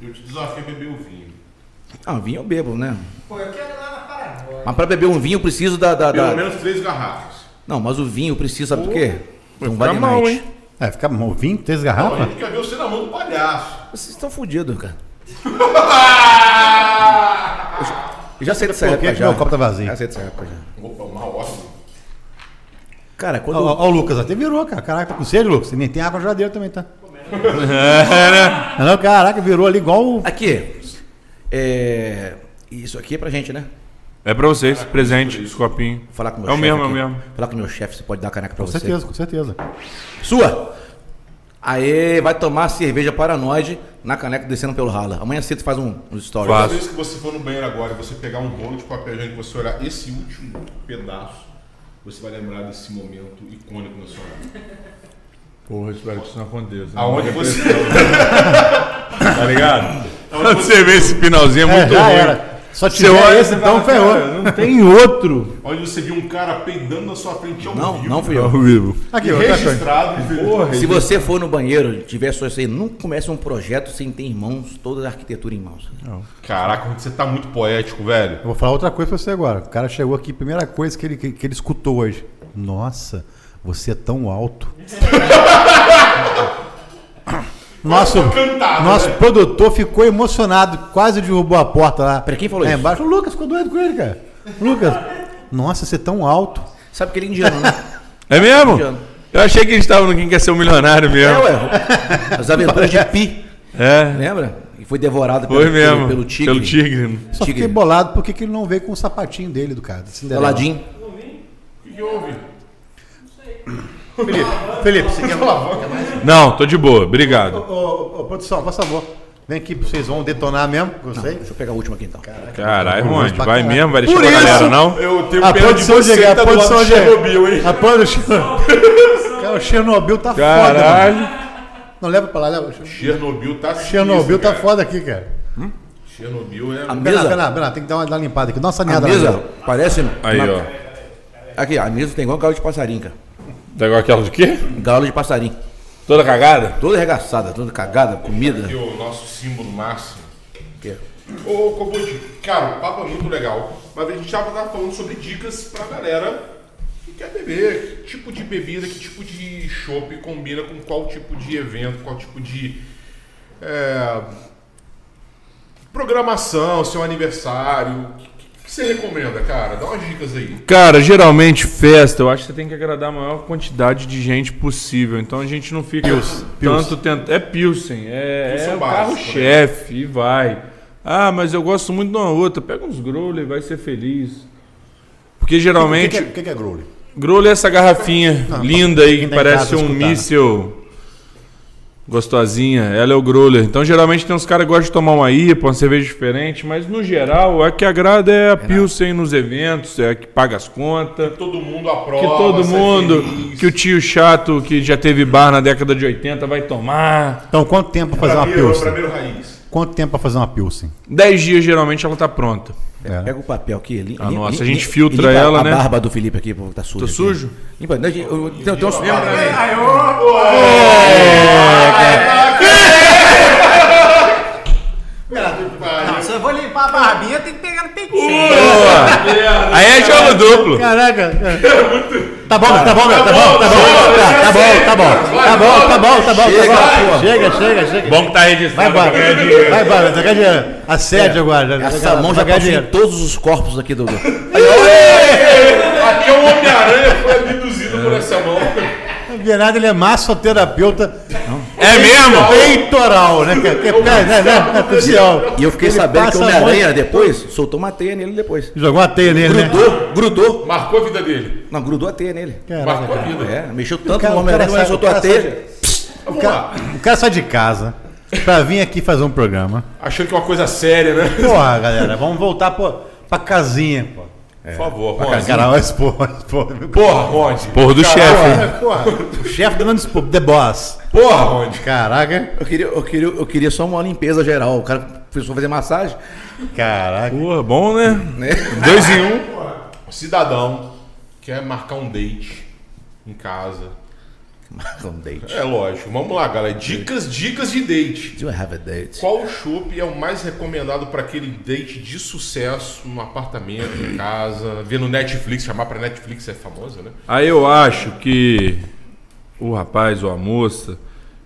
Speaker 3: eu te desafio a beber o vinho.
Speaker 2: Ah, vinho eu bebo, né? Mas para beber um vinho eu preciso da, da,
Speaker 3: Pelo
Speaker 2: da-
Speaker 3: menos três garrafas.
Speaker 2: Não, mas o vinho eu preciso, sabe por quê?
Speaker 4: Vai
Speaker 2: Um
Speaker 4: ficar
Speaker 2: Vale
Speaker 4: tá mal,
Speaker 2: Night.
Speaker 4: hein?
Speaker 1: É, fica bom. vinho, três
Speaker 3: Não, a
Speaker 1: garrafas?
Speaker 3: gente quer ver você na mão do palhaço.
Speaker 2: Vocês estão fodidos, cara. Eu já sei dessa
Speaker 1: Por que
Speaker 2: época
Speaker 1: que
Speaker 2: já.
Speaker 1: meu copo tá vazio?
Speaker 2: Já sei dessa época já.
Speaker 3: Opa, uma ótima.
Speaker 2: Cara, quando...
Speaker 1: Ó, ó, ó o Lucas até virou, cara. Caraca, tá com sede, Lucas. E nem tem água na geladeira também, tá?
Speaker 4: É, né?
Speaker 1: Não, não, caraca, virou ali igual o.
Speaker 2: Aqui. É... Isso aqui é pra gente, né?
Speaker 4: É pra vocês, presente, esse copinho.
Speaker 2: Vou falar com meu
Speaker 4: É o
Speaker 2: chefe
Speaker 4: mesmo, é o
Speaker 2: aqui.
Speaker 4: mesmo.
Speaker 2: Falar com meu chefe, você pode dar a caneca pra
Speaker 1: Com
Speaker 2: você.
Speaker 1: certeza, com certeza.
Speaker 2: Sua! Aê, vai tomar cerveja paranoide na caneca descendo pelo rala. Amanhã cedo você faz um, um story.
Speaker 4: Faço.
Speaker 3: Toda vez que você for no banheiro agora e você pegar um rolo de papel higiênico, você olhar esse último pedaço, você vai lembrar desse momento icônico na sua vida.
Speaker 4: Porra, espero que isso não aconteça.
Speaker 3: Aonde você.
Speaker 4: Tá ligado?
Speaker 3: aonde você
Speaker 4: Você vê esse finalzinho é
Speaker 1: É,
Speaker 4: muito
Speaker 1: já
Speaker 4: ruim.
Speaker 1: era. Só
Speaker 4: Você
Speaker 1: tiver
Speaker 4: olha
Speaker 1: esse,
Speaker 4: e
Speaker 1: então
Speaker 4: fala,
Speaker 1: ferrou.
Speaker 4: cara, Não tem outro.
Speaker 3: onde você viu um cara peidando na sua frente ao
Speaker 2: Não,
Speaker 3: vivo.
Speaker 2: não fui
Speaker 4: Ao
Speaker 2: eu.
Speaker 4: vivo.
Speaker 1: Aqui,
Speaker 3: E
Speaker 1: outra coisa.
Speaker 3: registrado. Porra,
Speaker 2: Se você for no banheiro, tiver só isso aí, não comece um projeto sem ter em mãos, toda a arquitetura em mãos.
Speaker 3: Caraca, você tá muito poético, velho.
Speaker 1: Eu vou falar outra coisa pra você agora. O cara chegou aqui, primeira coisa que ele, que, que ele escutou hoje. Nossa, você é tão alto. Nosso,
Speaker 3: Cantado,
Speaker 1: nosso
Speaker 3: né?
Speaker 1: produtor ficou emocionado, quase derrubou a porta lá.
Speaker 2: Pera, quem falou
Speaker 1: lá
Speaker 2: isso?
Speaker 1: Embaixo. O Lucas ficou doido com ele, cara. Lucas, nossa, você é tão alto.
Speaker 2: Sabe que ele é indiano, né?
Speaker 4: É mesmo?
Speaker 2: Indiano.
Speaker 4: Eu achei que a gente tava no Quem Quer Ser o Milionário
Speaker 2: É,
Speaker 4: mesmo.
Speaker 2: ué. As aventuras de Pi,
Speaker 4: É,
Speaker 2: lembra? E foi devorado
Speaker 4: foi
Speaker 2: pelo,
Speaker 4: mesmo.
Speaker 2: pelo, pelo tigre.
Speaker 4: Pelo tigre.
Speaker 1: Só
Speaker 2: Tigre.
Speaker 1: fiquei bolado porque que ele não veio com o sapatinho dele do cara. da Cinderela.
Speaker 2: Aladim.
Speaker 1: Felipe, você quer
Speaker 4: Não, tô de boa, obrigado.
Speaker 1: Ô, ô, ô, produção, por favor. Vem aqui, vocês vão detonar mesmo, gostei.
Speaker 2: Deixa eu pegar o último aqui então. Caraca.
Speaker 4: Caralho,
Speaker 1: Tá bom,
Speaker 4: Ronde,
Speaker 1: pra
Speaker 4: vai
Speaker 1: caralho.
Speaker 4: mesmo, vai deixar
Speaker 1: Por
Speaker 4: pra
Speaker 1: isso-
Speaker 4: galera, não?
Speaker 3: Eu tenho
Speaker 1: A
Speaker 3: pena de
Speaker 1: produção
Speaker 3: você que
Speaker 1: chegar,
Speaker 3: tá
Speaker 1: a
Speaker 3: do lado
Speaker 1: produção
Speaker 3: do
Speaker 1: chegar.
Speaker 3: Chernobyl, hein?
Speaker 1: A produção. Cara, o Chernobyl tá foda. Mano.
Speaker 4: Caralho.
Speaker 1: Não leva pra lá, leva.
Speaker 3: Chernobyl tá sinistro,
Speaker 1: Chernobyl tá
Speaker 3: cara.
Speaker 1: foda aqui, cara.
Speaker 3: Chernobyl é.
Speaker 2: A
Speaker 1: Pera, lá, pera,
Speaker 2: mesa,
Speaker 1: lá, pera, lá, tem que dar uma, dar uma limpada aqui. Dá uma
Speaker 2: a
Speaker 1: saneada lá,
Speaker 2: mesa
Speaker 1: né?
Speaker 2: parece...
Speaker 4: Aí,
Speaker 2: na-
Speaker 4: ó.
Speaker 2: Aqui, a mesa tem igual galo de passarinho, cara.
Speaker 4: Tá igual aquela de quê?
Speaker 2: Galo de passarinho.
Speaker 4: Toda cagada?
Speaker 2: Toda arregaçada, toda cagada, comida.
Speaker 3: Aqui o nosso símbolo máximo.
Speaker 2: Quê?
Speaker 3: Ô, Cobuti, cara, o papo é muito legal. Mas a gente já tava falando sobre dicas pra galera que quer beber, que tipo de bebida, que tipo de chopp combina com qual tipo de evento, qual tipo de é, programação, seu aniversário. O que, que- que você recomenda, cara? Dá umas dicas aí.
Speaker 4: Cara, geralmente festa, eu acho que você tem que agradar a maior quantidade de gente possível. Então a gente não fica tanto tentando. É Pilsen, é,
Speaker 3: Pilsen
Speaker 4: é o
Speaker 3: básico,
Speaker 4: carro-chefe
Speaker 1: né?
Speaker 4: e vai. Ah, mas eu gosto muito de uma outra. Pega uns Growler e vai ser feliz. Porque
Speaker 1: O
Speaker 4: geralmente.
Speaker 1: que, que é, o que que é Growler?
Speaker 4: Growler é essa garrafinha linda aí, que
Speaker 1: quem tá em
Speaker 4: parece
Speaker 1: casa
Speaker 4: um
Speaker 1: escutar, né?
Speaker 4: míssil gostosinha. Ela é o Growler. Então, geralmente, tem uns caras que gostam de tomar uma IPA, uma cerveja diferente, mas, no geral, a que agrada é a Pilsen nos eventos, é a que paga as contas,
Speaker 3: Todo mundo aprova.
Speaker 4: que todo
Speaker 3: sai
Speaker 4: mundo,
Speaker 3: é feliz.
Speaker 4: que o tio chato que já teve bar na década de 80 vai tomar.
Speaker 1: Então, quanto tempo pra fazer
Speaker 3: Pra
Speaker 1: uma
Speaker 3: mim,
Speaker 1: pilsen?
Speaker 3: pra mim, é o raiz.
Speaker 1: Quanto tempo pra fazer uma pilsen?
Speaker 4: 10 dias, geralmente, ela tá pronta.
Speaker 1: É.
Speaker 2: Pega o papel aqui. Lim,
Speaker 4: Ah, nossa, a gente filtra ela,
Speaker 2: a
Speaker 4: né?
Speaker 2: A barba do Felipe aqui, pô, tá sujo.
Speaker 4: Tô
Speaker 2: aqui.
Speaker 4: sujo?
Speaker 2: Limpa. Não, gente, eu- eu- Tem tem uns-
Speaker 5: Não, se eu vou limpar a barbinha, tem que pegar no peitinho.
Speaker 4: Aí é jogo duplo.
Speaker 1: Caraca. Tá bom, tá bom, meu, tá bom, tá bom. Tá, tá bom, tá bom. Tá bom, tá bom, tá bom, tá bom. Chega, chega, chega.
Speaker 6: Bom que tá
Speaker 1: Vai
Speaker 6: registrado.
Speaker 1: embora.
Speaker 6: pra ganhar dinheiro.
Speaker 1: Vai embora, vai ganhar dinheiro.
Speaker 5: É.
Speaker 1: Assédio agora. vai
Speaker 2: Essa
Speaker 1: ganhar-
Speaker 2: mão já tá
Speaker 1: vai ganhar
Speaker 2: passou em
Speaker 1: dinheiro.
Speaker 2: todos os corpos aqui do. do-
Speaker 3: Aqui é o Homem-Aranha foi abduzido por essa mão.
Speaker 1: Não via nada, ele é massoterapeuta
Speaker 6: É mesmo?
Speaker 1: peitoral, né? cara? Que é, né, né, é crucial.
Speaker 2: E eu fiquei
Speaker 1: Ele
Speaker 2: sabendo que
Speaker 1: passa
Speaker 2: o
Speaker 1: a
Speaker 2: Homem-Aranha
Speaker 1: mão-
Speaker 2: depois soltou uma teia nele depois.
Speaker 1: Jogou uma teia nele, né?
Speaker 2: Grudou, grudou.
Speaker 3: Marcou a vida dele.
Speaker 2: Não, grudou a teia nele.
Speaker 1: Caraca,
Speaker 3: Marcou a
Speaker 1: cara.
Speaker 3: vida.
Speaker 2: É, mexeu
Speaker 1: O
Speaker 2: tanto
Speaker 1: cara-
Speaker 2: no
Speaker 1: o cara
Speaker 2: Homem-Aranha,
Speaker 1: sai-
Speaker 2: mas soltou
Speaker 1: o
Speaker 2: a
Speaker 1: cara
Speaker 2: teia.
Speaker 1: O cara, o cara sai de casa pra vir aqui fazer um programa.
Speaker 3: Achando que é uma coisa séria, né?
Speaker 1: Porra, galera, vamos voltar pô, pra casinha, pô.
Speaker 3: Por favor,
Speaker 1: Cara,
Speaker 3: Ronde.
Speaker 1: cara, olha esse porra, esse porra.
Speaker 3: Porra, Ronde.
Speaker 4: Porra do chefe.
Speaker 1: Porra, porra. O chefe do Nandes Pub, The Boss.
Speaker 3: Porra, Ronde.
Speaker 1: Caraca,
Speaker 2: Eu queria, eu, queria, eu queria só uma limpeza geral. O cara começou a fazer massagem.
Speaker 1: caraca.
Speaker 4: Porra, bom, né?
Speaker 2: Né?
Speaker 4: Dois em um.
Speaker 3: O cidadão quer marcar um date em casa.
Speaker 2: Um date.
Speaker 3: É lógico. Vamos lá, galera. Dicas, dicas de date.
Speaker 2: Do you have a date?
Speaker 3: Qual chopp é o mais recomendado para aquele date de sucesso no apartamento, em casa, ver no Netflix, chamar para Netflix é famoso, né?
Speaker 4: Aí eu acho que o rapaz ou a moça,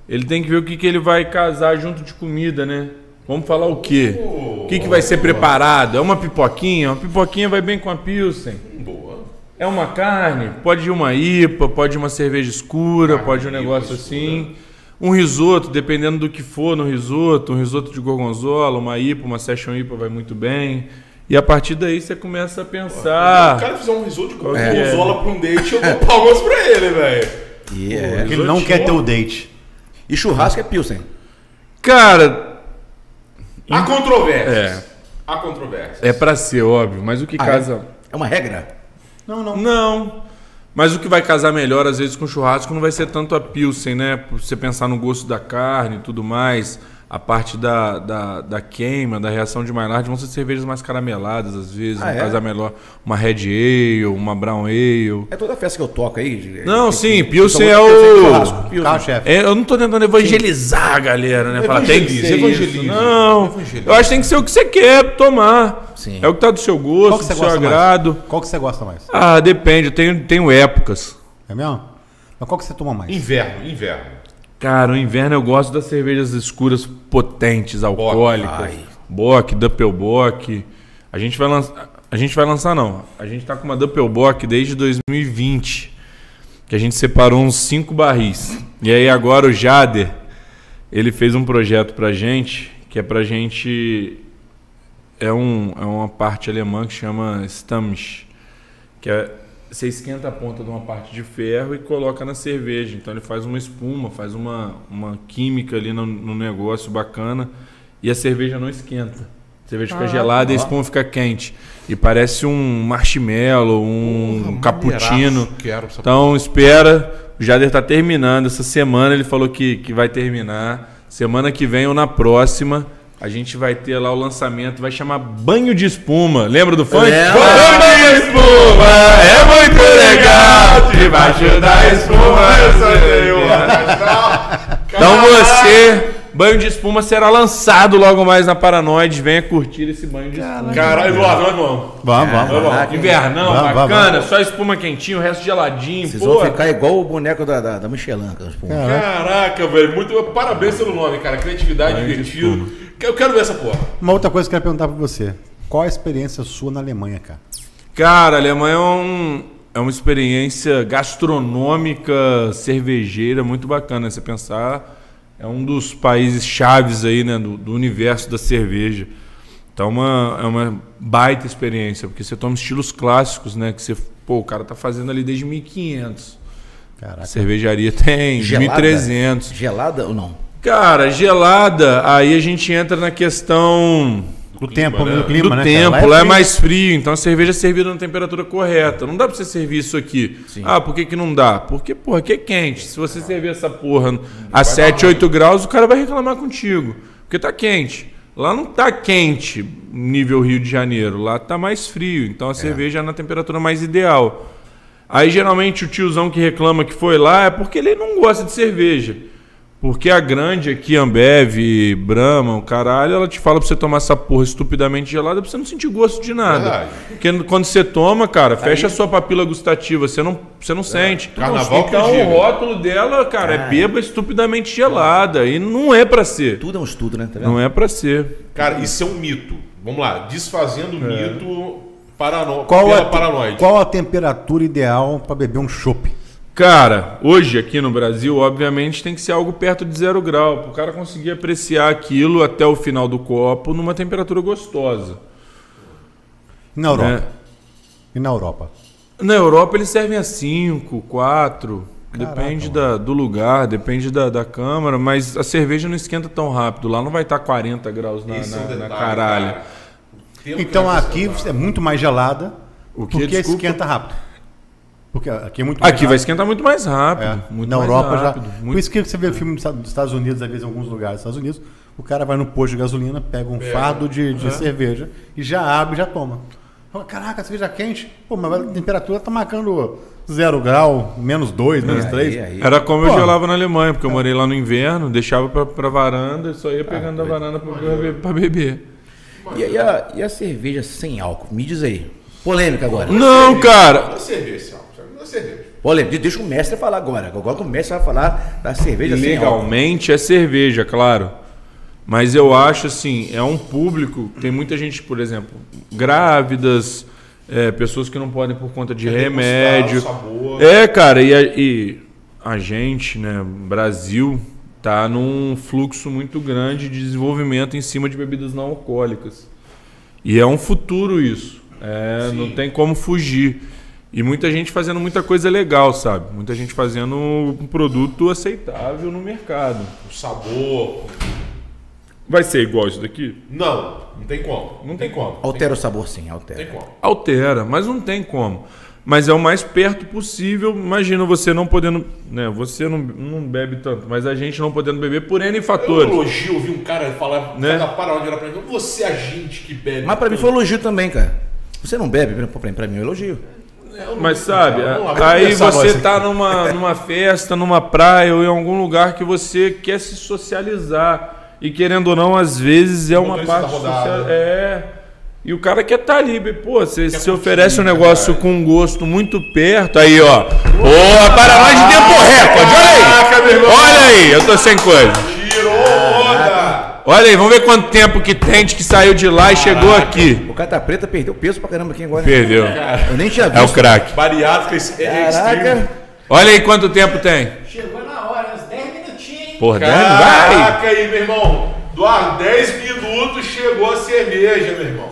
Speaker 4: ele tem que ver o que, que ele vai casar junto de comida, né? Vamos falar o quê? O que, que vai ser preparado? É uma pipoquinha? Uma pipoquinha vai bem com a Pilsen.
Speaker 3: Boa.
Speaker 4: É uma carne? Pode ir uma IPA, pode ir uma cerveja escura, pode ir um
Speaker 3: IPA
Speaker 4: negócio
Speaker 3: escura.
Speaker 4: assim. Um risoto, dependendo do que for no risoto, um risoto de gorgonzola, uma IPA, uma session IPA vai muito bem. E a partir daí você começa a
Speaker 3: Se o
Speaker 4: pensar.
Speaker 3: cara fizer um risoto de
Speaker 4: Ah. É.
Speaker 3: gorgonzola pra um date, eu dou palmas pra ele, velho.
Speaker 2: Yeah.
Speaker 1: Ele não quer ter o date.
Speaker 2: é E churrasco é Pilsen.
Speaker 4: Cara,
Speaker 3: Há controvérsias. Há controvérsias.
Speaker 4: É pra ser, óbvio, mas o que
Speaker 2: Ah,
Speaker 4: casa.
Speaker 2: É uma regra?
Speaker 1: Não, não.
Speaker 4: Não. Mas o que vai casar melhor, às vezes, com churrasco não vai ser tanto a Pilsen, né? Por Você pensar no gosto da carne e tudo mais, a parte da, da, da queima, da reação de Maillard, vão ser cervejas mais carameladas, às vezes.
Speaker 2: Ah,
Speaker 4: vai
Speaker 2: é?
Speaker 4: casar melhor uma Red Ale, uma Brown Ale.
Speaker 2: É toda festa que eu toco aí? de-
Speaker 4: Não,
Speaker 2: tem
Speaker 4: sim,
Speaker 2: que-
Speaker 4: Pilsen é
Speaker 2: Então, Pilsen
Speaker 4: o-
Speaker 2: churrasco, Pilsen.
Speaker 1: Tá, chefe.
Speaker 4: É, eu não tô tentando evangelizar a galera, né? Falar, tem que
Speaker 3: Evangeliza,
Speaker 4: ser
Speaker 3: evangeliza.
Speaker 4: isso. Não,
Speaker 3: Evangeliza.
Speaker 4: eu acho que tem que ser o que você quer tomar.
Speaker 2: Sim.
Speaker 4: É o que tá do seu
Speaker 1: Qual que
Speaker 4: gosto, do
Speaker 1: você
Speaker 4: seu
Speaker 1: gosta
Speaker 4: agrado.
Speaker 1: mais? Qual que você gosta mais?
Speaker 4: Ah, depende, eu tenho, tenho épocas.
Speaker 1: É mesmo? Mas qual que você toma mais?
Speaker 3: Inverno, inverno.
Speaker 4: Cara, o inverno eu gosto das cervejas escuras potentes, alcoólicas.
Speaker 2: Ai.
Speaker 4: Bock, Doppelbock. A gente vai lançar. A gente vai lançar, não. A gente tá com uma Doppelbock desde 2020. Que a gente separou uns cinco barris. E aí agora o Jader, ele fez um projeto pra gente, que é pra gente. É, um, é uma parte alemã que chama Stammisch. Que é, você esquenta a ponta de uma parte de ferro e coloca na cerveja. Então ele faz uma espuma, faz uma, uma química ali no, no negócio bacana e a cerveja não esquenta. A cerveja fica gelada e a espuma fica quente. E parece um marshmallow, um cappuccino.
Speaker 3: Quero essa
Speaker 4: Então espera, o Jader tá terminando. Essa semana ele falou que, que vai terminar. Semana que vem ou na próxima, a gente vai ter lá o lançamento, vai chamar Banho de Espuma. Lembra do funk?
Speaker 2: Lembro.
Speaker 4: Banho de Espuma é muito legal. Debaixo da espuma eu só tenho uma. Então você, Banho de espuma será lançado logo mais na Paranoide. Venha curtir esse banho de espuma.
Speaker 3: Caralho, Eduardo, um. nós vamos.
Speaker 1: Vamos,
Speaker 2: Ah,
Speaker 1: vamos.
Speaker 3: Nós
Speaker 1: vamos.
Speaker 3: vamos.
Speaker 4: Invernão,
Speaker 1: Vá, vá,
Speaker 4: bacana, só espuma quentinha, o resto geladinho.
Speaker 2: Vocês
Speaker 4: pô.
Speaker 2: vão ficar igual o boneco da, da, da Michelin. cara, tipo,
Speaker 1: Ah,
Speaker 3: Caraca, velho. Muito... Parabéns pelo nome, cara. Criatividade, divertido. Eu quero ver essa porra.
Speaker 1: Uma outra coisa que eu quero perguntar pra você. Qual a experiência sua na Alemanha, cara?
Speaker 4: Cara, a Alemanha é, um, é uma experiência gastronômica, cervejeira, muito bacana. Se você pensar, é um dos países chaves aí, né, do, do universo da cerveja. Então é uma, é uma baita experiência, porque você toma estilos clássicos, né, que você, pô, o cara tá fazendo ali desde 1500.
Speaker 1: Caraca.
Speaker 4: Cervejaria tem,
Speaker 2: Gelada?
Speaker 4: 1300.
Speaker 2: Gelada ou não?
Speaker 4: Cara, gelada, aí a gente entra na questão
Speaker 1: Do tempo,
Speaker 3: né?
Speaker 1: do clima,
Speaker 4: do
Speaker 1: né? cara?
Speaker 4: tempo, lá é
Speaker 1: frio.
Speaker 4: mais frio, então a cerveja é servida na temperatura correta. Não dá pra você servir isso aqui. Ah, por que, que não dá? Porque, porra, aqui é quente. Se você servir essa porra a 7, 8 graus, o cara vai reclamar contigo. Porque tá quente. Lá não tá quente, nível Rio de Janeiro. Lá tá mais frio. Então a cerveja é na temperatura mais ideal. Aí geralmente o tiozão que reclama que foi lá é porque ele não gosta de cerveja. Porque a grande aqui, Ambev, Brahma, o caralho, ela te fala pra você tomar essa porra estupidamente gelada pra você não sentir gosto de nada.
Speaker 3: Verdade.
Speaker 4: Porque quando você toma, cara, fecha a sua papila gustativa, você não, você É. não sente.
Speaker 3: Carnaval que eu
Speaker 4: então o
Speaker 3: digo.
Speaker 4: rótulo dela, cara, é beba estupidamente gelada. E não é pra ser.
Speaker 2: Tudo é um estudo, né? Tá vendo?
Speaker 4: Não é pra ser.
Speaker 3: Cara, isso é um mito. Vamos lá. Desfazendo o
Speaker 4: É.
Speaker 3: mito parano...
Speaker 1: Qual
Speaker 3: pela
Speaker 1: a,
Speaker 3: paranoide.
Speaker 1: qual a temperatura ideal pra beber um chopp?
Speaker 4: Cara, hoje aqui no Brasil, obviamente, tem que ser algo perto de zero grau, para o cara conseguir apreciar aquilo até o final do copo numa temperatura gostosa.
Speaker 1: E na Europa?
Speaker 4: né?
Speaker 1: E na Europa?
Speaker 4: Na Europa eles servem a 5, 4, depende da, do lugar, depende da, da câmara, mas a cerveja não esquenta tão rápido. Lá não vai estar 40 graus na,
Speaker 3: Esse é
Speaker 4: na-
Speaker 3: um
Speaker 4: na
Speaker 3: detalhe,
Speaker 4: caralho.
Speaker 3: cara. um Tempo
Speaker 1: Então
Speaker 3: que-
Speaker 1: aqui é muito mais gelada,
Speaker 4: O que?
Speaker 1: porque
Speaker 4: Desculpa.
Speaker 1: esquenta rápido. Porque aqui é muito mais
Speaker 4: Aqui vai
Speaker 1: rápido.
Speaker 4: esquentar muito mais rápido.
Speaker 1: É,
Speaker 4: Muito
Speaker 1: na
Speaker 4: mais
Speaker 1: Europa
Speaker 4: rápido,
Speaker 1: já.
Speaker 4: muito-
Speaker 1: Por isso que você vê o filme dos Estados- dos Estados Unidos, às vezes, em alguns lugares dos Estados Unidos, o cara vai no posto de gasolina, pega um fardo de, de cerveja e já abre e já toma. Fala, Caraca, cerveja é quente. Pô, mas a temperatura tá marcando zero grau, menos dois, menos três.
Speaker 2: aí.
Speaker 4: Era como
Speaker 1: Pô.
Speaker 4: eu gelava na Alemanha, porque eu morei lá no inverno, deixava pra, pra varanda e só ia pegando
Speaker 3: Ah,
Speaker 4: da varanda pra, pra be- pra beber. é.
Speaker 2: E, e a, e a cerveja sem álcool? Me diz aí. Polêmica agora.
Speaker 4: Não, cara!
Speaker 3: Não é cerveja, Alves. Não é cerveja.
Speaker 2: Polêmica. Deixa o mestre falar agora. Agora que o mestre vai falar da cerveja sem álcool.
Speaker 4: Legalmente é cerveja, claro. Mas eu acho assim, é um público, tem muita gente, por exemplo, grávidas, é, pessoas que não podem por conta
Speaker 3: É
Speaker 4: de remédio.
Speaker 3: Gostar do um sabor.
Speaker 4: É, cara, e a, e a gente, né, Brasil, tá num fluxo muito grande de desenvolvimento em cima de bebidas não alcoólicas. E é um futuro isso. É, não tem como fugir. E muita gente fazendo muita coisa legal, sabe? Muita gente fazendo um produto aceitável no mercado.
Speaker 3: O um sabor.
Speaker 4: Vai ser igual isso daqui?
Speaker 3: Não, não tem como. Não, tem como.
Speaker 2: Altera o sabor sim, altera.
Speaker 3: Não tem como.
Speaker 4: Altera, mas não tem como. Mas é o mais perto possível. Imagina você não podendo. Né, você não, não bebe tanto, mas a gente não podendo beber por N
Speaker 3: Eu
Speaker 4: fatores.
Speaker 3: elogio, eu vi um cara falar
Speaker 4: Né?
Speaker 3: cada paródia era pra mim. Você é a gente que bebe.
Speaker 2: Mas pra mim foi um elogio também, cara. Você não bebe, pra- pra, pra mim é um elogio.
Speaker 4: Mas sabe,
Speaker 3: Vamos lá,
Speaker 4: a-
Speaker 3: vamos
Speaker 4: aí
Speaker 3: começar é nós
Speaker 4: você
Speaker 3: aqui.
Speaker 4: tá numa, numa festa, numa praia ou em algum lugar que você quer se socializar. E querendo ou não, às vezes é uma
Speaker 3: Motorista da
Speaker 4: parte
Speaker 3: tá rodada. né?
Speaker 4: social. É. E o cara quer estar tá ali, be- pô, você se
Speaker 3: curtir,
Speaker 4: oferece um
Speaker 3: né,
Speaker 4: negócio
Speaker 3: cara?
Speaker 4: com um gosto muito perto. Aí, ó. Boa, para mais de tempo recorde,
Speaker 3: Caraca, meu
Speaker 4: olha aí!
Speaker 3: irmão.
Speaker 4: Olha aí, eu tô sem coisa.
Speaker 3: Tirou
Speaker 4: Ah,
Speaker 3: onda!
Speaker 4: Olha aí, vamos ver quanto tempo que tem de que saiu de lá e chegou aqui.
Speaker 2: O Cata Preta perdeu peso pra caramba aqui agora.
Speaker 4: Perdeu.
Speaker 2: Eu nem tinha visto.
Speaker 4: É o craque.
Speaker 3: Bariátrica é- é
Speaker 4: Né?
Speaker 3: extremo.
Speaker 2: Caraca.
Speaker 4: Olha aí quanto tempo tem.
Speaker 5: Chegou na hora, uns 10 minutinhos, hein?
Speaker 4: Porra, Dan, vai!
Speaker 3: Caraca aí, meu irmão. Eduardo, 10 minutos chegou a cerveja, meu irmão.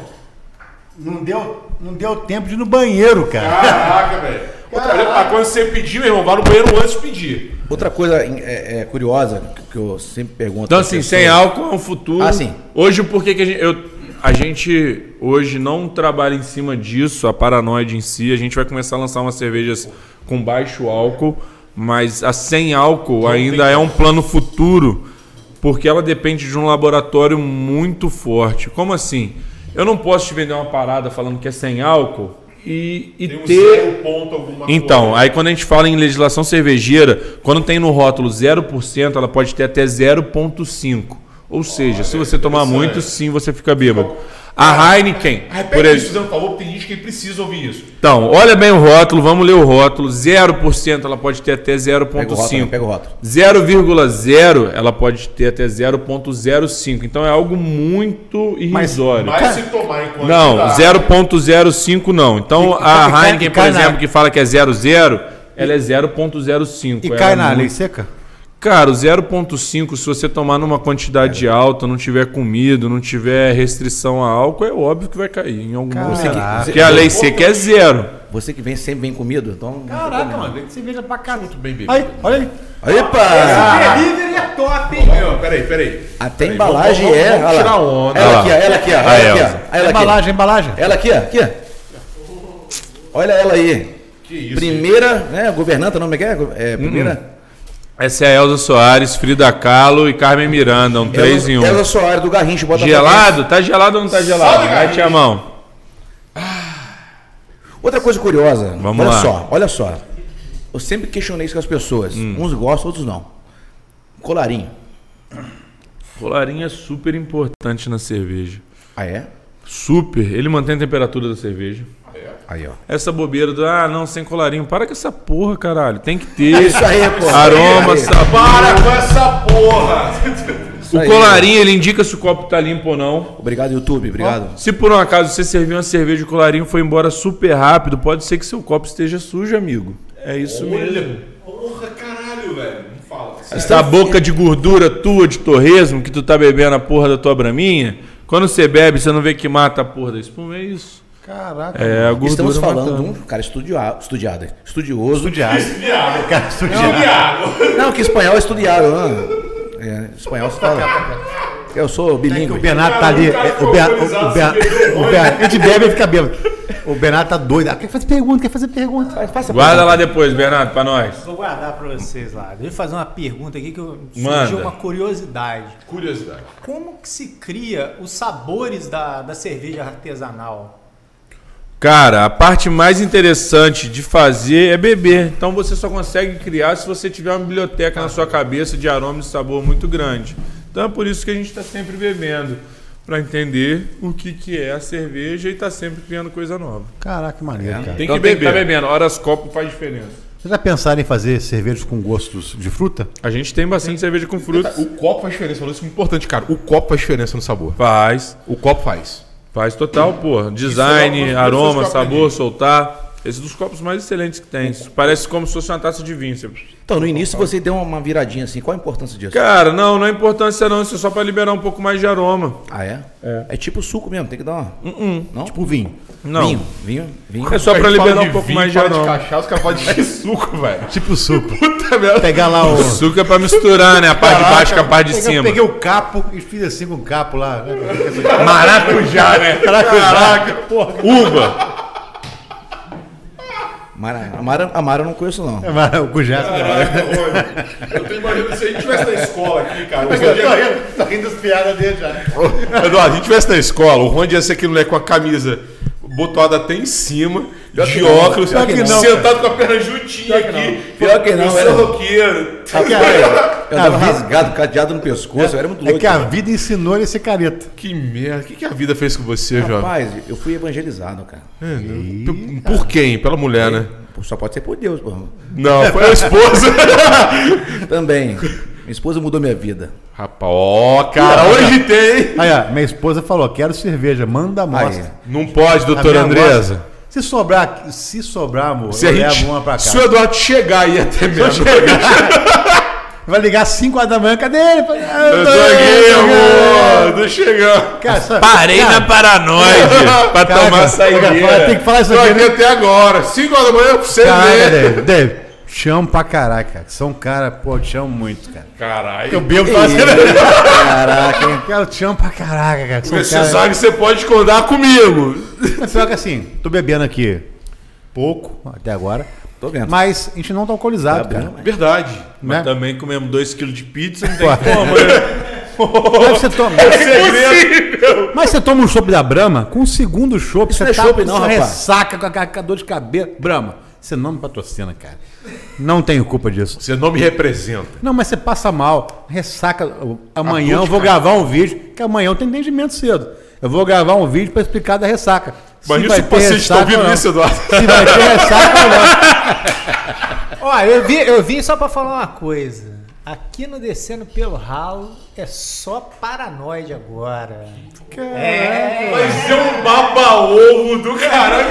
Speaker 1: Não deu, não deu tempo de ir no banheiro, cara.
Speaker 3: Caraca, velho. Outra- olha, ah, Quando você pedir, meu irmão, vá no banheiro antes de pedir.
Speaker 2: Outra coisa é, é, curiosa que eu sempre pergunto.
Speaker 4: Então,
Speaker 2: às
Speaker 4: assim,
Speaker 2: pessoas.
Speaker 4: sem álcool é um futuro.
Speaker 2: Ah, sim.
Speaker 4: Hoje, por que que a gente. eu- a gente hoje não trabalha em cima disso, a paranoide em si. A gente vai começar a lançar umas cervejas com baixo álcool, mas a sem álcool ainda é um plano futuro, porque ela depende de um laboratório muito forte. Como assim? Eu não posso te vender uma parada falando que é sem álcool e, e
Speaker 3: Tem um
Speaker 4: ter.
Speaker 3: zero ponto alguma
Speaker 4: Então,
Speaker 3: coisa.
Speaker 4: aí quando a gente fala em legislação cervejeira, quando tem no rótulo 0%, ela pode ter até 0,5%. Ou seja, se você tomar
Speaker 3: interessante.
Speaker 4: muito, sim, você fica bêbado. A Heineken, por
Speaker 3: Repete isso,
Speaker 4: exemplo.
Speaker 3: Suzano, por favor, porque tem gente que precisa ouvir isso.
Speaker 4: Então, olha bem o rótulo, vamos ler o rótulo. 0% ela pode ter até
Speaker 2: Pega o rótulo,
Speaker 4: 0,5%.
Speaker 2: pega o rótulo.
Speaker 4: 0,0 ela pode ter até 0,05. Então é algo muito irrisório.
Speaker 3: Mas se tomar enquanto.
Speaker 4: Não, 0.05 não. Então
Speaker 1: E- e
Speaker 4: a
Speaker 1: cai-
Speaker 4: Heineken,
Speaker 1: e
Speaker 4: por
Speaker 1: cai na-
Speaker 4: exemplo, que fala que é 00, ela é 0.05.
Speaker 1: E
Speaker 4: Ela
Speaker 1: cai
Speaker 4: é
Speaker 1: na
Speaker 4: muito-
Speaker 1: lei seca?
Speaker 4: Cara, o 0.5, se você tomar numa quantidade alta, não tiver comido, não tiver restrição a álcool, é óbvio que vai cair em algum
Speaker 1: Caraca.
Speaker 4: momento.
Speaker 2: Você que,
Speaker 1: Caraca.
Speaker 2: você-
Speaker 4: Porque a lei seca é zero.
Speaker 2: Você que vem sempre bem comido, então.
Speaker 5: Caraca, mano, você veja pra caramba.
Speaker 3: Bem, bem.
Speaker 1: Aí, olha aí.
Speaker 2: Epa!
Speaker 5: Delivery é top, hein?
Speaker 3: Não, peraí, peraí.
Speaker 2: Até
Speaker 3: Peraí,
Speaker 2: embalagem
Speaker 3: vamos-
Speaker 2: é.
Speaker 3: vamos- vamos
Speaker 2: olha lá.
Speaker 3: tirar onda.
Speaker 2: Ela
Speaker 4: Olha
Speaker 2: aqui, ó,
Speaker 4: lá.
Speaker 2: ela aqui, ó,
Speaker 4: A
Speaker 2: ela aqui, ó,
Speaker 4: Elza.
Speaker 2: ela aqui.
Speaker 1: Embalagem, embalagem.
Speaker 2: Ela aqui, ó, aqui, ó. Olha ela aí.
Speaker 3: Que isso.
Speaker 2: Primeira, né, governanta, o nome é que é? É, primeira.
Speaker 4: Essa é a Elza Soares, Frida Kahlo e Carmen Miranda, um 3
Speaker 2: Elza-
Speaker 4: em 1.
Speaker 2: Elza Soares do Garrincha, bota
Speaker 4: Gelado? Tá gelado ou não tá gelado?
Speaker 3: Sobe,
Speaker 4: Mete a mão.
Speaker 2: Outra coisa curiosa,
Speaker 4: Vamos
Speaker 2: olha
Speaker 4: lá.
Speaker 2: só, olha só. Eu sempre questionei isso com as pessoas. Uns gostam, outros não. Colarinho.
Speaker 4: Colarinho é super importante na cerveja.
Speaker 2: Ah, é?
Speaker 4: Super. Ele mantém a temperatura da cerveja.
Speaker 2: Aí, ó.
Speaker 4: Essa bobeira do, ah, não, sem colarinho. Para com essa porra, caralho. Tem que ter
Speaker 2: Isso aí, pô.
Speaker 4: aroma,
Speaker 2: Isso aí.
Speaker 4: sabor.
Speaker 3: Para com essa porra!
Speaker 2: Isso
Speaker 4: O
Speaker 2: aí.
Speaker 4: colarinho, ele indica se o copo tá limpo ou não.
Speaker 2: Obrigado, YouTube. Obrigado.
Speaker 4: Se por um acaso você serviu uma cerveja e o colarinho foi embora super rápido, pode ser que seu copo esteja sujo, amigo. É isso mesmo.
Speaker 3: Porra, caralho, velho. Não fala.
Speaker 4: Essa boca de gordura tua, de torresmo, que tu tá bebendo a porra da tua braminha, quando você bebe, você não vê que mata a porra da espuma, é isso.
Speaker 1: Caraca.
Speaker 4: É a gordura
Speaker 2: Estamos falando de
Speaker 4: matando.
Speaker 2: um cara estudiado, estudioso. Estudioso.
Speaker 1: Diabo.
Speaker 3: é Viado,
Speaker 1: Cara, isso já-
Speaker 3: viado.
Speaker 2: Não, que espanhol é estudiado. Né? É, espanhol se fala. Eu sou
Speaker 1: O
Speaker 2: bilíngue.
Speaker 1: Bernardo tá ali.
Speaker 3: Cara,
Speaker 1: O
Speaker 3: o cara
Speaker 1: Bernardo.
Speaker 3: alcoolizado
Speaker 1: O Bernardo.
Speaker 3: se bebeu
Speaker 1: O Bernardo. A gente bebe e fica bêbado. O Bernardo tá doido. Ah, quer fazer pergunta, quer fazer pergunta.
Speaker 2: Faça a
Speaker 4: Guarda
Speaker 2: pergunta.
Speaker 4: lá depois, Bernardo, pra nós.
Speaker 5: Vou guardar pra vocês lá. Deixa eu fazer uma pergunta aqui que eu
Speaker 4: Manda.
Speaker 5: surgiu uma curiosidade.
Speaker 3: Curiosidade.
Speaker 5: Como que se cria os sabores da, da cerveja artesanal?
Speaker 4: Cara, a parte mais interessante de fazer é beber. Então você só consegue criar se você tiver uma biblioteca na sua cabeça de aroma e sabor muito grande. Então é por isso que a gente está sempre bebendo, para entender o que, que é a cerveja e tá sempre criando coisa nova.
Speaker 1: Caraca, que
Speaker 3: É.
Speaker 1: maneiro, cara.
Speaker 4: Tem
Speaker 6: Então
Speaker 4: que
Speaker 6: tem
Speaker 4: beber.
Speaker 6: que
Speaker 4: tá
Speaker 6: tá
Speaker 4: bebendo. Horas copo faz diferença.
Speaker 1: Vocês já pensaram em fazer cervejas com gostos de fruta?
Speaker 4: A gente tem tá- bastante cerveja com frutas.
Speaker 3: O copo faz diferença. Falou isso que é importante, cara. O copo faz diferença no sabor.
Speaker 4: Faz.
Speaker 3: O copo faz.
Speaker 4: Faz total, porra.
Speaker 3: Isso é
Speaker 4: Design,
Speaker 3: uma-
Speaker 4: aroma,
Speaker 3: esses copos
Speaker 4: sabor, soltar. Esse é dos copos mais excelentes que tem. Isso Parece como se fosse uma taça de vinho. Você-
Speaker 2: Então, no início você deu uma viradinha assim. Qual a importância disso?
Speaker 4: Cara, não, não é importância não. Isso é só pra liberar um pouco mais de aroma.
Speaker 2: Ah, é? É, tipo suco mesmo, tem que dar uma. Não? Tipo vinho.
Speaker 4: Não.
Speaker 2: Vinho, vinho, vinho.
Speaker 4: É só
Speaker 3: Cara,
Speaker 4: pra
Speaker 3: a gente
Speaker 4: liberar
Speaker 3: fala de
Speaker 4: um pouco
Speaker 3: vinho,
Speaker 4: mais de
Speaker 3: fala
Speaker 4: aroma.
Speaker 3: cachaça, os caras falam de suco, velho.
Speaker 1: Tipo suco.
Speaker 3: Puta merda.
Speaker 1: Pegar lá o.
Speaker 4: O suco é pra misturar, né? A parte de baixo com a parte de
Speaker 1: Peguei-
Speaker 4: cima.
Speaker 1: Peguei o capo e fiz assim com o capo lá.
Speaker 4: Maracujá, né? Caraca, Uva.
Speaker 2: Mara, Amara, Amara eu não conheço, não.
Speaker 1: É maracujá.
Speaker 3: Caraca, olha. Eu tô imaginando se a gente estivesse na escola aqui, cara. O
Speaker 1: Eu tô
Speaker 3: Juan ia-
Speaker 1: rindo- tô rindo das piadas dele já.
Speaker 3: Eduardo, a gente estivesse na escola, o Juan ia ser aquele moleque com a camisa botada até em cima, de óculos,
Speaker 2: pior que não,
Speaker 3: sentado com a perna juntinha aqui.
Speaker 2: Pior que não, é.
Speaker 3: Eu
Speaker 2: era-
Speaker 3: sou é roqueiro.
Speaker 2: Eu tava
Speaker 1: A vida-
Speaker 2: rasgado, cadeado no pescoço, eu era muito
Speaker 1: É
Speaker 2: louco.
Speaker 1: que a vida ensinou ele a ser careta.
Speaker 3: Que merda. O que, que a vida fez com você, João?
Speaker 2: Rapaz, eu fui evangelizado, cara.
Speaker 3: P- Por quem? Pela mulher, né?
Speaker 2: Pô, Só pode ser por Deus, porra.
Speaker 3: Não, foi a esposa.
Speaker 2: Também. Minha esposa mudou minha vida.
Speaker 3: Rapaz, ó, cara, hoje tem.
Speaker 1: Aí, ó, minha esposa falou: quero cerveja, manda a
Speaker 2: Aí.
Speaker 1: amostra.
Speaker 3: Não pode,
Speaker 1: A minha
Speaker 3: doutora Andresa.
Speaker 1: amostra- Se sobrar, se sobrar, amor,
Speaker 3: Se, a
Speaker 1: eu levo
Speaker 3: gente,
Speaker 1: uma pra cá.
Speaker 3: se o Eduardo chegar aí até mesmo.
Speaker 1: Vai ligar às 5 horas da manhã, cadê ele? Eu tô
Speaker 3: Eu tô aqui, amor. Tô chegando.
Speaker 1: Cara, só-
Speaker 4: Parei
Speaker 1: cara,
Speaker 4: na é paranoide pra
Speaker 1: Caraca,
Speaker 4: tomar
Speaker 1: cara, Tem
Speaker 4: saideira.
Speaker 1: que falar isso
Speaker 3: Tô
Speaker 1: aqui,
Speaker 3: aqui
Speaker 1: né?
Speaker 3: até agora. 5 horas da manhã pra você
Speaker 1: Caraca,
Speaker 3: ver.
Speaker 1: Dave, Dave, te amo pra caraca. cara. São um cara, pô, eu te amo muito, cara. Eu
Speaker 3: Caralho.
Speaker 1: bebo pra caralho.
Speaker 2: Caraca, hein?
Speaker 1: Cara, eu te amo pra caraca, cara. Sou um
Speaker 3: Você
Speaker 1: cara...
Speaker 3: sabe que você pode contar comigo.
Speaker 1: Mas pior que assim, tô bebendo aqui pouco até agora.
Speaker 2: Tô vendo.
Speaker 1: Mas a gente não tá alcoolizado, cara.
Speaker 2: Abriu, mas-
Speaker 3: Verdade.
Speaker 1: Né?
Speaker 4: Também comemos 2kg de pizza, não tem
Speaker 1: Pô. é.
Speaker 4: como, né?
Speaker 1: Mas você toma,
Speaker 3: Segredo.
Speaker 1: mas você toma um chopp da Brahma, com o segundo chopp,
Speaker 2: Isso
Speaker 1: você
Speaker 2: não é
Speaker 1: tá
Speaker 2: chopp
Speaker 1: com
Speaker 2: não,
Speaker 1: essa
Speaker 2: rapaz.
Speaker 1: ressaca, com a, com a dor de cabeça. Brahma, você não me patrocina, cara. Não tenho culpa disso.
Speaker 3: Você não me representa.
Speaker 1: Não, mas você passa mal, ressaca. Amanhã
Speaker 3: dor
Speaker 1: eu
Speaker 3: de
Speaker 1: vou
Speaker 3: cabeça.
Speaker 1: gravar um vídeo, que amanhã eu tenho entendimento cedo. Eu vou gravar um vídeo para explicar da ressaca.
Speaker 3: Mas
Speaker 1: Se
Speaker 3: isso
Speaker 1: vai ter
Speaker 3: vocês estão
Speaker 1: ressaca ou
Speaker 3: ouvindo
Speaker 1: não.
Speaker 3: isso, Eduardo.
Speaker 1: Se vai ter ressaca ou não.
Speaker 5: Ó, eu vim eu vim só pra falar uma coisa. Aqui no Descendo pelo Ralo é só paranoide agora.
Speaker 3: Mas é um baba-ovo do caralho.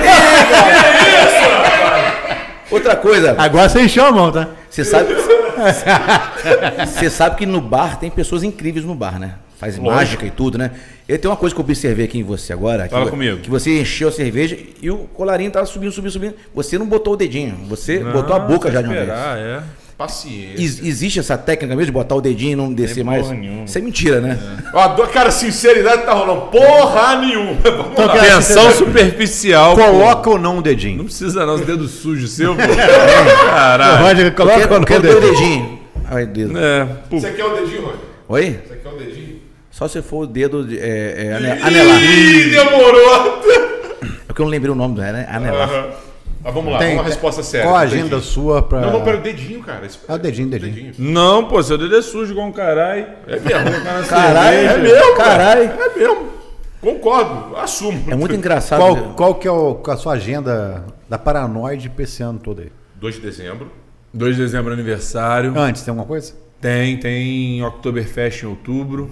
Speaker 2: Outra coisa,
Speaker 1: Agora você encheu a mão, tá?
Speaker 2: você sabe. Você sabe que no bar tem pessoas incríveis no bar, né? Faz mágica e tudo, né? Eu tenho uma coisa que eu observei aqui em você agora. que
Speaker 4: Fala
Speaker 2: vo-
Speaker 4: comigo.
Speaker 2: Que você encheu a cerveja e o colarinho tava subindo, subindo, subindo. Você não botou o dedinho, você botou a boca já de uma vez.
Speaker 4: Esperar, é.
Speaker 3: Paciência.
Speaker 2: Ex- existe essa técnica mesmo de botar o dedinho e não descer mais? Isso é mentira, né?
Speaker 3: Eu adoro- cara, sinceridade tá rolando porra nenhuma. Vamos lá.
Speaker 4: Tensão
Speaker 3: um
Speaker 4: superficial. pô.
Speaker 1: Coloca ou não o dedinho.
Speaker 4: Não precisa não, os dedos sujos seu, pô.
Speaker 1: Não,
Speaker 3: É,
Speaker 4: Caralho.
Speaker 1: Roger, coloca ou
Speaker 2: Quero,
Speaker 1: não
Speaker 2: quero ver o
Speaker 1: o dedinho.
Speaker 2: dedinho. Ai, Deus.
Speaker 4: É, pô.
Speaker 3: Você quer o dedinho, Rony?
Speaker 2: Oi?
Speaker 3: Você quer o dedinho?
Speaker 2: Só se for o dedo de, é, é, ane- anelar.
Speaker 3: Ih, demorou.
Speaker 2: É porque eu não lembrei o nome, né? Anelar.
Speaker 3: Tá, vamos lá,
Speaker 1: Tem-
Speaker 3: uma resposta séria.
Speaker 1: Qual a
Speaker 3: Dedinho.
Speaker 1: agenda sua pra.
Speaker 3: Não, não, pera, o dedinho, cara. Esse-
Speaker 1: Ah, o dedinho, dedinho.
Speaker 4: Não, pô, seu dedo é sujo igual um caralho. É mesmo.
Speaker 2: Caralho, é meu, caralho.
Speaker 3: É mesmo. Concordo, assumo.
Speaker 2: É muito engraçado.
Speaker 1: Qual,
Speaker 2: né?
Speaker 1: qual que é o- qual a sua agenda da paranoide pra esse ano todo aí?
Speaker 3: 2 de dezembro.
Speaker 4: 2 de dezembro aniversário.
Speaker 1: Antes, tem alguma coisa?
Speaker 4: Tem, tem Oktoberfest em outubro.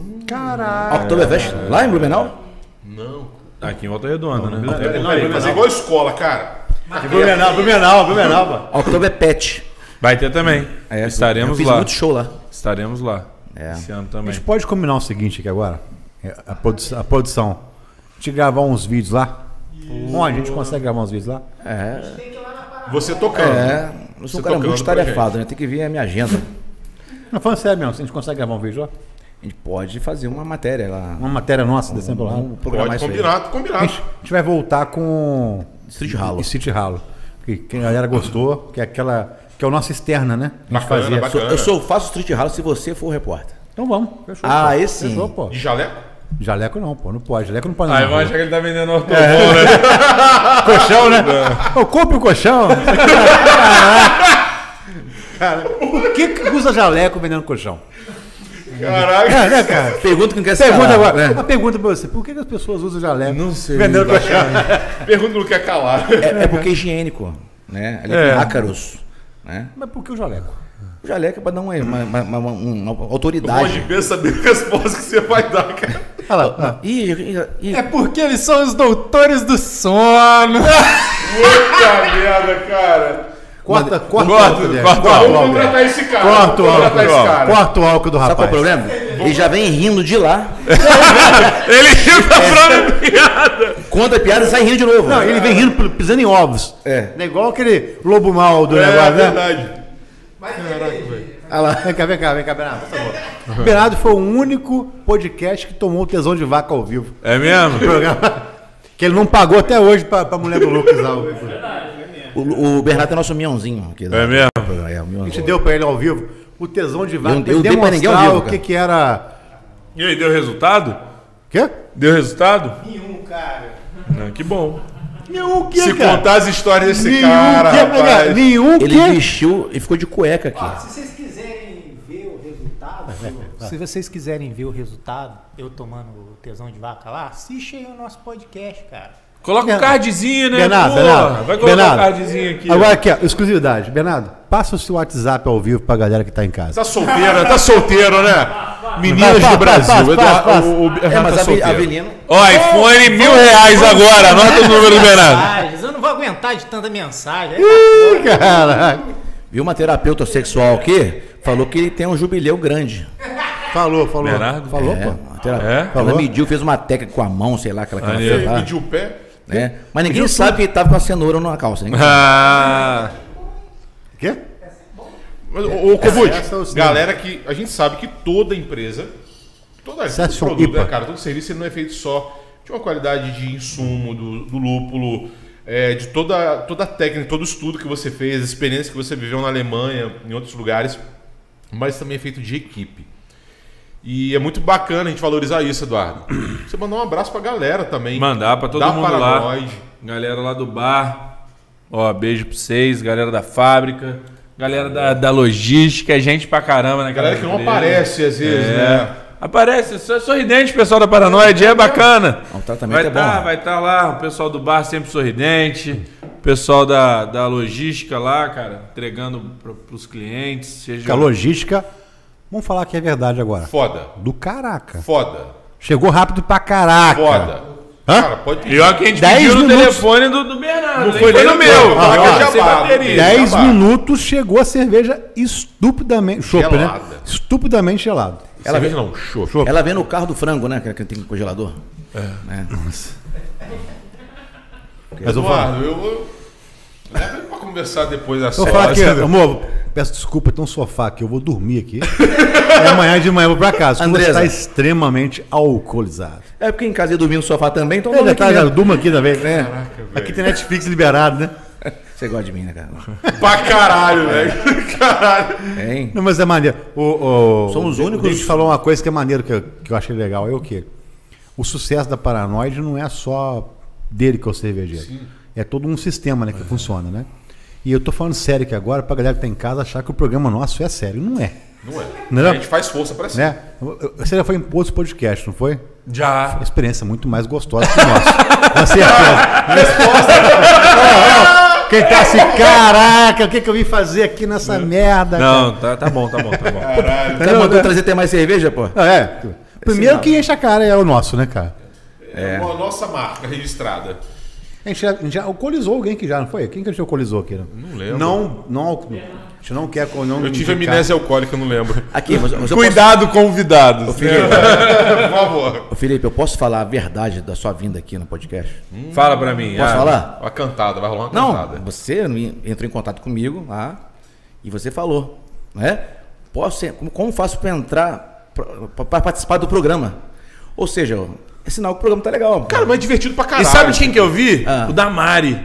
Speaker 2: Oktoberfest lá em Blumenau?
Speaker 4: Aqui em Volta Redonda, né? É,
Speaker 3: Não, ele vai fazer igual a escola, cara.
Speaker 1: Blumenau, Blumenau, Blumenau.
Speaker 2: Oktoberpet.
Speaker 4: Vai ter também.
Speaker 3: É,
Speaker 2: Eu
Speaker 4: É, Estaremos
Speaker 2: fiz
Speaker 4: lá.
Speaker 2: muito show lá.
Speaker 4: Estaremos lá.
Speaker 2: É.
Speaker 4: Esse ano
Speaker 1: A
Speaker 4: também.
Speaker 1: gente pode combinar o seguinte aqui agora? É, A, produ- a produção. A gente gravar uns vídeos lá? Onde? A gente consegue gravar uns vídeos lá?
Speaker 2: É,
Speaker 3: Você tocando.
Speaker 2: é. Eu sou
Speaker 3: Você
Speaker 2: um cara
Speaker 3: tocando
Speaker 2: muito
Speaker 3: pra
Speaker 2: tarefado, né? Tem que ver a minha agenda.
Speaker 1: Não, falando sério mesmo, a gente consegue gravar um vídeo lá?
Speaker 2: A gente pode fazer uma matéria lá.
Speaker 1: Uma matéria nossa desse tempo lá.
Speaker 2: Vamos programar
Speaker 3: Pode,
Speaker 2: isso aí.
Speaker 3: combinado,
Speaker 1: A
Speaker 3: combinado.
Speaker 1: gente, a gente vai voltar com.
Speaker 2: Street Ralo.
Speaker 1: Street Ralo. Que, que a galera gostou, que é aquela. Que é o nosso externa, né? A gente
Speaker 3: Bacana,
Speaker 1: fazia.
Speaker 3: bacana.
Speaker 2: Eu sou, faço street ralo se você for o repórter.
Speaker 1: Então vamos. Fechou.
Speaker 2: Ah,
Speaker 1: pô.
Speaker 2: esse sim.
Speaker 1: Fechou, pô.
Speaker 3: De jaleco?
Speaker 1: Jaleco não, pô. Não pode. Jaleco não pode.
Speaker 4: Aí
Speaker 1: não,
Speaker 4: vão
Speaker 1: pô.
Speaker 4: achar que ele tá vendendo ortobol,
Speaker 3: É.
Speaker 4: né?
Speaker 1: colchão, né? Eu compro o colchão. Cara, por que que usa jaleco vendendo colchão?
Speaker 3: Caraca.
Speaker 1: É, né, cara?
Speaker 2: Pergunta quem quer ser.
Speaker 1: Pergunta
Speaker 2: calado,
Speaker 1: agora. Uma
Speaker 2: né?
Speaker 1: pergunta pra você. Por que que as pessoas usam jaleco
Speaker 4: Não sei.
Speaker 1: vendendo colchão?
Speaker 3: Pergunta do que é calar.
Speaker 2: É, é porque é higiênico, né? Ali tem ácaros, né?
Speaker 1: Mas por que o jaleco?
Speaker 2: O jaleco é pra dar uma, uma- uma- uma- uma- uma
Speaker 3: Pode
Speaker 2: autoridade.
Speaker 3: ver saber a resposta que você vai dar, cara.
Speaker 1: Olha lá.
Speaker 2: Ih, ih, ih.
Speaker 5: É porque eles são os doutores do sono.
Speaker 3: Puta merda, cara.
Speaker 1: Corta, corta,
Speaker 4: Corta,
Speaker 1: Diego.
Speaker 4: corta o
Speaker 1: o
Speaker 4: álcool.
Speaker 3: Vamos
Speaker 1: álcool.
Speaker 3: contratar esse cara.
Speaker 1: Corta o
Speaker 3: Vamos contratar esse
Speaker 1: álcool.
Speaker 3: cara.
Speaker 1: Corta o álcool do
Speaker 2: Sabe
Speaker 1: rapaz.
Speaker 2: qual é o problema? Ele já vem rindo de lá,
Speaker 4: Ele riu da própria
Speaker 2: conta a piada e sai rindo de novo.
Speaker 1: Não, ele vem rindo, pisando em ovos.
Speaker 2: É.
Speaker 1: É igual aquele lobo mal do
Speaker 3: É
Speaker 1: negócio, né?
Speaker 3: verdade.
Speaker 1: Olha lá. Vem cá, vem cá, vem cá, Bernardo, por favor. Bernardo foi o único podcast que tomou o tesão de vaca ao vivo.
Speaker 4: É mesmo?
Speaker 1: Programa que ele não pagou até hoje pra, pra mulher do Lucas lá. o- A
Speaker 2: O, o Bernardo é nosso mionzinho aqui.
Speaker 4: É
Speaker 2: né?
Speaker 4: mesmo?
Speaker 2: É, o
Speaker 1: gente
Speaker 2: mionzinho.
Speaker 1: deu pra ele ao vivo o tesão de vaca
Speaker 2: Eu-
Speaker 1: pra ele
Speaker 2: eu dei pra ninguém ao
Speaker 1: demonstrar
Speaker 2: vivo,
Speaker 1: o que
Speaker 2: cara.
Speaker 1: que era...
Speaker 4: E aí, deu resultado?
Speaker 1: Quê?
Speaker 4: Deu resultado?
Speaker 5: Nenhum, um, cara.
Speaker 4: Ah, que bom.
Speaker 1: Nenhum que,
Speaker 3: Se contar as histórias desse
Speaker 1: Nenhum
Speaker 3: cara,
Speaker 1: que,
Speaker 3: rapaz.
Speaker 1: Nenhum
Speaker 2: Ele
Speaker 1: que...
Speaker 2: vestiu e ficou de cueca aqui.
Speaker 5: Se vocês quiserem ver o resultado, se vocês quiserem ver o resultado, eu tomando o tesão de vaca lá, assiste aí o nosso podcast, cara.
Speaker 4: Coloca o
Speaker 1: Bernardo.
Speaker 4: cardzinho, né?
Speaker 1: Bernardo,
Speaker 4: Porra,
Speaker 1: Bernardo,
Speaker 4: Vai colocar
Speaker 1: Bernardo.
Speaker 4: o cardzinho aqui.
Speaker 1: Agora aqui, ó, exclusividade. Bernardo, passa o seu WhatsApp ao vivo pra galera que tá em casa.
Speaker 3: Tá solteira, tá solteiro, né?
Speaker 1: Vai,
Speaker 3: Meninas
Speaker 1: vai, vai,
Speaker 3: do Brasil.
Speaker 1: vai,
Speaker 3: Eduardo-
Speaker 1: vai, vai.
Speaker 3: o- o
Speaker 2: É,
Speaker 3: Bernardo
Speaker 2: mas
Speaker 3: tá
Speaker 2: a Ve- a
Speaker 3: solteiro.
Speaker 2: Avelino.
Speaker 4: Ó, iPhone, mil reais agora. Anota o número do Bernardo.
Speaker 5: Mensagens, eu não vou aguentar de tanta mensagem.
Speaker 1: Ih, Caraca.
Speaker 2: Viu uma terapeuta sexual aqui? Falou que ele tem um jubileu grande.
Speaker 1: Falou, falou.
Speaker 4: Bernardo?
Speaker 1: Falou,
Speaker 2: É,
Speaker 1: pô.
Speaker 2: uma terapeuta.
Speaker 4: É?
Speaker 2: Ela
Speaker 1: Falou?
Speaker 2: mediu, fez uma técnica com a mão, sei lá, aquela que ela
Speaker 4: Maneiro.
Speaker 2: fez
Speaker 3: Ele
Speaker 2: lá.
Speaker 3: mediu o pé.
Speaker 2: né? Mas ninguém sabe que ele tava com a cenoura na calça. Né?
Speaker 4: Ah,
Speaker 1: Quê?
Speaker 3: Mas, ô, ô Cobut,
Speaker 1: Essa é o cinema.
Speaker 3: galera que. A gente sabe que toda empresa, toda
Speaker 1: Essa é
Speaker 3: todo
Speaker 1: só
Speaker 3: produto,
Speaker 1: IPA.
Speaker 3: né, cara, todo serviço ele não é feito só de uma qualidade de insumo, do, do lúpulo, é, de toda, toda a técnica, todo o estudo que você fez, a experiência que você viveu na Alemanha, em outros lugares, mas também é feito de equipe. E é muito bacana a gente valorizar isso, Eduardo. Você mandar um abraço pra galera também.
Speaker 4: Mandar pra todo
Speaker 3: Da
Speaker 4: mundo
Speaker 3: Paranoide.
Speaker 4: lá. Galera lá do bar. Ó, beijo pra vocês, galera da fábrica, galera da, da logística, gente pra caramba, né?
Speaker 3: Galera que não
Speaker 4: empresa.
Speaker 3: aparece às vezes,
Speaker 4: É.
Speaker 3: né?
Speaker 4: Aparece, só- sorridente, pessoal da Paranoide, é bacana.
Speaker 2: O tratamento
Speaker 4: Vai
Speaker 2: é bom.
Speaker 4: estar
Speaker 2: né?
Speaker 4: vai tá lá, o pessoal do bar sempre sorridente, o pessoal da, da logística lá, cara, entregando pro, pros clientes, seja
Speaker 1: Que a logística, vamos falar que é verdade agora.
Speaker 3: Foda.
Speaker 1: Do caraca.
Speaker 3: Foda.
Speaker 1: Chegou rápido pra caraca.
Speaker 3: Foda.
Speaker 1: Hã?
Speaker 3: Cara, pode pedir.
Speaker 4: Pior que a gente
Speaker 1: Dez
Speaker 4: pediu no
Speaker 1: minutos.
Speaker 4: telefone do, do Bernardo.
Speaker 3: Não
Speaker 4: hein?
Speaker 3: foi nem
Speaker 4: no
Speaker 3: no
Speaker 4: meu.
Speaker 3: meu,
Speaker 4: tá?
Speaker 1: ó,
Speaker 4: Que eu já
Speaker 3: sem
Speaker 4: bato.
Speaker 3: bateria.
Speaker 1: Dez
Speaker 3: Jabá.
Speaker 1: minutos chegou a cerveja estupidamente. Chopp, né?
Speaker 3: Gelada.
Speaker 1: Estupidamente gelado.
Speaker 3: Ela vê não, show.
Speaker 2: Ela vem no carro do frango, né? Que que tem congelador. Né?
Speaker 1: Mas eu vou falar.
Speaker 3: Eduardo, eu vou. Leva ele pra conversar depois da
Speaker 1: Eu
Speaker 3: série.
Speaker 1: vou falar aqui, amor, peço desculpa, tem um sofá aqui, eu vou dormir aqui. e amanhã de manhã eu vou pra casa. porque Você
Speaker 2: Andresa.
Speaker 1: está extremamente alcoolizado.
Speaker 2: É porque em casa ia dormir no sofá também, então
Speaker 1: Eu
Speaker 2: vamos
Speaker 1: já
Speaker 2: aqui
Speaker 1: tá, já
Speaker 2: mesmo.
Speaker 1: durmo aqui também.
Speaker 2: É.
Speaker 1: Aqui tem Netflix liberado, né?
Speaker 2: Você gosta de mim, né, cara?
Speaker 3: Pra caralho, velho. Caralho.
Speaker 2: Hein?
Speaker 1: Não, mas é maneiro. O, o,
Speaker 2: Somos os
Speaker 1: o
Speaker 2: únicos-
Speaker 1: A gente falou uma coisa que é maneiro, que eu, que eu achei legal. É o quê? O sucesso da Paranoide não é só dele que é o cervejeiro. É todo um sistema né, que funciona, né? E eu tô falando sério aqui agora pra galera que tá em casa achar que o programa nosso é sério. Não é.
Speaker 3: Não é.
Speaker 1: Não.
Speaker 3: A gente faz força pra cima.
Speaker 1: Né? Você já foi em outros podcasts, não foi?
Speaker 4: Já.
Speaker 1: Uma experiência muito mais gostosa que Assim, o nosso. Com certeza. Quem tá assim, caraca, o que, que eu vim fazer aqui nessa merda? cara?"
Speaker 4: Não, tá, tá bom, tá bom, tá bom.
Speaker 3: Caralho.
Speaker 2: Cara, mandou trazer até mais cerveja, pô?
Speaker 1: Ah, É. Primeiro que enche a cara é o nosso, né, cara?
Speaker 3: É. a nossa marca registrada.
Speaker 1: A gente já, a gente já alcoolizou alguém que já, não foi? Quem que a gente alcoolizou aqui? Não
Speaker 3: lembro.
Speaker 1: Não, não, alco- a gente não quer. co- Não
Speaker 3: Eu tive
Speaker 1: indicar.
Speaker 3: amnésia alcoólica, eu não lembro.
Speaker 2: Aqui, mas, mas eu posso...
Speaker 6: Cuidado, convidados.
Speaker 3: Por favor.
Speaker 2: Ô, Felipe, eu posso falar a verdade da sua vinda aqui no podcast?
Speaker 4: Fala pra mim.
Speaker 2: Posso
Speaker 4: ah,
Speaker 2: falar?
Speaker 3: Uma cantada, vai rolar uma
Speaker 2: Não,
Speaker 3: cantada.
Speaker 2: você entrou em contato comigo lá e você falou, né? Posso, ser- como, como faço para entrar, para participar do programa? Ou seja, é sinal que o programa tá legal.
Speaker 3: Cara, mas é divertido pra
Speaker 4: E
Speaker 3: caralho.
Speaker 4: sabe de quem que eu vi?
Speaker 2: Ah.
Speaker 4: O da Mari.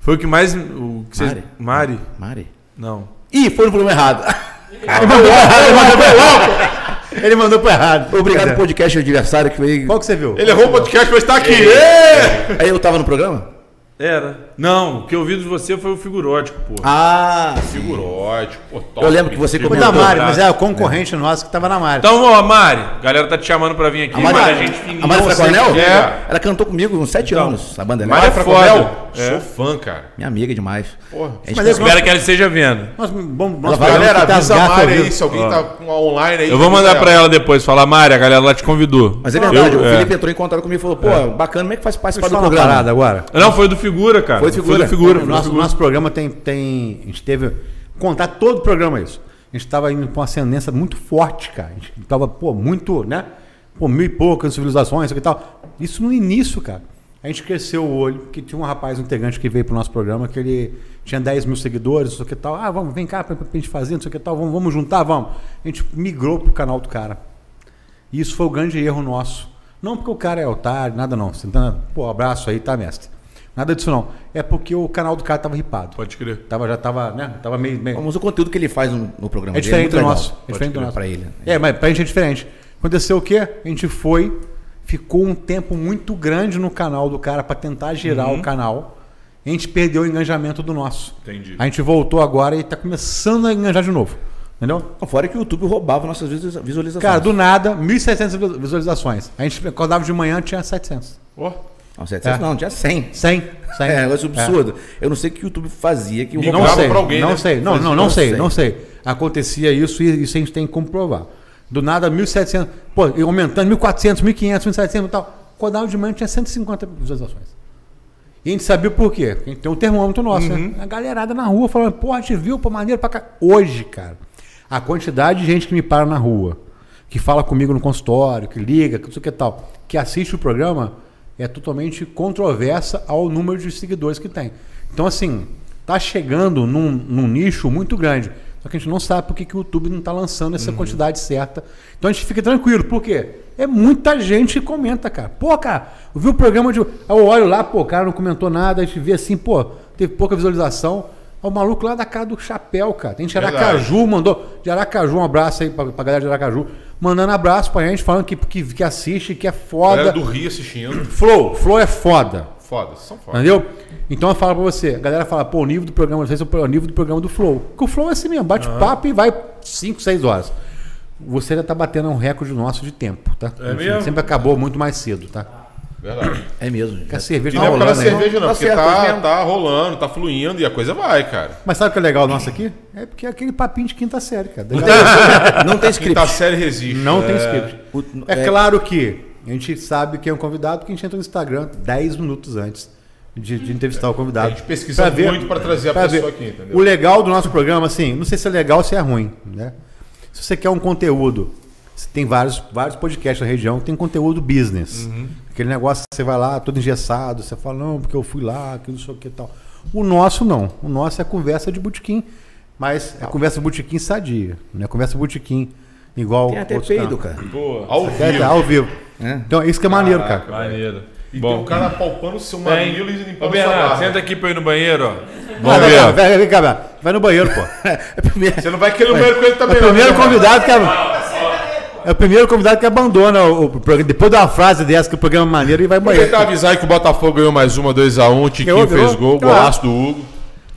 Speaker 4: Foi o que mais. O que vocês-
Speaker 2: Mari?
Speaker 4: Mari?
Speaker 2: Mari.
Speaker 4: Não.
Speaker 2: Ih, foi no programa errado.
Speaker 1: Ele mandou pra errado, ele mandou pra errado. Ele mandou pra errado.
Speaker 2: Obrigado,
Speaker 1: Quer dizer,
Speaker 2: podcast adversário que veio.
Speaker 1: Qual que você viu?
Speaker 3: Ele errou o podcast, mas tá aqui. Ê!
Speaker 2: Aí eu tava no programa?
Speaker 4: Era. Não, o que eu vi de você foi o figurótico, pô.
Speaker 2: Ah,
Speaker 3: Figurótico, pô, top.
Speaker 2: Eu lembro que você
Speaker 1: O
Speaker 2: comentou.
Speaker 1: da Mari, mas é o concorrente nosso que tava na Mari.
Speaker 4: Então, ó, Mari, a galera tá te chamando pra vir aqui,
Speaker 3: Ah,
Speaker 2: A Mari,
Speaker 4: mas a gente fininha.
Speaker 2: a Mari
Speaker 4: Não,
Speaker 2: Fraconel?
Speaker 4: você- É.
Speaker 2: Ela cantou comigo uns sete
Speaker 1: Então,
Speaker 2: anos, a banda dela.
Speaker 3: Maria
Speaker 4: é
Speaker 3: Fragonel,
Speaker 4: foda. É.
Speaker 3: sou fã, cara.
Speaker 2: Minha amiga demais.
Speaker 3: Porra.
Speaker 2: A gente
Speaker 1: Mas é
Speaker 4: Espero que ela esteja vendo.
Speaker 1: Nós, bom,
Speaker 2: Ela
Speaker 1: nós
Speaker 2: vai-
Speaker 3: Galera,
Speaker 1: que tá
Speaker 3: avisa a
Speaker 1: gato
Speaker 3: Mari aí,
Speaker 1: ouvindo.
Speaker 3: se alguém tá com a online aí.
Speaker 4: Eu vou mandar pra ela depois, falar, Mari, a galera lá te convidou.
Speaker 2: Mas é verdade,
Speaker 4: Eu-
Speaker 2: o
Speaker 4: é.
Speaker 2: Felipe entrou em contato comigo e falou, pô, bacana, como é que faz participar
Speaker 1: Deixa eu falar
Speaker 2: do
Speaker 1: uma
Speaker 2: programa?
Speaker 1: parada agora.
Speaker 4: Não, foi do figura, cara.
Speaker 2: Foi do
Speaker 4: Foi
Speaker 2: Figura.
Speaker 4: do
Speaker 3: É,
Speaker 4: figura.
Speaker 1: O
Speaker 4: foi do
Speaker 1: nosso,
Speaker 4: figura.
Speaker 1: nosso programa tem, tem. A gente teve. Contar todo o programa isso. A gente estava indo com uma ascendência muito forte, cara. A gente estava, pô, muito, né? Pô, mil e poucas civilizações, isso aqui e tal. Isso no início, cara. A gente cresceu o olho, porque tinha um rapaz, um integrante que veio pro nosso programa, que ele tinha 10 mil seguidores, isso aqui e tal. Ah, vamos, vem cá pra, pra gente fazer, isso aqui e tal, vamos, vamos juntar, vamos. A gente migrou pro canal do cara. E isso foi o grande erro nosso. Não porque o cara é otário, nada não. Você tá- Pô, abraço aí, tá, mestre? Nada disso não. É porque o canal do cara tava ripado.
Speaker 4: Pode crer.
Speaker 1: Tava, já tava, né? Tava meio. meio-
Speaker 2: Mas É o conteúdo que ele faz no, no programa
Speaker 1: É diferente do
Speaker 2: muito legal.
Speaker 1: nosso. É
Speaker 2: Pode
Speaker 1: diferente do
Speaker 2: crer,
Speaker 1: nosso.
Speaker 2: Pra ele. né?
Speaker 1: É, mas pra gente é diferente. Aconteceu o quê? A gente foi, ficou um tempo muito grande no canal do cara pra tentar girar
Speaker 2: Uhum.
Speaker 1: o canal. A gente perdeu o engajamento do nosso.
Speaker 4: Entendi.
Speaker 1: A gente voltou agora e tá começando a engajar de novo. Entendeu?
Speaker 2: Não, Fora que o YouTube roubava nossas visualiza- visualizações.
Speaker 1: Cara, do nada, 1.700 visualizações. A gente acordava de manhã, tinha 700.
Speaker 3: Ó,
Speaker 2: Não, 700
Speaker 1: É.
Speaker 2: não, tinha 100.
Speaker 1: 100. 100.
Speaker 2: É, é um negócio absurdo. Eu não sei o que o YouTube fazia que
Speaker 3: Não
Speaker 1: Não
Speaker 3: Ligava
Speaker 1: sei,
Speaker 3: pra alguém,
Speaker 1: não
Speaker 3: né?
Speaker 1: sei, não,
Speaker 2: Mas
Speaker 1: não,
Speaker 2: não
Speaker 1: não sei,
Speaker 2: sei.
Speaker 1: não sei. Acontecia isso e isso a gente tem que comprovar. Do nada, 1.700, pô, e aumentando, 1.400, 1.500, 1.700 e tal. Codal de manhã tinha 150 visualizações. E a gente sabia por quê. Porque a gente tem um termômetro nosso, né?
Speaker 3: Uhum.
Speaker 1: A galerada na rua falando, pô, a gente viu, pô, maneiro pra cá. Hoje, cara, a quantidade de gente que me para na rua, que fala comigo no consultório, que liga, que não sei o que tal, que assiste o programa, é totalmente controversa ao número de seguidores que tem. Então, assim, tá chegando num, num nicho muito grande. Só que a gente não sabe por que, que o YouTube não tá lançando essa
Speaker 3: Uhum.
Speaker 1: quantidade certa. Então a gente fica tranquilo. Por quê? É muita gente que comenta, cara. Pô, cara, eu vi o programa de. Aí Eu olho lá, pô, o cara não comentou nada, a gente vê assim, pô, teve pouca visualização. Aí O maluco lá da casa do chapéu, cara. Tem gente de
Speaker 3: Verdade.
Speaker 1: Aracaju, mandou. De Aracaju, um abraço aí pra, pra galera de Aracaju. mandando abraço pra gente, falando que, que, que assiste, que é
Speaker 3: Galera
Speaker 1: foda.
Speaker 3: do Rio assistindo.
Speaker 1: Flow, Flow é foda.
Speaker 3: Foda, são foda.
Speaker 1: Entendeu? Então eu falo pra você, a galera fala, pô, o nível do programa de vocês é o nível do programa do Flow. Porque o Flow é assim mesmo, bate papo e vai 5, 6 horas. Você já tá batendo um recorde nosso de tempo, tá?
Speaker 4: É mesmo?
Speaker 1: Sempre acabou muito mais cedo, tá?
Speaker 3: Verdade.
Speaker 2: É mesmo.
Speaker 1: Porque a
Speaker 3: E
Speaker 1: cerveja
Speaker 3: não é
Speaker 1: tá
Speaker 3: por causa
Speaker 1: rolando,
Speaker 3: da
Speaker 1: né?
Speaker 3: cerveja, não,
Speaker 2: Tá
Speaker 3: porque
Speaker 2: certo, é
Speaker 3: tá,
Speaker 2: mesmo.
Speaker 3: tá rolando, tá fluindo e a coisa vai, cara.
Speaker 1: Mas sabe o que é legal nosso aqui? É porque é aquele papinho de quinta série, cara. tá
Speaker 2: Não tem
Speaker 3: Quinta
Speaker 2: script.
Speaker 3: série tá resiste.
Speaker 1: Não tem script.
Speaker 2: O-
Speaker 1: É,
Speaker 2: é-
Speaker 1: claro que a gente sabe quem é um convidado, porque a gente entra no Instagram 10 minutos antes de, de entrevistar o convidado.
Speaker 3: A gente pesquisa muito pra trazer a pessoa aqui, entendeu?
Speaker 1: O legal do nosso programa, assim, não sei se é legal ou se é ruim, né? Se você quer um conteúdo, você tem vários, vários podcasts na região que tem conteúdo business.
Speaker 2: Uhum.
Speaker 1: Aquele negócio que você vai lá todo engessado, você fala, não, porque eu fui lá, que não sei o que e tal. O nosso não. O nosso é conversa de botequim. Mas
Speaker 2: Tá.
Speaker 1: é conversa de botequim sadia, não é conversa de botequim igual
Speaker 2: Tem até
Speaker 1: outros canais.
Speaker 2: peido, cara.
Speaker 3: Boa. Ao
Speaker 1: É,
Speaker 3: vivo.
Speaker 1: tá, ao vivo.
Speaker 2: É.
Speaker 1: Então, isso que é maneiro, cara.
Speaker 4: Maneiro.
Speaker 3: E tem
Speaker 4: Bom,
Speaker 3: um cara palpando o seu
Speaker 4: Tem.
Speaker 3: mamilo e
Speaker 4: Ô,
Speaker 3: limpando a sua
Speaker 4: Bernardo,
Speaker 3: barba.
Speaker 4: senta aqui pra eu ir no banheiro, ó.
Speaker 1: Ah, vai, vai,
Speaker 4: Bom,
Speaker 1: vai, vem cá, vai, vai no banheiro, pô.
Speaker 2: É primeiro.
Speaker 3: Você não vai querer o banheiro com ele
Speaker 1: É
Speaker 3: também,
Speaker 1: o
Speaker 3: não,
Speaker 1: primeiro
Speaker 3: né, cara?
Speaker 1: convidado que. É o primeiro convidado que abandona o o programa. Depois de uma frase dessa, que o programa é maneiro, e vai no banheiro.
Speaker 3: Aproveitar e avisar tá que o é um Botafogo ganhou mais uma, 2x1. o Tiquinho
Speaker 1: Ganhou, ganhou.
Speaker 3: fez gol,
Speaker 1: Ganhou.
Speaker 3: golaço do Hugo.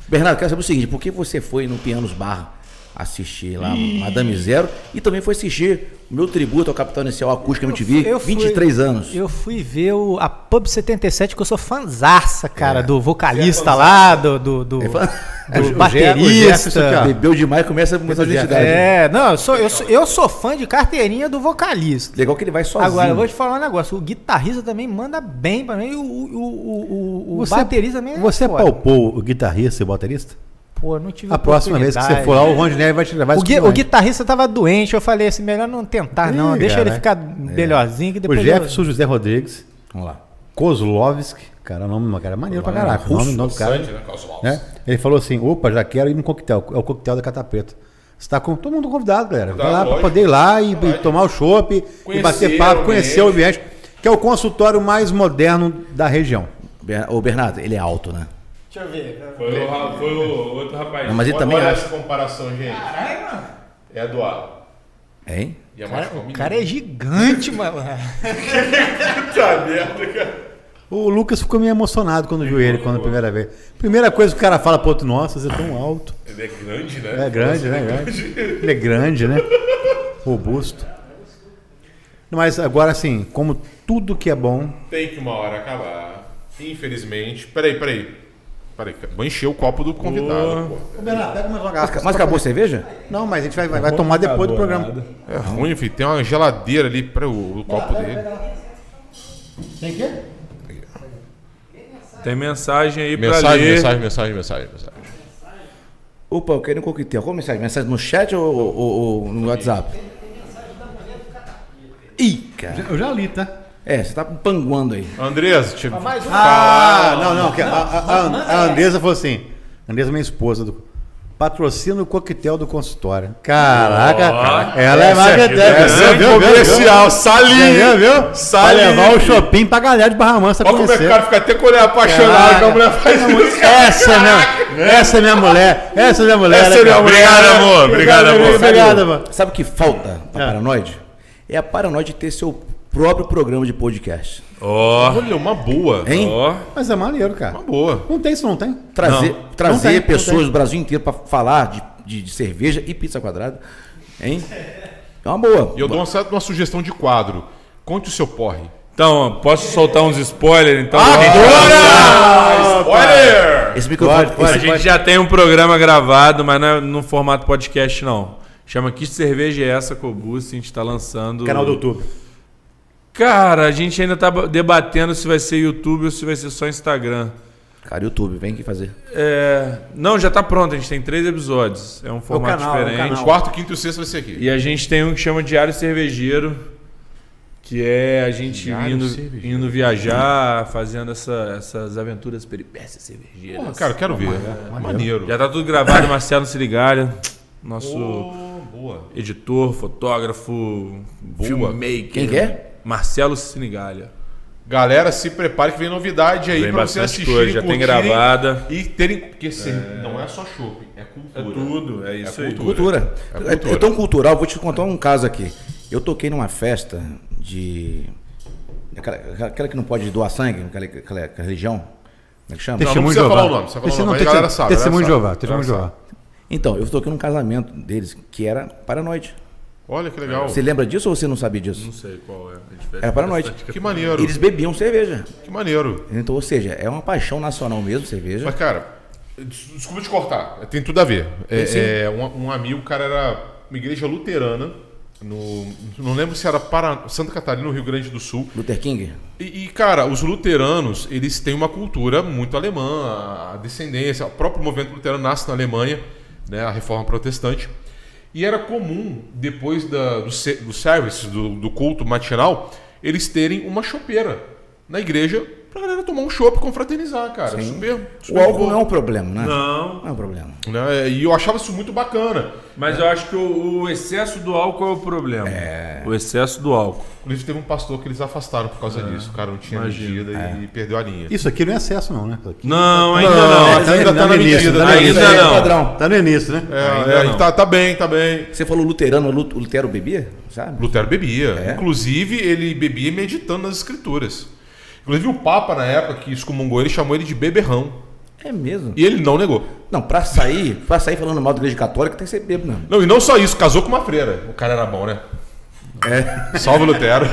Speaker 2: Bernardo, quero saber o seguinte: por que você foi no Pianos Bar assistir lá Madame Zero e também foi assistir o meu tributo ao Capitão Inicial Acústica MTV,
Speaker 5: Eu fui-
Speaker 2: 23 anos?
Speaker 5: Eu fui ver o, a Pub 77, que eu sou fanzaça, cara, do vocalista lá, do, do, do,
Speaker 2: fã-
Speaker 5: do
Speaker 1: É. O Ge- o Jefferson aqui, ó.
Speaker 5: baterista.
Speaker 2: Bebeu demais, começa a mudar de identidade.
Speaker 5: É, não, eu sou, eu, sou, eu sou fã de carteirinha do vocalista.
Speaker 2: Legal que ele vai sozinho.
Speaker 5: Agora, eu vou te falar um negócio. O guitarrista também manda bem pra mim. e O, o, o, o, o
Speaker 1: Você-
Speaker 5: baterista também é
Speaker 1: Você
Speaker 5: foda.
Speaker 1: palpou o guitarrista e o baterista?
Speaker 5: Pô, eu não tive
Speaker 1: A próxima vez que você
Speaker 5: oportunidade.
Speaker 1: for lá, o Rondinelli vai te levar
Speaker 5: O,
Speaker 1: isso
Speaker 5: gui-
Speaker 1: que
Speaker 5: o
Speaker 1: não é.
Speaker 5: guitarrista tava doente. Eu falei assim: melhor não tentar, não.
Speaker 1: Ih,
Speaker 5: Deixa
Speaker 1: cara, É.
Speaker 5: ele ficar melhorzinho que
Speaker 1: O
Speaker 5: depois. eu-
Speaker 1: Jefferson José Rodrigues,
Speaker 2: Vamos lá.
Speaker 1: Kozlovski, cara, o nome cara, é maneiro pra caraca. O nome, o nome do cara.
Speaker 3: Sante, né, Cosmos?
Speaker 1: né? Ele falou assim: opa, já quero ir no coquetel. É o coquetel da Catapeta. Está tá com todo mundo convidado, galera. Vai
Speaker 3: Tá,
Speaker 1: lá para
Speaker 3: lógico.
Speaker 1: poder ir lá e, e
Speaker 3: Lógico.
Speaker 1: tomar o chopp, e
Speaker 3: Conhecer
Speaker 1: bater papo,
Speaker 3: o
Speaker 1: conhecer o ambiente, que é o consultório mais moderno da região.
Speaker 2: Ber- Ô, Bernardo, ele é alto, né?
Speaker 5: Deixa eu ver.
Speaker 4: foi o, ra- foi o outro rapaz.
Speaker 2: Não, mas ele
Speaker 3: Olha
Speaker 2: também é.
Speaker 3: essa comparação, gente. É a do Ar.
Speaker 2: Hein?
Speaker 3: E a
Speaker 5: Cara,
Speaker 3: mais
Speaker 5: o cara é gigante, mano.
Speaker 3: Puta merda, cara.
Speaker 1: O Lucas ficou meio emocionado quando viu ele, quando a primeira vez. Primeira coisa que o cara fala pro outro, nossa, você é tão alto.
Speaker 3: Ele é grande, né?
Speaker 1: É grande, né? Grande. Ele é grande, né? Robusto. Mas agora, assim, como tudo que é bom,
Speaker 3: Tem que uma hora acabar. Infelizmente. Peraí, peraí. Peraí, cara. vou encher o copo do convidado. pô.
Speaker 1: Ô, Bernardo, pega mais uma
Speaker 2: Mas,
Speaker 1: garrafa.
Speaker 2: mas acabou a cerveja?
Speaker 1: Não, mas a gente vai, vai- vai tomar depois do programa.
Speaker 3: É ruim, filho. Tem uma geladeira ali para o, o copo dele.
Speaker 1: Tem quê?
Speaker 4: Tem mensagem aí pra
Speaker 3: Mensagem,
Speaker 4: ler.
Speaker 3: mensagem, mensagem, mensagem, mensagem.
Speaker 2: Opa, eu quero um coquetel. Qual mensagem? Mensagem no chat ou, ou- ou no WhatsApp? Ih, cara.
Speaker 1: Eu já li, tá?
Speaker 2: É, você tá panguando aí.
Speaker 3: Andresa, tipo, te... mais
Speaker 1: Ah, não, não. que a, a- a- a Andresa falou assim: Andresa, minha esposa, do, patrocina o coquetel do consultório. Caraca, ela é marketing.
Speaker 3: essa é comercial, Sali.
Speaker 1: Viu? viu? Vai
Speaker 3: Sali.
Speaker 1: levar o shopping pra galera de Barra Mansa
Speaker 3: Olha como é que
Speaker 1: conhecer.
Speaker 3: o cara fica até com o olhar apaixonado que a mulher faz isso.
Speaker 1: Essa, né? Essa é minha mulher. Essa é minha mulher.
Speaker 3: Essa é minha mulher. Obrigado, amor. Obrigado, amor.
Speaker 1: Obrigado, amor.
Speaker 2: Sabe o que falta pra paranoide? É a paranoide ter seu próprio programa de podcast.
Speaker 4: Ó,
Speaker 3: Olha, uma boa.
Speaker 2: Hein?
Speaker 4: ó.
Speaker 1: Mas é maneiro, cara.
Speaker 3: Uma boa.
Speaker 1: Não tem isso, não tem?
Speaker 2: Trazer, trazer
Speaker 1: tem, não
Speaker 2: pessoas
Speaker 1: tem.
Speaker 2: do Brasil inteiro pra falar de, de- de cerveja e pizza quadrada. Hein? É uma boa.
Speaker 3: E eu dou uma, certa- uma sugestão de quadro. Conte o seu porre.
Speaker 4: Então, ó, posso soltar uns spoilers?
Speaker 1: Ah,
Speaker 4: Então, ó.
Speaker 3: Ah, tá. Spoiler!
Speaker 2: Esse microfone.
Speaker 4: a
Speaker 2: esse-
Speaker 4: gente já tem um programa gravado, mas não é no formato podcast, não. Chama Que Cerveja é Essa, Cobuça, a gente tá lançando...
Speaker 1: Canal do YouTube.
Speaker 4: Cara, a gente ainda tá debatendo se vai ser YouTube ou se vai ser só Instagram.
Speaker 2: Cara, YouTube, vem aqui fazer.
Speaker 4: É, Não, já tá pronto, a gente tem três episódios. É um formato
Speaker 1: canal, é o
Speaker 4: diferente.
Speaker 1: canal.
Speaker 3: Quarto, quinto e sexto vai ser aqui.
Speaker 4: E a gente tem um que chama Diário Cervejeiro, que é a gente
Speaker 3: Diário
Speaker 4: indo,
Speaker 3: Cervejeiro.
Speaker 4: indo viajar, fazendo essa- essas aventuras peripécias cervejeiras.
Speaker 3: Porra, cara, quero ver. Maneiro.
Speaker 4: Já tá tudo gravado, Marcelo Sirigalha, nosso
Speaker 3: Pô, boa.
Speaker 4: editor, fotógrafo, filmmaker.
Speaker 2: Quem que é?
Speaker 4: Marcelo Sirigalha.
Speaker 3: Galera, se prepare que vem novidade aí
Speaker 4: Vem
Speaker 3: pra você
Speaker 4: bastante
Speaker 3: assistir.
Speaker 4: coisa, já tem gravada.
Speaker 3: E terem. Porque sim, não é só shopping, é cultura.
Speaker 4: É tudo, é isso aí.
Speaker 3: cultura.
Speaker 2: Cultura.
Speaker 3: É
Speaker 2: É,
Speaker 3: cultura.
Speaker 2: é tão cultural, vou te contar um caso aqui. Eu toquei numa festa de. Aquela, aquela que não pode doar sangue, aquela, aquela, aquela religião. Como é que chama?
Speaker 3: Não, não
Speaker 1: Testemunho
Speaker 3: precisa
Speaker 1: de
Speaker 3: falar
Speaker 1: Jeová.
Speaker 3: o nome, só falar o
Speaker 1: Testemunho-
Speaker 3: nome. Aí a
Speaker 1: teste-
Speaker 3: galera sabe, a
Speaker 1: Testemunho de
Speaker 3: galera
Speaker 1: Jeová,
Speaker 3: sabe.
Speaker 1: testemunho de
Speaker 3: A galera
Speaker 1: Jeová.
Speaker 2: Então, eu toquei num casamento deles que era paranoide.
Speaker 3: Olha que legal.
Speaker 2: Você lembra disso ou você não sabia disso?
Speaker 4: Não sei qual é a diferença.
Speaker 2: Era paranoide.
Speaker 3: Que maneiro.
Speaker 2: Eles bebiam cerveja.
Speaker 3: Que maneiro.
Speaker 2: Então, ou seja, é uma paixão nacional mesmo, cerveja.
Speaker 3: Mas, cara, des- desculpa te cortar. Tem tudo a ver. É, é, um, um amigo, o cara, era uma igreja luterana. No, não lembro se era para Santa Catarina, no Rio Grande do Sul.
Speaker 2: Luther King?
Speaker 3: E, e, cara, os luteranos, eles têm uma cultura muito alemã, a descendência, o próprio movimento luterano nasce na Alemanha, né, a reforma protestante. E era comum, depois da, do, se- do service, do, do culto matinal, eles terem uma chopeira na igreja pra galera tomar um chopp e confraternizar, cara. Super,
Speaker 2: O
Speaker 3: super
Speaker 2: álcool
Speaker 3: bom,
Speaker 2: não é um problema, né?
Speaker 4: Não.
Speaker 2: Não é um problema.
Speaker 3: né? E eu achava isso muito bacana.
Speaker 4: Mas eu acho que o, o excesso do álcool é o problema. É. O excesso do álcool.
Speaker 3: Inclusive teve um pastor que eles afastaram por causa
Speaker 2: É.
Speaker 3: disso. O cara não tinha
Speaker 4: imagino.
Speaker 3: medida e perdeu a linha.
Speaker 1: Isso aqui não é acesso, não, né? Isso aqui-
Speaker 4: Não, ainda
Speaker 1: Não,
Speaker 3: é
Speaker 4: não.
Speaker 1: ainda tá na medida,
Speaker 3: né?
Speaker 1: tá na
Speaker 4: Ainda
Speaker 1: medida.
Speaker 4: não.
Speaker 2: Padrão.
Speaker 1: Tá no início, né?
Speaker 3: É, é, e tá, tá bem, tá bem.
Speaker 2: Você falou luterano, Lut- Lutero bebia, sabe?
Speaker 3: Lutero bebia.
Speaker 1: É.
Speaker 3: Inclusive, ele bebia meditando nas escrituras. Inclusive, o Papa, na época que excomungou ele, chamou ele de beberrão.
Speaker 2: É mesmo.
Speaker 3: E ele não negou.
Speaker 2: Não, pra sair, pra sair falando mal da igreja católica tem que ser bebo mesmo.
Speaker 3: Não, e não só isso, casou com uma freira. O cara era bom, né? É. Salve, Lutero.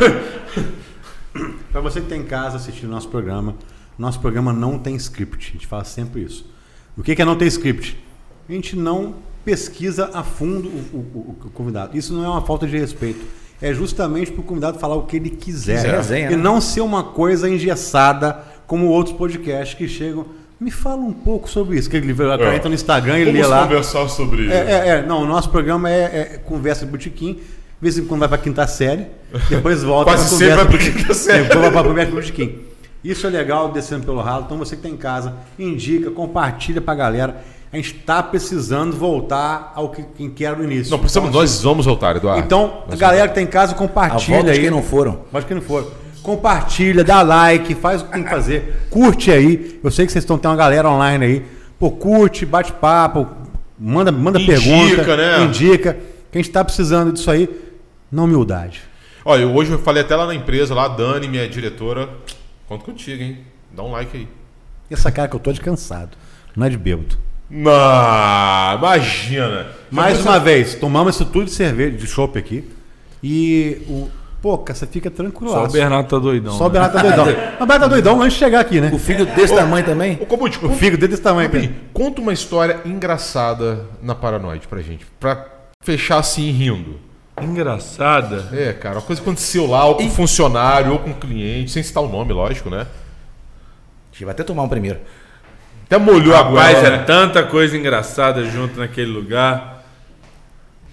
Speaker 1: Pra você que está em casa assistindo nosso programa, nosso programa não tem script. A gente fala sempre isso. O que que é não ter script? A gente não pesquisa a fundo o, o- o- o convidado. Isso não é uma falta de respeito. É justamente para o convidado falar o que ele quiser.
Speaker 2: Quiser, resenha,
Speaker 1: e
Speaker 2: né?
Speaker 1: não ser uma coisa engessada como outros podcasts que chegam. Me fala um pouco sobre isso. Que ele vê, cara, entra no Instagram, ele lê lá.
Speaker 3: conversar sobre isso.
Speaker 1: É, é, é. não, o nosso programa é, é conversa de botequim. De vez em quando vai pra quinta série, depois volta
Speaker 3: Quase
Speaker 1: pra
Speaker 3: sempre
Speaker 1: conversa
Speaker 3: vai pra
Speaker 1: de-
Speaker 3: quinta série.
Speaker 1: Depois vai pra conversa de botequim. Isso é legal, descendo pelo ralo. Então você que tá em casa, indica, compartilha pra galera. A gente tá precisando voltar ao que quem que era no início.
Speaker 3: Não, precisamos, nós vamos voltar, Eduardo.
Speaker 1: Então, a
Speaker 3: Nós
Speaker 1: galera que tá em casa,
Speaker 2: A
Speaker 1: compartilha
Speaker 2: volta de
Speaker 1: aí.
Speaker 2: quem não foram.
Speaker 1: Mas que não for. Compartilha, dá like, faz o que tem que fazer. Curte aí. Eu sei que vocês estão tem uma galera online aí. Pô, curte, bate papo, manda, manda
Speaker 3: Indica,
Speaker 1: pergunta,
Speaker 3: né?
Speaker 1: indica. Que a gente tá precisando disso aí. Na humildade.
Speaker 3: Olha, eu- hoje eu falei até lá na empresa, lá, a Dani, minha diretora. Conto contigo, hein? Dá um like aí.
Speaker 1: E essa cara que eu tô é de cansado. Não é de bêbado.
Speaker 3: Ah, imagina.
Speaker 1: Mais uma vez, tomamos isso tudo de cerveja, de chopp aqui. E o. Pô, cara, você fica tranquilo.
Speaker 4: Só o Bernardo tá doidão.
Speaker 1: Só o
Speaker 4: né?
Speaker 1: Bernardo tá doidão. Mas o Bernardo tá doidão antes de chegar aqui, né?
Speaker 2: O filho desse tamanho também?
Speaker 3: Ô, Comute,
Speaker 1: O figo dele desse tamanho aqui.
Speaker 3: Conta uma história engraçada na Paranoide pra gente. Pra fechar assim rindo.
Speaker 4: Engraçada.
Speaker 3: É, cara, uma coisa que aconteceu lá, ou com funcionário, ou com cliente, sem citar o nome, lógico, né?
Speaker 2: A gente vai até tomar um primeiro.
Speaker 3: Até molhou a
Speaker 4: Rapaz,
Speaker 3: goela, né?
Speaker 4: era é tanta coisa engraçada junto naquele lugar.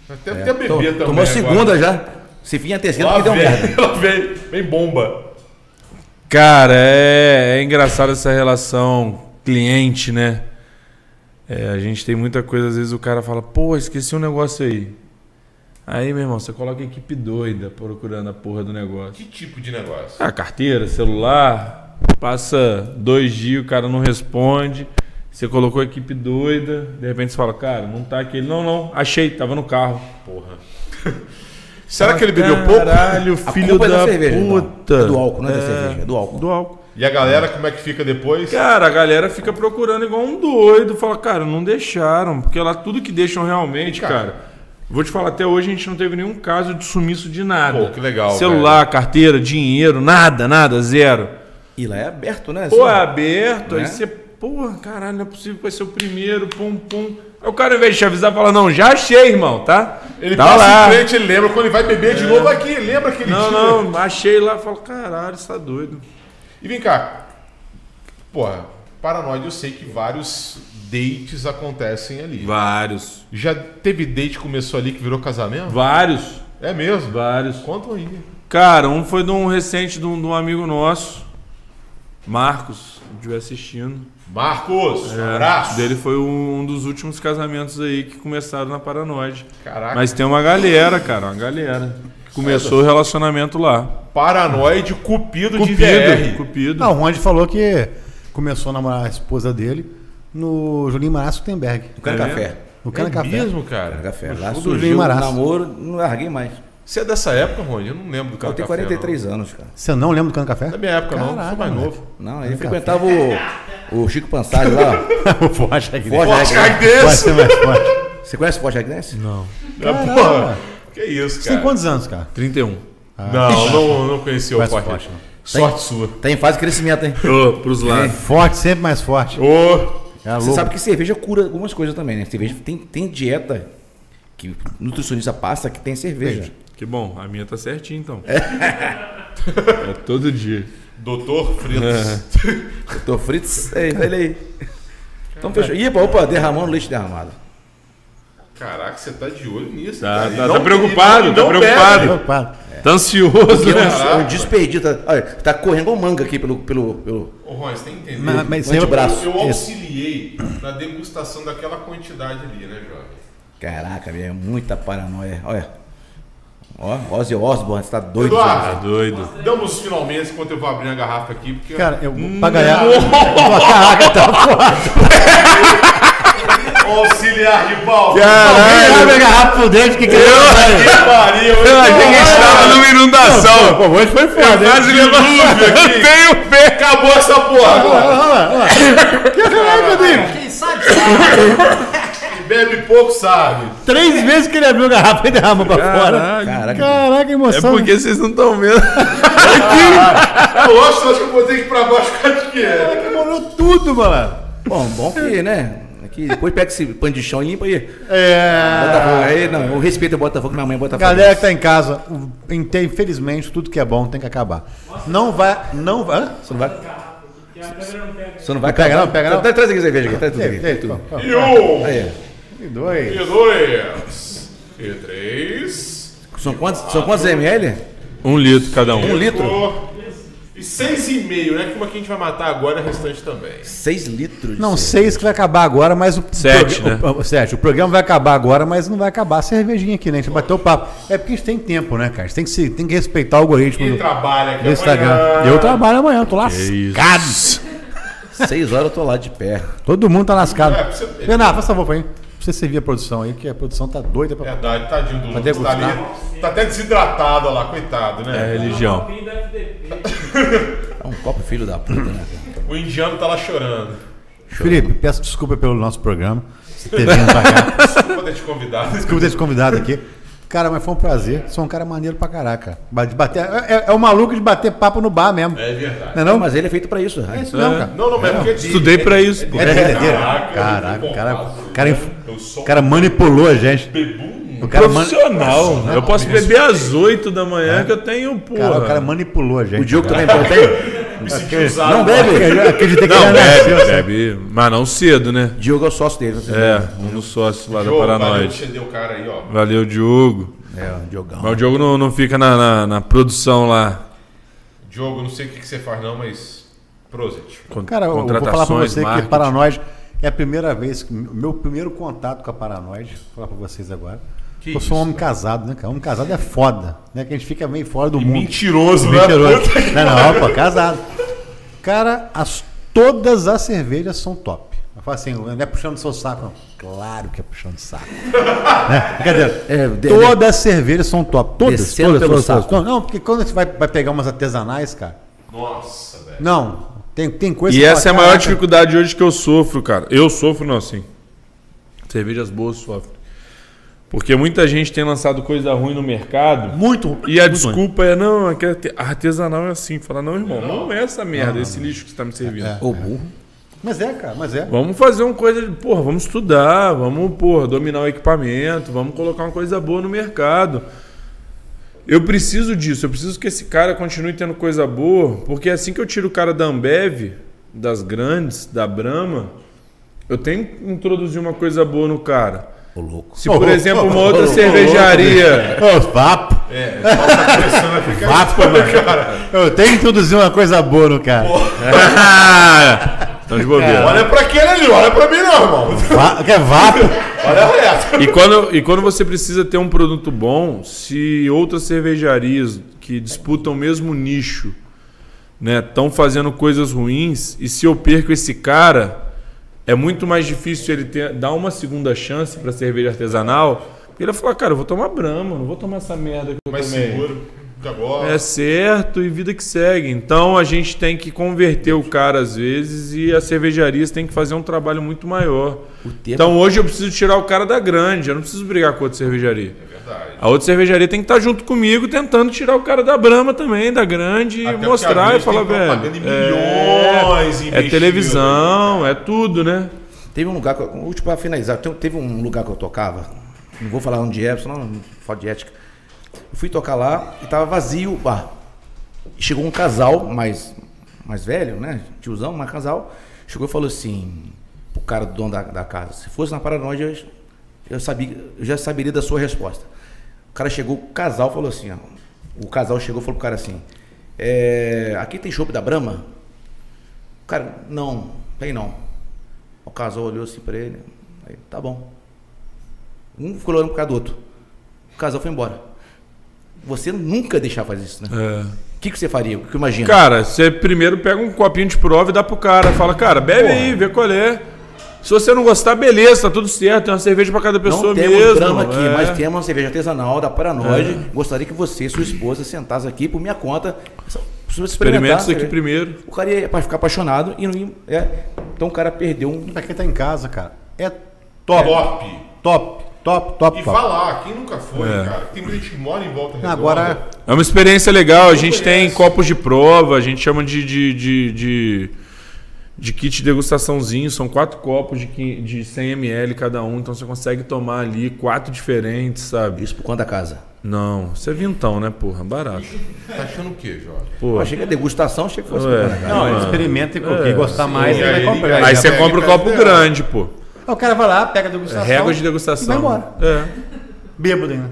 Speaker 3: Até, até
Speaker 4: É.
Speaker 3: beber
Speaker 2: Tom-
Speaker 3: também.
Speaker 2: tomou
Speaker 3: agora.
Speaker 2: segunda já. Se vinha a terceira,
Speaker 3: Lá
Speaker 2: porque deu um merda.
Speaker 3: vem, lá vem, vem bomba.
Speaker 4: Cara, é, é engraçado essa relação cliente, né? É, a gente tem muita coisa, às vezes o cara fala, pô, esqueci um negócio aí. Aí, meu irmão, você coloca a equipe doida procurando a porra do negócio.
Speaker 3: Que tipo de negócio?
Speaker 4: Ah, carteira, celular. Passa dois dias, o cara não responde. Você colocou a equipe doida. De repente você fala, cara, não tá aqui. Ele, Não, não, achei, tava no carro.
Speaker 3: Porra. Será que ele bebeu pouco?
Speaker 4: Caralho,
Speaker 2: A
Speaker 4: filho
Speaker 2: culpa é
Speaker 4: da,
Speaker 2: da cerveja, então.
Speaker 4: puta.
Speaker 2: É do álcool, não é da cerveja, é do álcool.
Speaker 4: Do álcool.
Speaker 3: E a galera, como é que fica depois?
Speaker 4: Cara, a galera fica procurando igual um doido. Fala, cara, não deixaram. Porque lá tudo que deixam realmente, cara. Vou te falar, até hoje a gente não teve nenhum caso de sumiço de nada.
Speaker 3: Pô, que legal,
Speaker 4: Celular, carteira, dinheiro, nada, nada, zero.
Speaker 2: E lá é aberto, né?
Speaker 4: Pô, é
Speaker 2: Assim,
Speaker 4: aberto, aí
Speaker 2: Né?
Speaker 4: você, porra, caralho, não é possível que vai ser o primeiro, pum, pum. Aí o cara, ao invés de te avisar, fala, não, já achei, irmão, tá?
Speaker 3: Ele
Speaker 4: tá
Speaker 3: passa
Speaker 4: lá. É.
Speaker 3: em frente, ele lembra. Quando ele vai beber de novo aqui, lembra aquele
Speaker 4: Não,
Speaker 3: dia?
Speaker 4: não, achei lá, fala, caralho, você tá doido.
Speaker 3: E vem cá. Porra, paranoide eu sei que vários dates acontecem ali.
Speaker 4: Vários.
Speaker 3: Já teve date que começou ali que virou casamento?
Speaker 4: Vários,
Speaker 3: É mesmo?
Speaker 4: vários.
Speaker 3: Conta aí.
Speaker 4: Cara, um foi de um recente de um, de um amigo nosso, Marcos, se estiver assistindo.
Speaker 3: Marcos, abraço.
Speaker 4: É, Dele foi um, um dos últimos casamentos aí que começaram na Paranoide.
Speaker 3: Caraca,
Speaker 4: Mas tem uma galera, cara, uma galera. que Começou o relacionamento lá.
Speaker 3: paranoide, cupido, de
Speaker 4: Cupido,
Speaker 3: VR.
Speaker 4: Cupido.
Speaker 1: Ah, o Ronde falou que começou a namorar a esposa dele no Julinho Marás Gutenberg.
Speaker 2: Cana café.
Speaker 1: No Cana
Speaker 3: é
Speaker 1: Café.
Speaker 3: mesmo, cara.
Speaker 2: Cana café.
Speaker 3: No
Speaker 2: Lá
Speaker 3: show do
Speaker 1: Julinho
Speaker 2: surgiu o
Speaker 1: Maraço.
Speaker 2: namoro, não larguei mais.
Speaker 3: Você é dessa época, Rony? Eu não lembro do cara. é
Speaker 2: Eu tenho 43 anos, cara.
Speaker 1: Você não lembra do Cano Café?
Speaker 3: Da minha época, não.
Speaker 1: Caraca,
Speaker 3: Sou mais
Speaker 1: moleque.
Speaker 3: novo.
Speaker 2: Não, ele frequentava o, o Chico Pansari lá. ó.
Speaker 1: Forte aqui.
Speaker 2: Forte
Speaker 3: Forte
Speaker 1: Pode
Speaker 3: Agnes!
Speaker 1: ser mais forte.
Speaker 2: Você conhece o Forte Agnes? Não.
Speaker 1: Caramba.
Speaker 3: É, Porra, que isso,
Speaker 1: Você tem
Speaker 3: cara.
Speaker 1: quantos anos, cara?
Speaker 4: 31.
Speaker 3: Não, não, não conheci
Speaker 1: Conhece
Speaker 3: o
Speaker 1: o
Speaker 3: Forte.
Speaker 1: Forte, não.
Speaker 3: Sorte sua.
Speaker 2: Tem Tá fase de crescimento, hein?
Speaker 4: Ô, pros lados.
Speaker 1: Forte, sempre mais forte.
Speaker 3: Ô,
Speaker 1: É
Speaker 2: Você
Speaker 1: louco.
Speaker 2: sabe que cerveja cura algumas coisas também, né? Cerveja tem, tem dieta que o nutricionista passa que tem cerveja.
Speaker 4: Que bom, a minha tá certinha então. É todo dia.
Speaker 3: doutor Fritas.
Speaker 2: Doutor Fritz, é, olha aí. Então fechou. Ih, opa, derramando leite derramado.
Speaker 3: Caraca, você tá de olho nisso,
Speaker 4: Tá,
Speaker 3: cara.
Speaker 4: tá-
Speaker 3: Não-
Speaker 4: tá preocupado,
Speaker 3: e
Speaker 4: tá
Speaker 3: não
Speaker 4: preocupado.
Speaker 1: Preocupado.
Speaker 4: Tá ansioso,
Speaker 2: Que é um,
Speaker 4: né?
Speaker 2: é um desperdício. Tá, olha, tá correndo igual manga aqui pelo. pelo, pelo-
Speaker 3: Ô, Rony, você tá tem que entender.
Speaker 1: Mas, mas
Speaker 2: Muito
Speaker 1: você-
Speaker 2: braço.
Speaker 3: tipo, Eu
Speaker 1: Esse-
Speaker 3: auxiliei na degustação daquela quantidade ali, né, jovem?
Speaker 2: Caraca, velho, é muita paranoia. Olha. Ó, Ozzy Osbourne, você tá doido.
Speaker 3: Eduardo,
Speaker 4: Doido.
Speaker 3: damos finalmente enquanto eu vou abrir a garrafa aqui, porque.
Speaker 1: Cara, eu pra ganhar. Pô, Caraca, tá forte.
Speaker 3: Ô, auxiliar de pau!
Speaker 1: Caralho, minha garrafa por dentro, que que
Speaker 3: Que pariu!
Speaker 4: Eu achei que estava numa inundação.
Speaker 1: Pô, hoje foi foda.
Speaker 4: É quase dilúvio aqui. um Tenho fé.
Speaker 3: Acabou essa porra agora!
Speaker 1: é,
Speaker 5: Quem sabe sabe.
Speaker 3: Quem Bebe pouco, sabe?
Speaker 1: Três vezes que ele abriu a garrafa e derramou pra fora.
Speaker 4: Caralho.
Speaker 2: Caraca.
Speaker 1: Caraca,
Speaker 4: É
Speaker 1: emoção.
Speaker 4: porque vocês não estão vendo.
Speaker 3: Eu acho, acho que eu vou ter que ir pra baixo por causa de dinheiro.
Speaker 1: É demorou tudo, mano.
Speaker 2: Bom, bom que, né? Aqui, depois pega esse pano de chão e limpa aí.
Speaker 1: É.
Speaker 2: Botafogo. Aí, não, eu respeito o Botafogo, minha mãe é Botafogo.
Speaker 1: Galera que tá em casa, o- inte- infelizmente, tudo que é bom tem que acabar. Não vai. Não vai. Hã?
Speaker 2: Você não vai. Você não vai
Speaker 1: Pega
Speaker 2: cagar?
Speaker 1: não, pega não.
Speaker 2: Tra- Traz aqui a cerveja aqui, traz tudo aqui.
Speaker 1: Ei, ei,
Speaker 2: traz tudo.
Speaker 1: pô, pô.
Speaker 3: E um,
Speaker 2: Aí,
Speaker 1: E dois.
Speaker 3: e dois, e três,
Speaker 2: ó. são quantos, são quantos ml?
Speaker 4: Um litro cada um.
Speaker 2: Um litro?
Speaker 3: quatro, e seis e meio, né? Que uma que a gente vai matar agora é o restante também.
Speaker 2: Seis litros.
Speaker 1: Não,
Speaker 2: sei.
Speaker 1: seis que vai acabar agora, mas o.
Speaker 4: Sete,
Speaker 1: o, o- o- sete. O programa vai acabar agora, mas não vai acabar a cervejinha aqui, né? A gente bateu o papo. É porque a gente tem tempo, né, cara? A gente tem que, se, tem que respeitar o algoritmo
Speaker 3: E
Speaker 1: do,
Speaker 3: trabalha aqui
Speaker 1: do Instagram.
Speaker 3: amanhã.
Speaker 1: Eu trabalho amanhã, eu tô lascado.
Speaker 2: Seis horas eu tô lá de pé.
Speaker 1: Todo mundo tá lascado.
Speaker 3: É, você-
Speaker 1: Renato, faz favor pra mim. Pra você servir a produção aí, que a produção tá doida pra.
Speaker 3: É Verdade, tadinho do Lucas. Tá,
Speaker 1: degustar.
Speaker 3: ali, tá até desidratado olha lá, coitado,
Speaker 4: É
Speaker 3: né?
Speaker 4: religião.
Speaker 2: É um copo filho da puta, né? cara?
Speaker 3: O indiano tá lá chorando. É.
Speaker 1: Felipe, peço desculpa pelo nosso programa. Você ter vindo pra cá.
Speaker 3: Quando é te convidar.
Speaker 1: Desculpa ter te convidado aqui. Cara, mas foi um prazer. Sou um cara maneiro pra caraca. Bate- bater- é, é- é o maluco de bater papo no bar mesmo.
Speaker 3: É verdade.
Speaker 1: Não é não?
Speaker 2: Mas ele é feito pra isso.
Speaker 1: É
Speaker 2: né?
Speaker 1: isso não, cara.
Speaker 3: Não, não, mas é porque é de-
Speaker 4: Estudei pra isso, pô.
Speaker 1: É verdadeiro?
Speaker 3: Caraca,
Speaker 1: Caraca,
Speaker 3: eu
Speaker 1: o
Speaker 3: fui
Speaker 1: cara,
Speaker 3: bombado.
Speaker 1: o cara, inf-
Speaker 3: Eu sou um
Speaker 1: o cara manipulou a gente. O cara, man-
Speaker 4: Profissional. Eu posso beber às 8 da manhã que eu tenho, porra.
Speaker 1: É. cara, o cara manipulou a gente.
Speaker 2: O Diogo também pode
Speaker 1: É.
Speaker 2: ter?
Speaker 3: me senti usado.
Speaker 2: Não bebe?
Speaker 1: Eu acreditei que
Speaker 4: Não,
Speaker 1: ele era
Speaker 4: bebe,
Speaker 1: nasceu, sabe?
Speaker 4: bebe. Mas não cedo, né?
Speaker 2: Diogo é o sócio dele. você
Speaker 4: É, um dos sócios lá da
Speaker 3: Jogo, valeu,
Speaker 4: Paranoide.
Speaker 3: você deu o cara aí, ó.
Speaker 4: Valeu, Diogo.
Speaker 2: sabe? É, o Diogão.
Speaker 4: Mas o Diogo não, não fica na, na- na produção lá.
Speaker 3: Diogo, não sei o que, que você faz não, mas... Proset.
Speaker 4: Con-
Speaker 1: Cara, eu vou falar pra
Speaker 4: é. contratações,
Speaker 1: você que
Speaker 4: marketing.
Speaker 1: Paranoide é a primeira vez, que meu primeiro contato com a Paranoide, vou falar pra vocês agora. eu sou um homem casado, né, cara? Homem casado é foda, né? Que a gente fica meio fora do mundo.
Speaker 3: Mentiroso, né?
Speaker 1: Mentiroso.
Speaker 3: Puta que-
Speaker 1: Não, não, pô, casado. Cara, as, todas as cervejas são top. Eu falo assim, não é puxando seu saco, não. Claro que é puxando saco. né? Brincadeira.
Speaker 2: É, de-
Speaker 1: todas as cervejas são top. Todas,
Speaker 2: Descendo
Speaker 1: todas,
Speaker 2: pelo
Speaker 1: todas,
Speaker 2: saco.
Speaker 1: todas. Não, porque quando você vai, vai pegar umas artesanais, cara.
Speaker 3: Nossa, velho.
Speaker 1: Não, tem, tem coisa
Speaker 4: E
Speaker 1: que
Speaker 4: essa é a
Speaker 1: fala,
Speaker 4: maior
Speaker 1: "Caraca,
Speaker 4: dificuldade hoje que eu sofro, cara. Eu sofro, não, assim. Cervejas boas sofrem. Porque muita gente tem lançado coisa ruim no mercado.
Speaker 1: Muito.
Speaker 4: E a
Speaker 1: muito ruim."
Speaker 4: desculpa é, não, é que arte- artesanal é assim. Fala, não, irmão, não é essa merda, esse lixo que você tá me servindo.
Speaker 2: Ô, burro.
Speaker 1: Mas é, cara, mas é.
Speaker 4: Vamos fazer uma coisa de, porra, vamos estudar, vamos, porra, dominar o equipamento, vamos colocar uma coisa boa no mercado. Eu preciso disso, eu preciso que esse cara continue tendo coisa boa, porque assim que eu tiro o cara da Ambev, das grandes, da Brahma, eu tenho que introduzir uma coisa boa no cara.
Speaker 2: Ô, louco.
Speaker 4: Se, por exemplo, uma outra cervejaria.
Speaker 1: Ô, papo. É, papo, mano. Eu tenho que introduzir uma coisa boa no cara.
Speaker 4: Estão de bobeira.
Speaker 3: assim, Olha pra aquele ali, olha pra mim não, irmão.
Speaker 1: Va- que é vapo.
Speaker 3: Olha reto.
Speaker 4: E quando, e quando você precisa ter um produto bom, se outras cervejarias que disputam o mesmo nicho estão fazendo coisas ruins, e se eu perco esse cara, é muito mais difícil ele ter- dar uma segunda chance para cerveja artesanal Porque ele falou, cara, eu vou tomar brama, não vou tomar essa merda que eu
Speaker 3: Mais
Speaker 4: tomei.
Speaker 3: seguro que agora.
Speaker 4: É certo e vida que segue. Então a gente tem que converter o cara às vezes e as cervejarias têm que fazer um trabalho muito maior.
Speaker 2: tempo-
Speaker 4: Então hoje eu preciso tirar o cara da grande, eu não preciso brigar com outra cervejaria.
Speaker 3: É Verdade.
Speaker 4: A outra cervejaria tem que estar junto comigo tentando tirar o cara da Brama também, da grande,
Speaker 3: Até
Speaker 4: e
Speaker 3: porque a
Speaker 4: mostrar e
Speaker 3: Grande
Speaker 4: falar,
Speaker 3: tem propaganda
Speaker 4: velho.
Speaker 3: em milhões
Speaker 4: é, é
Speaker 3: investida,
Speaker 4: televisão, é tudo, né?
Speaker 2: Teve um lugar, que eu- último para finalizar, te- teve um lugar que eu tocava, não vou falar onde é, senão não falo de ética. Eu fui tocar lá e tava vazio o bar. Chegou um casal mais, mais velho, né? Tiozão, mas casal. Chegou e falou assim: o cara do dono da, da casa, se fosse na paranoia, eu, eu, sabia, eu já saberia da sua resposta. O cara chegou, o casal falou assim: ó, o casal chegou e falou pro cara assim: é, aqui tem chopp da Brahma? O cara, não, tem não. O casal olhou assim pra ele. Aí, tá bom. Um ficou olhando pro cara do outro. O casal foi embora. Você nunca deixar fazer isso, né?
Speaker 4: É.
Speaker 2: O que, que você faria? O que imagina?
Speaker 4: Cara, você primeiro pega um copinho de prova e dá pro cara. Fala, cara, bebe aí, vê qual é. Se você não gostar, beleza, tá tudo certo. Tem uma cerveja pra cada pessoa
Speaker 2: não
Speaker 4: mesmo.
Speaker 2: temos drama aqui,
Speaker 4: é.
Speaker 2: mas temos uma cerveja artesanal da Paranoide. Gostaria que você e sua esposa sentassem aqui por minha conta. Só- só experimentar,
Speaker 4: Experimenta isso aqui
Speaker 2: né?
Speaker 4: primeiro.
Speaker 2: O cara ia ficar apaixonado e não ia. é. Então o cara perdeu um.
Speaker 1: Pra quem tá em casa, cara, é top.
Speaker 3: Top.
Speaker 1: Top, top, top, top.
Speaker 3: E falar, quem nunca foi, cara? Tem muita gente que mora em volta redonda.
Speaker 1: Agora,
Speaker 4: É uma experiência legal. A gente tem
Speaker 3: conheço.
Speaker 4: copos de prova, a gente chama de, de, de, de, de kit de degustaçãozinho. São quatro copos de, qui- de 100 ml cada um, então você consegue tomar ali quatro diferentes, sabe?
Speaker 2: Isso por conta da casa.
Speaker 4: Não, isso é vintão, né, porra? Barato.
Speaker 3: Tá achando o quê, Jorge?
Speaker 4: Pô. é.
Speaker 2: Achei que a degustação, achei que fosse.
Speaker 4: Ué.
Speaker 2: por conta da casa.
Speaker 1: não, ele experimenta e quem gostar mais,
Speaker 3: sim. é.
Speaker 1: ele
Speaker 3: Aí
Speaker 1: vai
Speaker 3: ele-
Speaker 1: comprar.
Speaker 4: Aí
Speaker 3: aí
Speaker 4: você
Speaker 3: já
Speaker 4: compra o
Speaker 3: pega e
Speaker 4: copo
Speaker 3: pega.
Speaker 4: grande, pô.
Speaker 1: Aí o cara vai lá, pega a degustação.
Speaker 4: é.
Speaker 1: um.
Speaker 4: Régua de
Speaker 1: E vai
Speaker 4: degustação.
Speaker 1: embora.
Speaker 4: É.
Speaker 1: Bêbado ainda.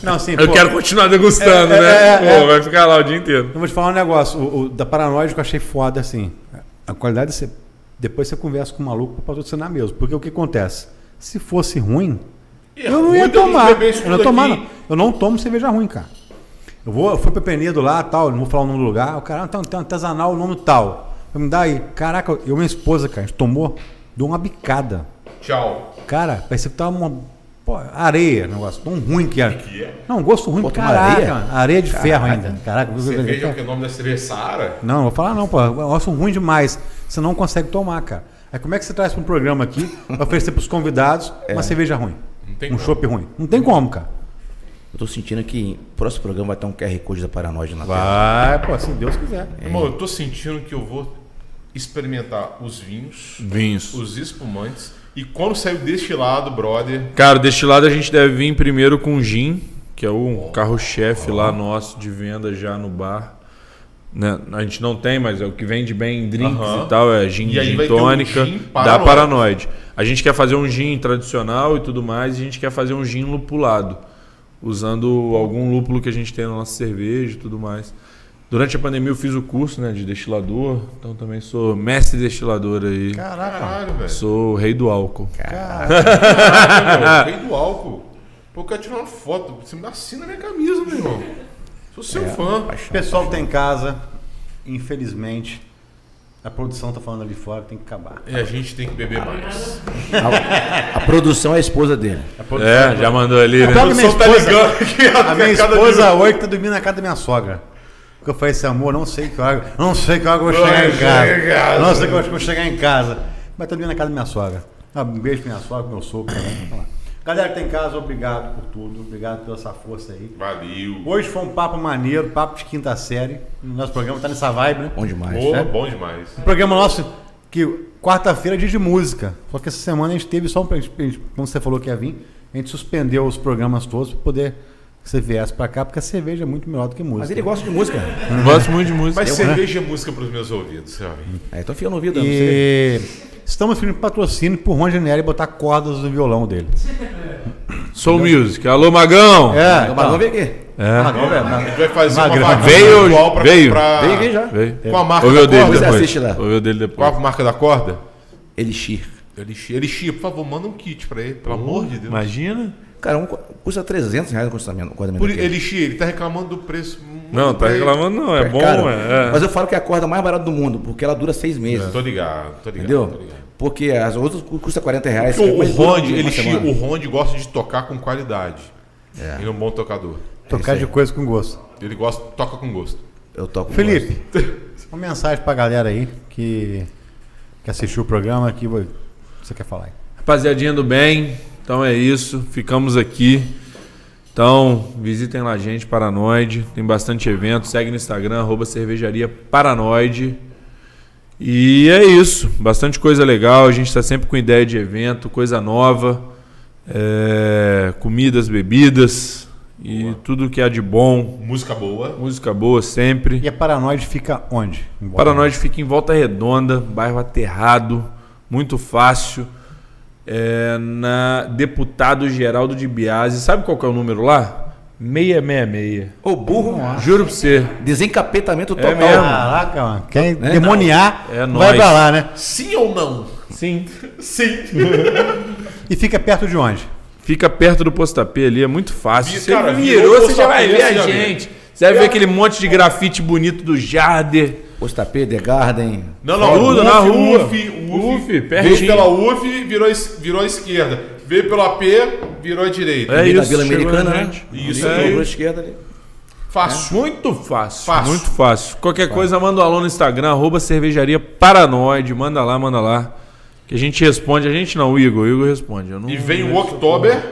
Speaker 1: Não, assim,
Speaker 4: Eu
Speaker 1: pô,
Speaker 4: quero continuar degustando,
Speaker 1: É,
Speaker 4: né?
Speaker 1: é, é,
Speaker 4: pô, vai ficar lá o dia inteiro.
Speaker 1: Eu vou te falar um negócio. O, o da Paranoide que eu achei foda, assim. A qualidade, você, depois você conversa com o maluco pra patrocinar mesmo. Porque o que acontece? Se fosse ruim, eu não
Speaker 3: É ruim
Speaker 1: ia
Speaker 3: da gente
Speaker 1: tomar.
Speaker 3: beber isso
Speaker 1: Eu não, ia
Speaker 3: tudo
Speaker 1: tomar
Speaker 3: aqui.
Speaker 1: não. eu não tomo cerveja ruim, cara. Eu, vou, eu fui pra Penedo lá, tal, não vou falar o nome do lugar. O cara, ah, tem um- tem um artesanal, o nome tal. Eu me dá aí. Caraca, eu e minha esposa, cara, a gente tomou, deu uma bicada.
Speaker 3: Tchau.
Speaker 1: Cara, parecia que tava uma pô, areia, um negócio tão ruim que era.
Speaker 3: que é?
Speaker 1: Não, um gosto ruim,
Speaker 2: Pô,
Speaker 1: pra
Speaker 2: tomar
Speaker 1: caraca,
Speaker 2: areia?
Speaker 1: areia? areia de ferro ainda. Caraca,
Speaker 3: Cerveja, o que é o nome da cerveja? Saara?
Speaker 1: não, eu vou falar não, pô. É um negócio ruim demais. Você não consegue tomar, cara. Aí como é que você traz para um programa aqui pra oferecer pros convidados uma cerveja ruim?
Speaker 3: tem
Speaker 1: um
Speaker 3: como.
Speaker 1: chopp ruim. Não tem como, cara.
Speaker 2: Eu tô sentindo que o próximo programa vai ter um QR Code da Paranoide na tela.
Speaker 1: Vai, Ah, pô, se Deus quiser.
Speaker 3: Irmão, eu tô sentindo que eu vou experimentar os vinhos,
Speaker 4: Vinhos.
Speaker 3: os espumantes. E quando saiu deste lado, brother,
Speaker 4: Cara, deste lado a gente deve vir primeiro com o gin, que é o carro-chefe lá nosso de venda já no bar. Né? A gente não tem, mas é o que vende bem em drinks
Speaker 3: Aham.
Speaker 4: e tal, é gin,
Speaker 3: E aí
Speaker 4: gin
Speaker 3: vai ter um
Speaker 4: tônica,
Speaker 3: gin
Speaker 4: da
Speaker 3: paranoide.
Speaker 4: paranoide. A gente quer fazer um gin tradicional e tudo mais, e a gente quer fazer um gin lupulado, usando algum lúpulo que a gente tem na nossa cerveja e tudo mais. Durante a pandemia eu fiz o curso né, de destilador, então também sou mestre destilador aí.
Speaker 3: caralho, velho.
Speaker 4: Sou o rei do álcool.
Speaker 3: Caralho, meu, rei do álcool. Pô, eu quero tirar uma foto. Você me assina minha camisa, meu irmão. Sou seu fã.
Speaker 1: Pessoal que tá em casa, infelizmente, a produção tá falando ali fora, tem que acabar.
Speaker 3: E a gente tem que beber mais.
Speaker 2: A, a produção é a esposa dele.
Speaker 4: É, já mandou ali, né?
Speaker 1: Pior que minha
Speaker 3: produção tá
Speaker 1: esposa-
Speaker 3: ligando que a-
Speaker 1: A minha
Speaker 3: a cada
Speaker 1: esposa
Speaker 3: minuto-
Speaker 1: hoje tá dormindo na casa da minha sogra. Porque eu falei assim, amor, não sei que hora, não sei que hora que eu vou
Speaker 3: Vai
Speaker 1: chegar em
Speaker 3: chegar em
Speaker 1: casa.
Speaker 3: casa.
Speaker 1: Não sei que hora que eu vou chegar em casa. Mas tá dormindo na casa da minha sogra. Ah, Um beijo pra minha sogra, pro meu sogro também. vamos lá. Galera que tá em casa, obrigado por tudo. Obrigado pela essa força aí.
Speaker 3: Valeu.
Speaker 1: Hoje foi um papo maneiro, papo de quinta série. Nosso programa tá nessa vibe, né?
Speaker 2: Bom demais.
Speaker 3: Boa, bom demais.
Speaker 1: Um programa nosso que quarta-feira é dia de música. Só que essa semana a gente teve só um. a gente- Como você falou que ia vir, a gente suspendeu os programas todos pra poder que você viesse pra cá, porque a cerveja é muito melhor do que música.
Speaker 2: Mas ele gosta de música.
Speaker 4: Gosto muito de música.
Speaker 3: Mas cerveja é música pros meus ouvidos, sabe?
Speaker 2: É, tô enfiando no ouvido. E...
Speaker 1: E estamos pedindo patrocínio pro Ron Generi botar cordas no violão dele.
Speaker 4: Soul Music. Alô, Magão!
Speaker 1: É,
Speaker 2: Então, Mas vamos ver aqui.
Speaker 1: Magão, velho,
Speaker 3: A
Speaker 1: Magão.
Speaker 3: gente vai fazer
Speaker 1: Magrão.
Speaker 3: uma vaquinha
Speaker 4: Veio,
Speaker 3: virtual pra
Speaker 4: veio.
Speaker 3: comprar
Speaker 2: Vem aqui já.
Speaker 4: Veio.
Speaker 3: com a marca
Speaker 4: Ouve
Speaker 3: da
Speaker 4: o dele
Speaker 3: corda.
Speaker 2: Você
Speaker 4: depois.
Speaker 2: assiste lá.
Speaker 4: Ouve o dele
Speaker 3: Qual
Speaker 4: depois.
Speaker 3: a marca da corda?
Speaker 2: Elixir.
Speaker 3: Elixir, Elixir, por favor, manda um kit pra ele, pelo amor de Deus.
Speaker 4: Imagina.
Speaker 2: Cara, um cu- custa 300 reais o acostamento.
Speaker 3: Por, Elixir, ele tá reclamando do preço. Manda
Speaker 4: Não, tá
Speaker 3: pra ele.
Speaker 4: reclamando não. É bom, é.
Speaker 2: Mas eu falo que é a corda mais barata do mundo, porque ela dura seis meses.
Speaker 3: Tô ligado, tô ligado.
Speaker 2: Entendeu?
Speaker 3: Tô ligado.
Speaker 2: Porque as outras cu- custa 40 reais.
Speaker 3: O, o
Speaker 2: mas dura um
Speaker 3: Rond,
Speaker 2: dia,
Speaker 3: ele
Speaker 2: uma
Speaker 3: chi-
Speaker 2: semana.
Speaker 3: o Rond gosta de tocar com qualidade. Ele é um bom tocador.
Speaker 2: É
Speaker 1: Tocar então, de coisa com gosto.
Speaker 3: Ele gosta, toca com gosto.
Speaker 2: Eu toco.
Speaker 1: Felipe, uma mensagem pra galera aí que, que assistiu o programa, que vo- você quer falar aí.
Speaker 4: Rapaziadinha do bem, então é isso. Ficamos aqui. Então, visitem lá a gente, Paranoide. Tem bastante evento. Segue no Instagram, arroba cervejaria Paranoide. E é isso. Bastante coisa legal. A gente está sempre com ideia de evento, coisa nova. É, comidas, bebidas e tudo que há de bom.
Speaker 3: Música boa.
Speaker 4: Música boa sempre.
Speaker 1: E a Paranoide fica onde? Em Volta
Speaker 4: Paranoide fica em Volta Redonda, bairro aterrado, muito fácil. É, na Deputado Geraldo de Biase. Sabe qual que é o número lá? 666.
Speaker 2: Ô, burro,
Speaker 4: Juro pra você.
Speaker 2: desencapetamento total.
Speaker 4: mesmo.
Speaker 1: Caraca, mano. Quem
Speaker 2: Né?
Speaker 1: demoniar
Speaker 4: É
Speaker 1: vai
Speaker 4: nóis.
Speaker 1: pra lá, né?
Speaker 2: Sim ou não?
Speaker 4: Sim.
Speaker 1: E fica perto de onde?
Speaker 4: Fica perto do postapê ali, é muito fácil.
Speaker 3: Vi-
Speaker 4: Você
Speaker 3: cara, virou
Speaker 4: virou,
Speaker 3: o
Speaker 4: você já vai
Speaker 3: Postapê,
Speaker 4: ver a
Speaker 3: você já vê.
Speaker 4: gente. Você vai ver aquele monte de grafite bonito do Jarder.
Speaker 2: Ostapê, The Garden.
Speaker 3: Não, não.
Speaker 4: Tudo na rua.
Speaker 3: UF, UF,
Speaker 4: UF,
Speaker 3: Veio
Speaker 4: pertinho.
Speaker 3: pela UF, virou, es- virou à esquerda. Veio pela P, virou à direita.
Speaker 4: É
Speaker 2: Ali da
Speaker 4: isso,
Speaker 2: Vila
Speaker 4: chegou
Speaker 2: Americana,
Speaker 4: na
Speaker 2: né?
Speaker 4: gente.
Speaker 3: Isso
Speaker 2: Ali,
Speaker 3: aí.
Speaker 2: dobrou à esquerda ali.
Speaker 3: Fácil.
Speaker 4: É? Muito fácil,
Speaker 3: Fácil.
Speaker 4: Muito fácil. Qualquer coisa, manda um alô no Instagram, arroba cervejaria paranoide. Manda lá, manda lá. Que a gente responde. A gente não, o Igor. O Igor responde. Eu não...
Speaker 3: E vem o Oktober.
Speaker 2: É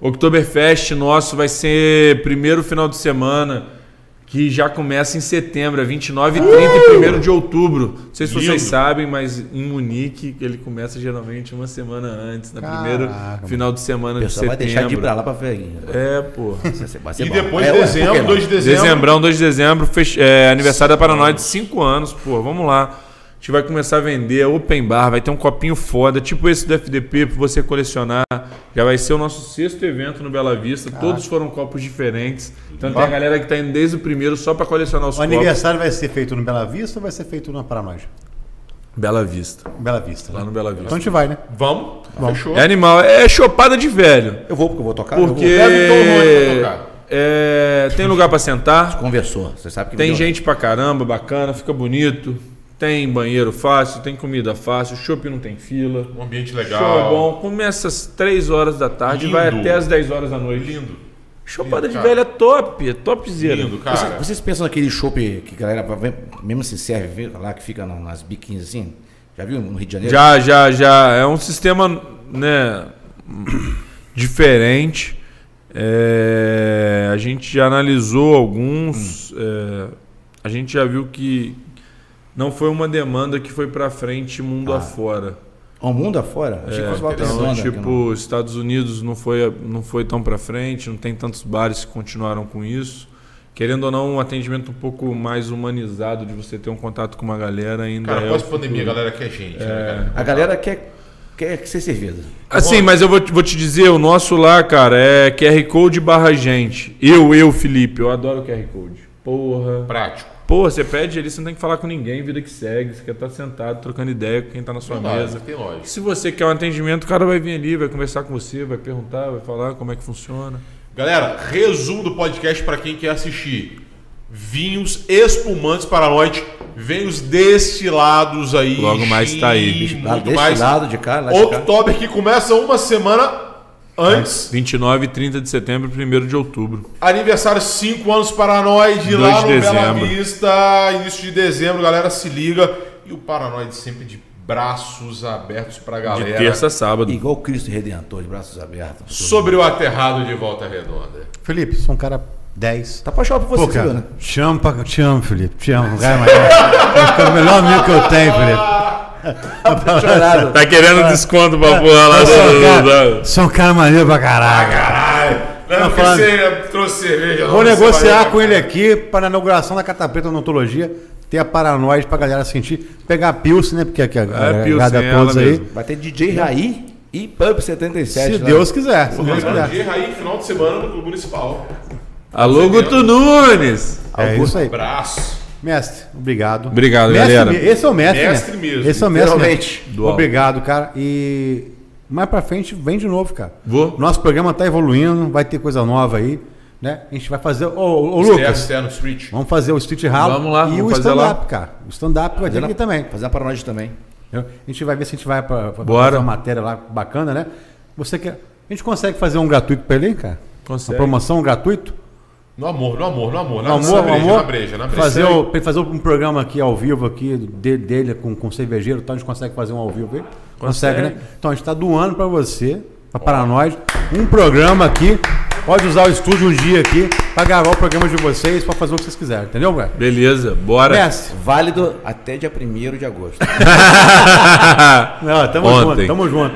Speaker 4: Oktoberfest nosso vai ser primeiro final de semana, que já começa em setembro, é 29 e
Speaker 2: Uh!
Speaker 4: 30 e 1 de outubro. Não sei se
Speaker 3: Lindo.
Speaker 4: vocês sabem, mas em Munique ele começa geralmente uma semana antes, no primeiro final de semana
Speaker 2: O
Speaker 4: de
Speaker 2: pessoal vai
Speaker 4: setembro.
Speaker 2: deixar de ir pra lá pra ferinha.
Speaker 4: É, pô.
Speaker 3: E depois um
Speaker 2: de
Speaker 3: de dezembro, 2 de dezembro.
Speaker 4: Dezembrão, 2 de dezembro, fech- é, aniversário da Paranoia de 5 anos, pô, vamos lá. A gente vai começar a vender open bar, vai ter um copinho foda, tipo esse do FDP, pra você colecionar. Já vai ser o nosso sexto evento no Bela Vista, todos foram copos diferentes. Então tem a galera que tá indo desde o primeiro só pra colecionar os
Speaker 1: O
Speaker 4: copos.
Speaker 1: aniversário vai ser feito no Bela Vista ou vai ser feito na Paranoide?
Speaker 4: Bela Vista,
Speaker 1: Bela Vista.
Speaker 4: lá
Speaker 1: né?
Speaker 4: no Bela Vista.
Speaker 1: Então a gente vai, né?
Speaker 3: Vamos. Fechou.
Speaker 4: É animal, é chopada de velho.
Speaker 2: Eu vou, porque eu vou tocar.
Speaker 4: Porque
Speaker 2: eu
Speaker 3: Leva então o Rony pra tocar.
Speaker 4: é, tem lugar pra sentar,
Speaker 2: vou. Conversou. Você sabe que
Speaker 4: Tem
Speaker 2: me deu-
Speaker 4: gente pra caramba, bacana, fica bonito. Tem banheiro fácil, tem comida fácil, shopping não tem fila.
Speaker 3: Um ambiente
Speaker 4: Show é
Speaker 3: legal.
Speaker 4: bom. Começa às 3 horas da tarde e
Speaker 3: Lindo.
Speaker 4: vai até às 10 horas da noite.
Speaker 3: Lindo. Lindo,
Speaker 4: Chopada de
Speaker 3: cara.
Speaker 4: velha é top, é topzera.
Speaker 3: Lindo, cara.
Speaker 2: Vocês pensam naquele chopp que a galera vai- mesmo se serve lá, que fica na- nas biquinhas assim? Já viu no Rio de Janeiro?
Speaker 4: Já, já, já. É um sistema, né, diferente. É, a gente já analisou
Speaker 3: Hum.
Speaker 4: alguns. é, a gente já viu que não foi uma demanda que foi pra frente
Speaker 3: Ah.
Speaker 4: mundo afora.
Speaker 2: Ao mundo afora? Achei que fosse Volta
Speaker 4: Então,
Speaker 2: Redonda, que não.
Speaker 4: tipo, Estados Unidos não foi, não foi tão pra frente, não tem tantos bares que continuaram com isso. Querendo ou não, um atendimento um pouco mais humanizado, de você ter um contato com uma galera ainda.
Speaker 3: Cara,
Speaker 4: é o
Speaker 3: pós-pandemia, a
Speaker 4: futuro.
Speaker 3: galera quer gente. né,
Speaker 4: É.
Speaker 3: cara?
Speaker 2: A galera quer, quer ser servida.
Speaker 4: Assim, mas eu vou, te- vou te dizer, o nosso lá, cara, é QR Code barra gente. Eu, eu, Felipe, eu adoro QR Code. Porra.
Speaker 3: Prático.
Speaker 4: Porra, você pede ali, você não tem que falar com ninguém, vida que segue, você quer estar sentado, trocando ideia com quem tá na sua
Speaker 3: Verdade,
Speaker 4: mesa.
Speaker 3: Tem lógica.
Speaker 4: Se você quer um atendimento, o cara vai vir ali, vai conversar com você, vai perguntar, vai falar como é que funciona.
Speaker 3: Galera, resumo do podcast para quem quer assistir. Vinhos espumantes para a noite, vinhos destilados aí.
Speaker 4: Logo mais
Speaker 3: gin,
Speaker 4: tá aí.
Speaker 2: Lá
Speaker 3: Muito
Speaker 2: deste
Speaker 3: mais.
Speaker 2: lado de cá, lá de cá.
Speaker 3: Oktober que começa uma semana antes.
Speaker 4: 29 e 30 de setembro e 1 de outubro.
Speaker 3: Aniversário 5 anos Paranoide
Speaker 4: Dois
Speaker 3: lá
Speaker 4: de
Speaker 3: no Bela
Speaker 4: dezembro.
Speaker 3: Vista, início de dezembro, galera, se liga. E o Paranoide sempre de braços abertos pra
Speaker 4: De
Speaker 3: galera.
Speaker 4: terça a sábado.
Speaker 2: Igual Cristo Redentor, de braços abertos.
Speaker 3: Sobre o aterrado de volta redonda.
Speaker 1: Felipe, sou um cara 10.
Speaker 2: Tá apaixonado por
Speaker 1: Pô,
Speaker 2: você, viu,
Speaker 1: cara,
Speaker 2: né?
Speaker 1: te amo, pra- te amo, Felipe. Te amo. Vai, mas é o melhor amigo que eu tenho, Felipe.
Speaker 2: Chorado.
Speaker 6: Tá querendo desconto pra porra lá.
Speaker 1: Eu sou um
Speaker 6: do-
Speaker 1: cara,
Speaker 6: do-
Speaker 1: sou um cara maneiro pra
Speaker 4: Ah,
Speaker 1: caraca.
Speaker 3: Caralho!
Speaker 1: Não,
Speaker 3: Lembra que
Speaker 1: falando-
Speaker 3: você trouxe cerveja?
Speaker 1: Vou
Speaker 3: lá, você
Speaker 1: negociar
Speaker 3: vai-
Speaker 1: com ele aqui para a inauguração da Catapreta Odontologia. Ter a paranoia pra galera sentir. Pegar a Pilsen, né? Porque aqui a galera
Speaker 4: Pilsen,
Speaker 1: agrada a
Speaker 4: é
Speaker 1: todos
Speaker 4: ela
Speaker 1: aí.
Speaker 4: mesmo.
Speaker 2: Vai ter DJ Raí e Pub 77.
Speaker 1: Se
Speaker 2: lá.
Speaker 1: Deus quiser. Se Deus
Speaker 3: Grande
Speaker 1: quiser.
Speaker 3: dia, Raí, final de semana no Clube Municipal.
Speaker 4: Alô, Guto Nunes!
Speaker 1: É isso aí.
Speaker 3: Braço.
Speaker 1: Mestre, obrigado.
Speaker 4: Obrigado,
Speaker 1: mestre,
Speaker 4: galera.
Speaker 1: me- Esse é o mestre.
Speaker 3: Mestre
Speaker 1: né?
Speaker 3: mesmo,
Speaker 1: Esse é o mestre. né?
Speaker 2: literalmente.
Speaker 4: Dual.
Speaker 1: Obrigado, cara. E mais pra frente, vem de novo, cara.
Speaker 4: Vou.
Speaker 1: Nosso programa tá evoluindo, vai ter coisa nova aí. Né? A gente vai fazer. Ô, ô, ô,
Speaker 3: Lucas.
Speaker 1: Lucas,
Speaker 3: Externo Street.
Speaker 1: vamos fazer o Street Hall
Speaker 4: Vamos lá,
Speaker 1: e
Speaker 4: vamos
Speaker 1: o
Speaker 4: fazer
Speaker 1: stand-up, cara. O stand-up vai ter aqui também.
Speaker 2: Fazendo a paranoide também.
Speaker 1: Eu- a gente vai ver se a gente vai pra, pra
Speaker 4: Bora.
Speaker 1: fazer uma matéria lá bacana, né? Você quer. A gente consegue fazer um gratuito pra ele, cara?
Speaker 4: Consegue.
Speaker 1: Uma promoção um gratuito?
Speaker 3: No amor, no amor, no amor. Na,
Speaker 1: No amor,
Speaker 3: na
Speaker 1: no
Speaker 3: breja,
Speaker 1: amor.
Speaker 3: na breja, na breja.
Speaker 1: Fazer, o- pra ele fazer um programa aqui ao vivo aqui dele, dele com, com cervejeiro, e tal, a gente consegue fazer um ao vivo aí? Consegue, né? Então a gente tá doando pra você, pra, para nós, um programa aqui. Pode usar o estúdio um dia aqui pra gravar o programa de vocês, pra fazer o que vocês quiserem, entendeu, cara?
Speaker 4: Beleza, bora.
Speaker 1: Mestre.
Speaker 2: Válido até dia 1 de agosto.
Speaker 1: Não, tamo
Speaker 4: Ontem.
Speaker 1: junto, tamo junto.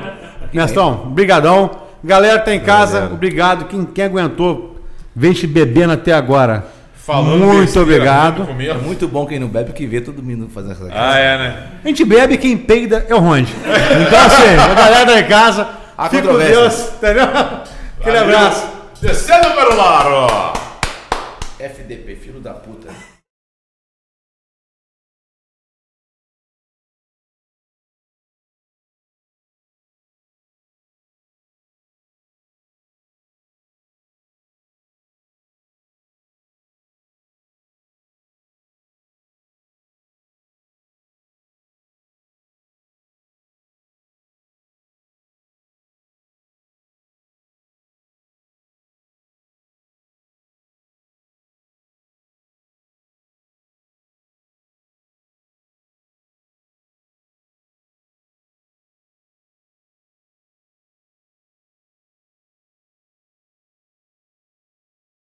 Speaker 1: Mestão, brigadão. Galera que tá em casa, obrigado. Quem, quem aguentou, vem te bebendo até agora. muito
Speaker 3: besteira,
Speaker 1: obrigado.
Speaker 3: muito
Speaker 2: É
Speaker 3: mesmo.
Speaker 2: muito bom quem não bebe, que vê todo mundo fazendo essa coisa.
Speaker 4: Ah, é, né?
Speaker 1: A gente bebe, quem peida é o Ronde. Então assim, a galera tá em casa,
Speaker 2: Há
Speaker 1: fica com
Speaker 2: controvérsia.
Speaker 1: Deus, entendeu? Aquele abraço.
Speaker 3: Descendo para o laro.
Speaker 2: FDP, filho da puta.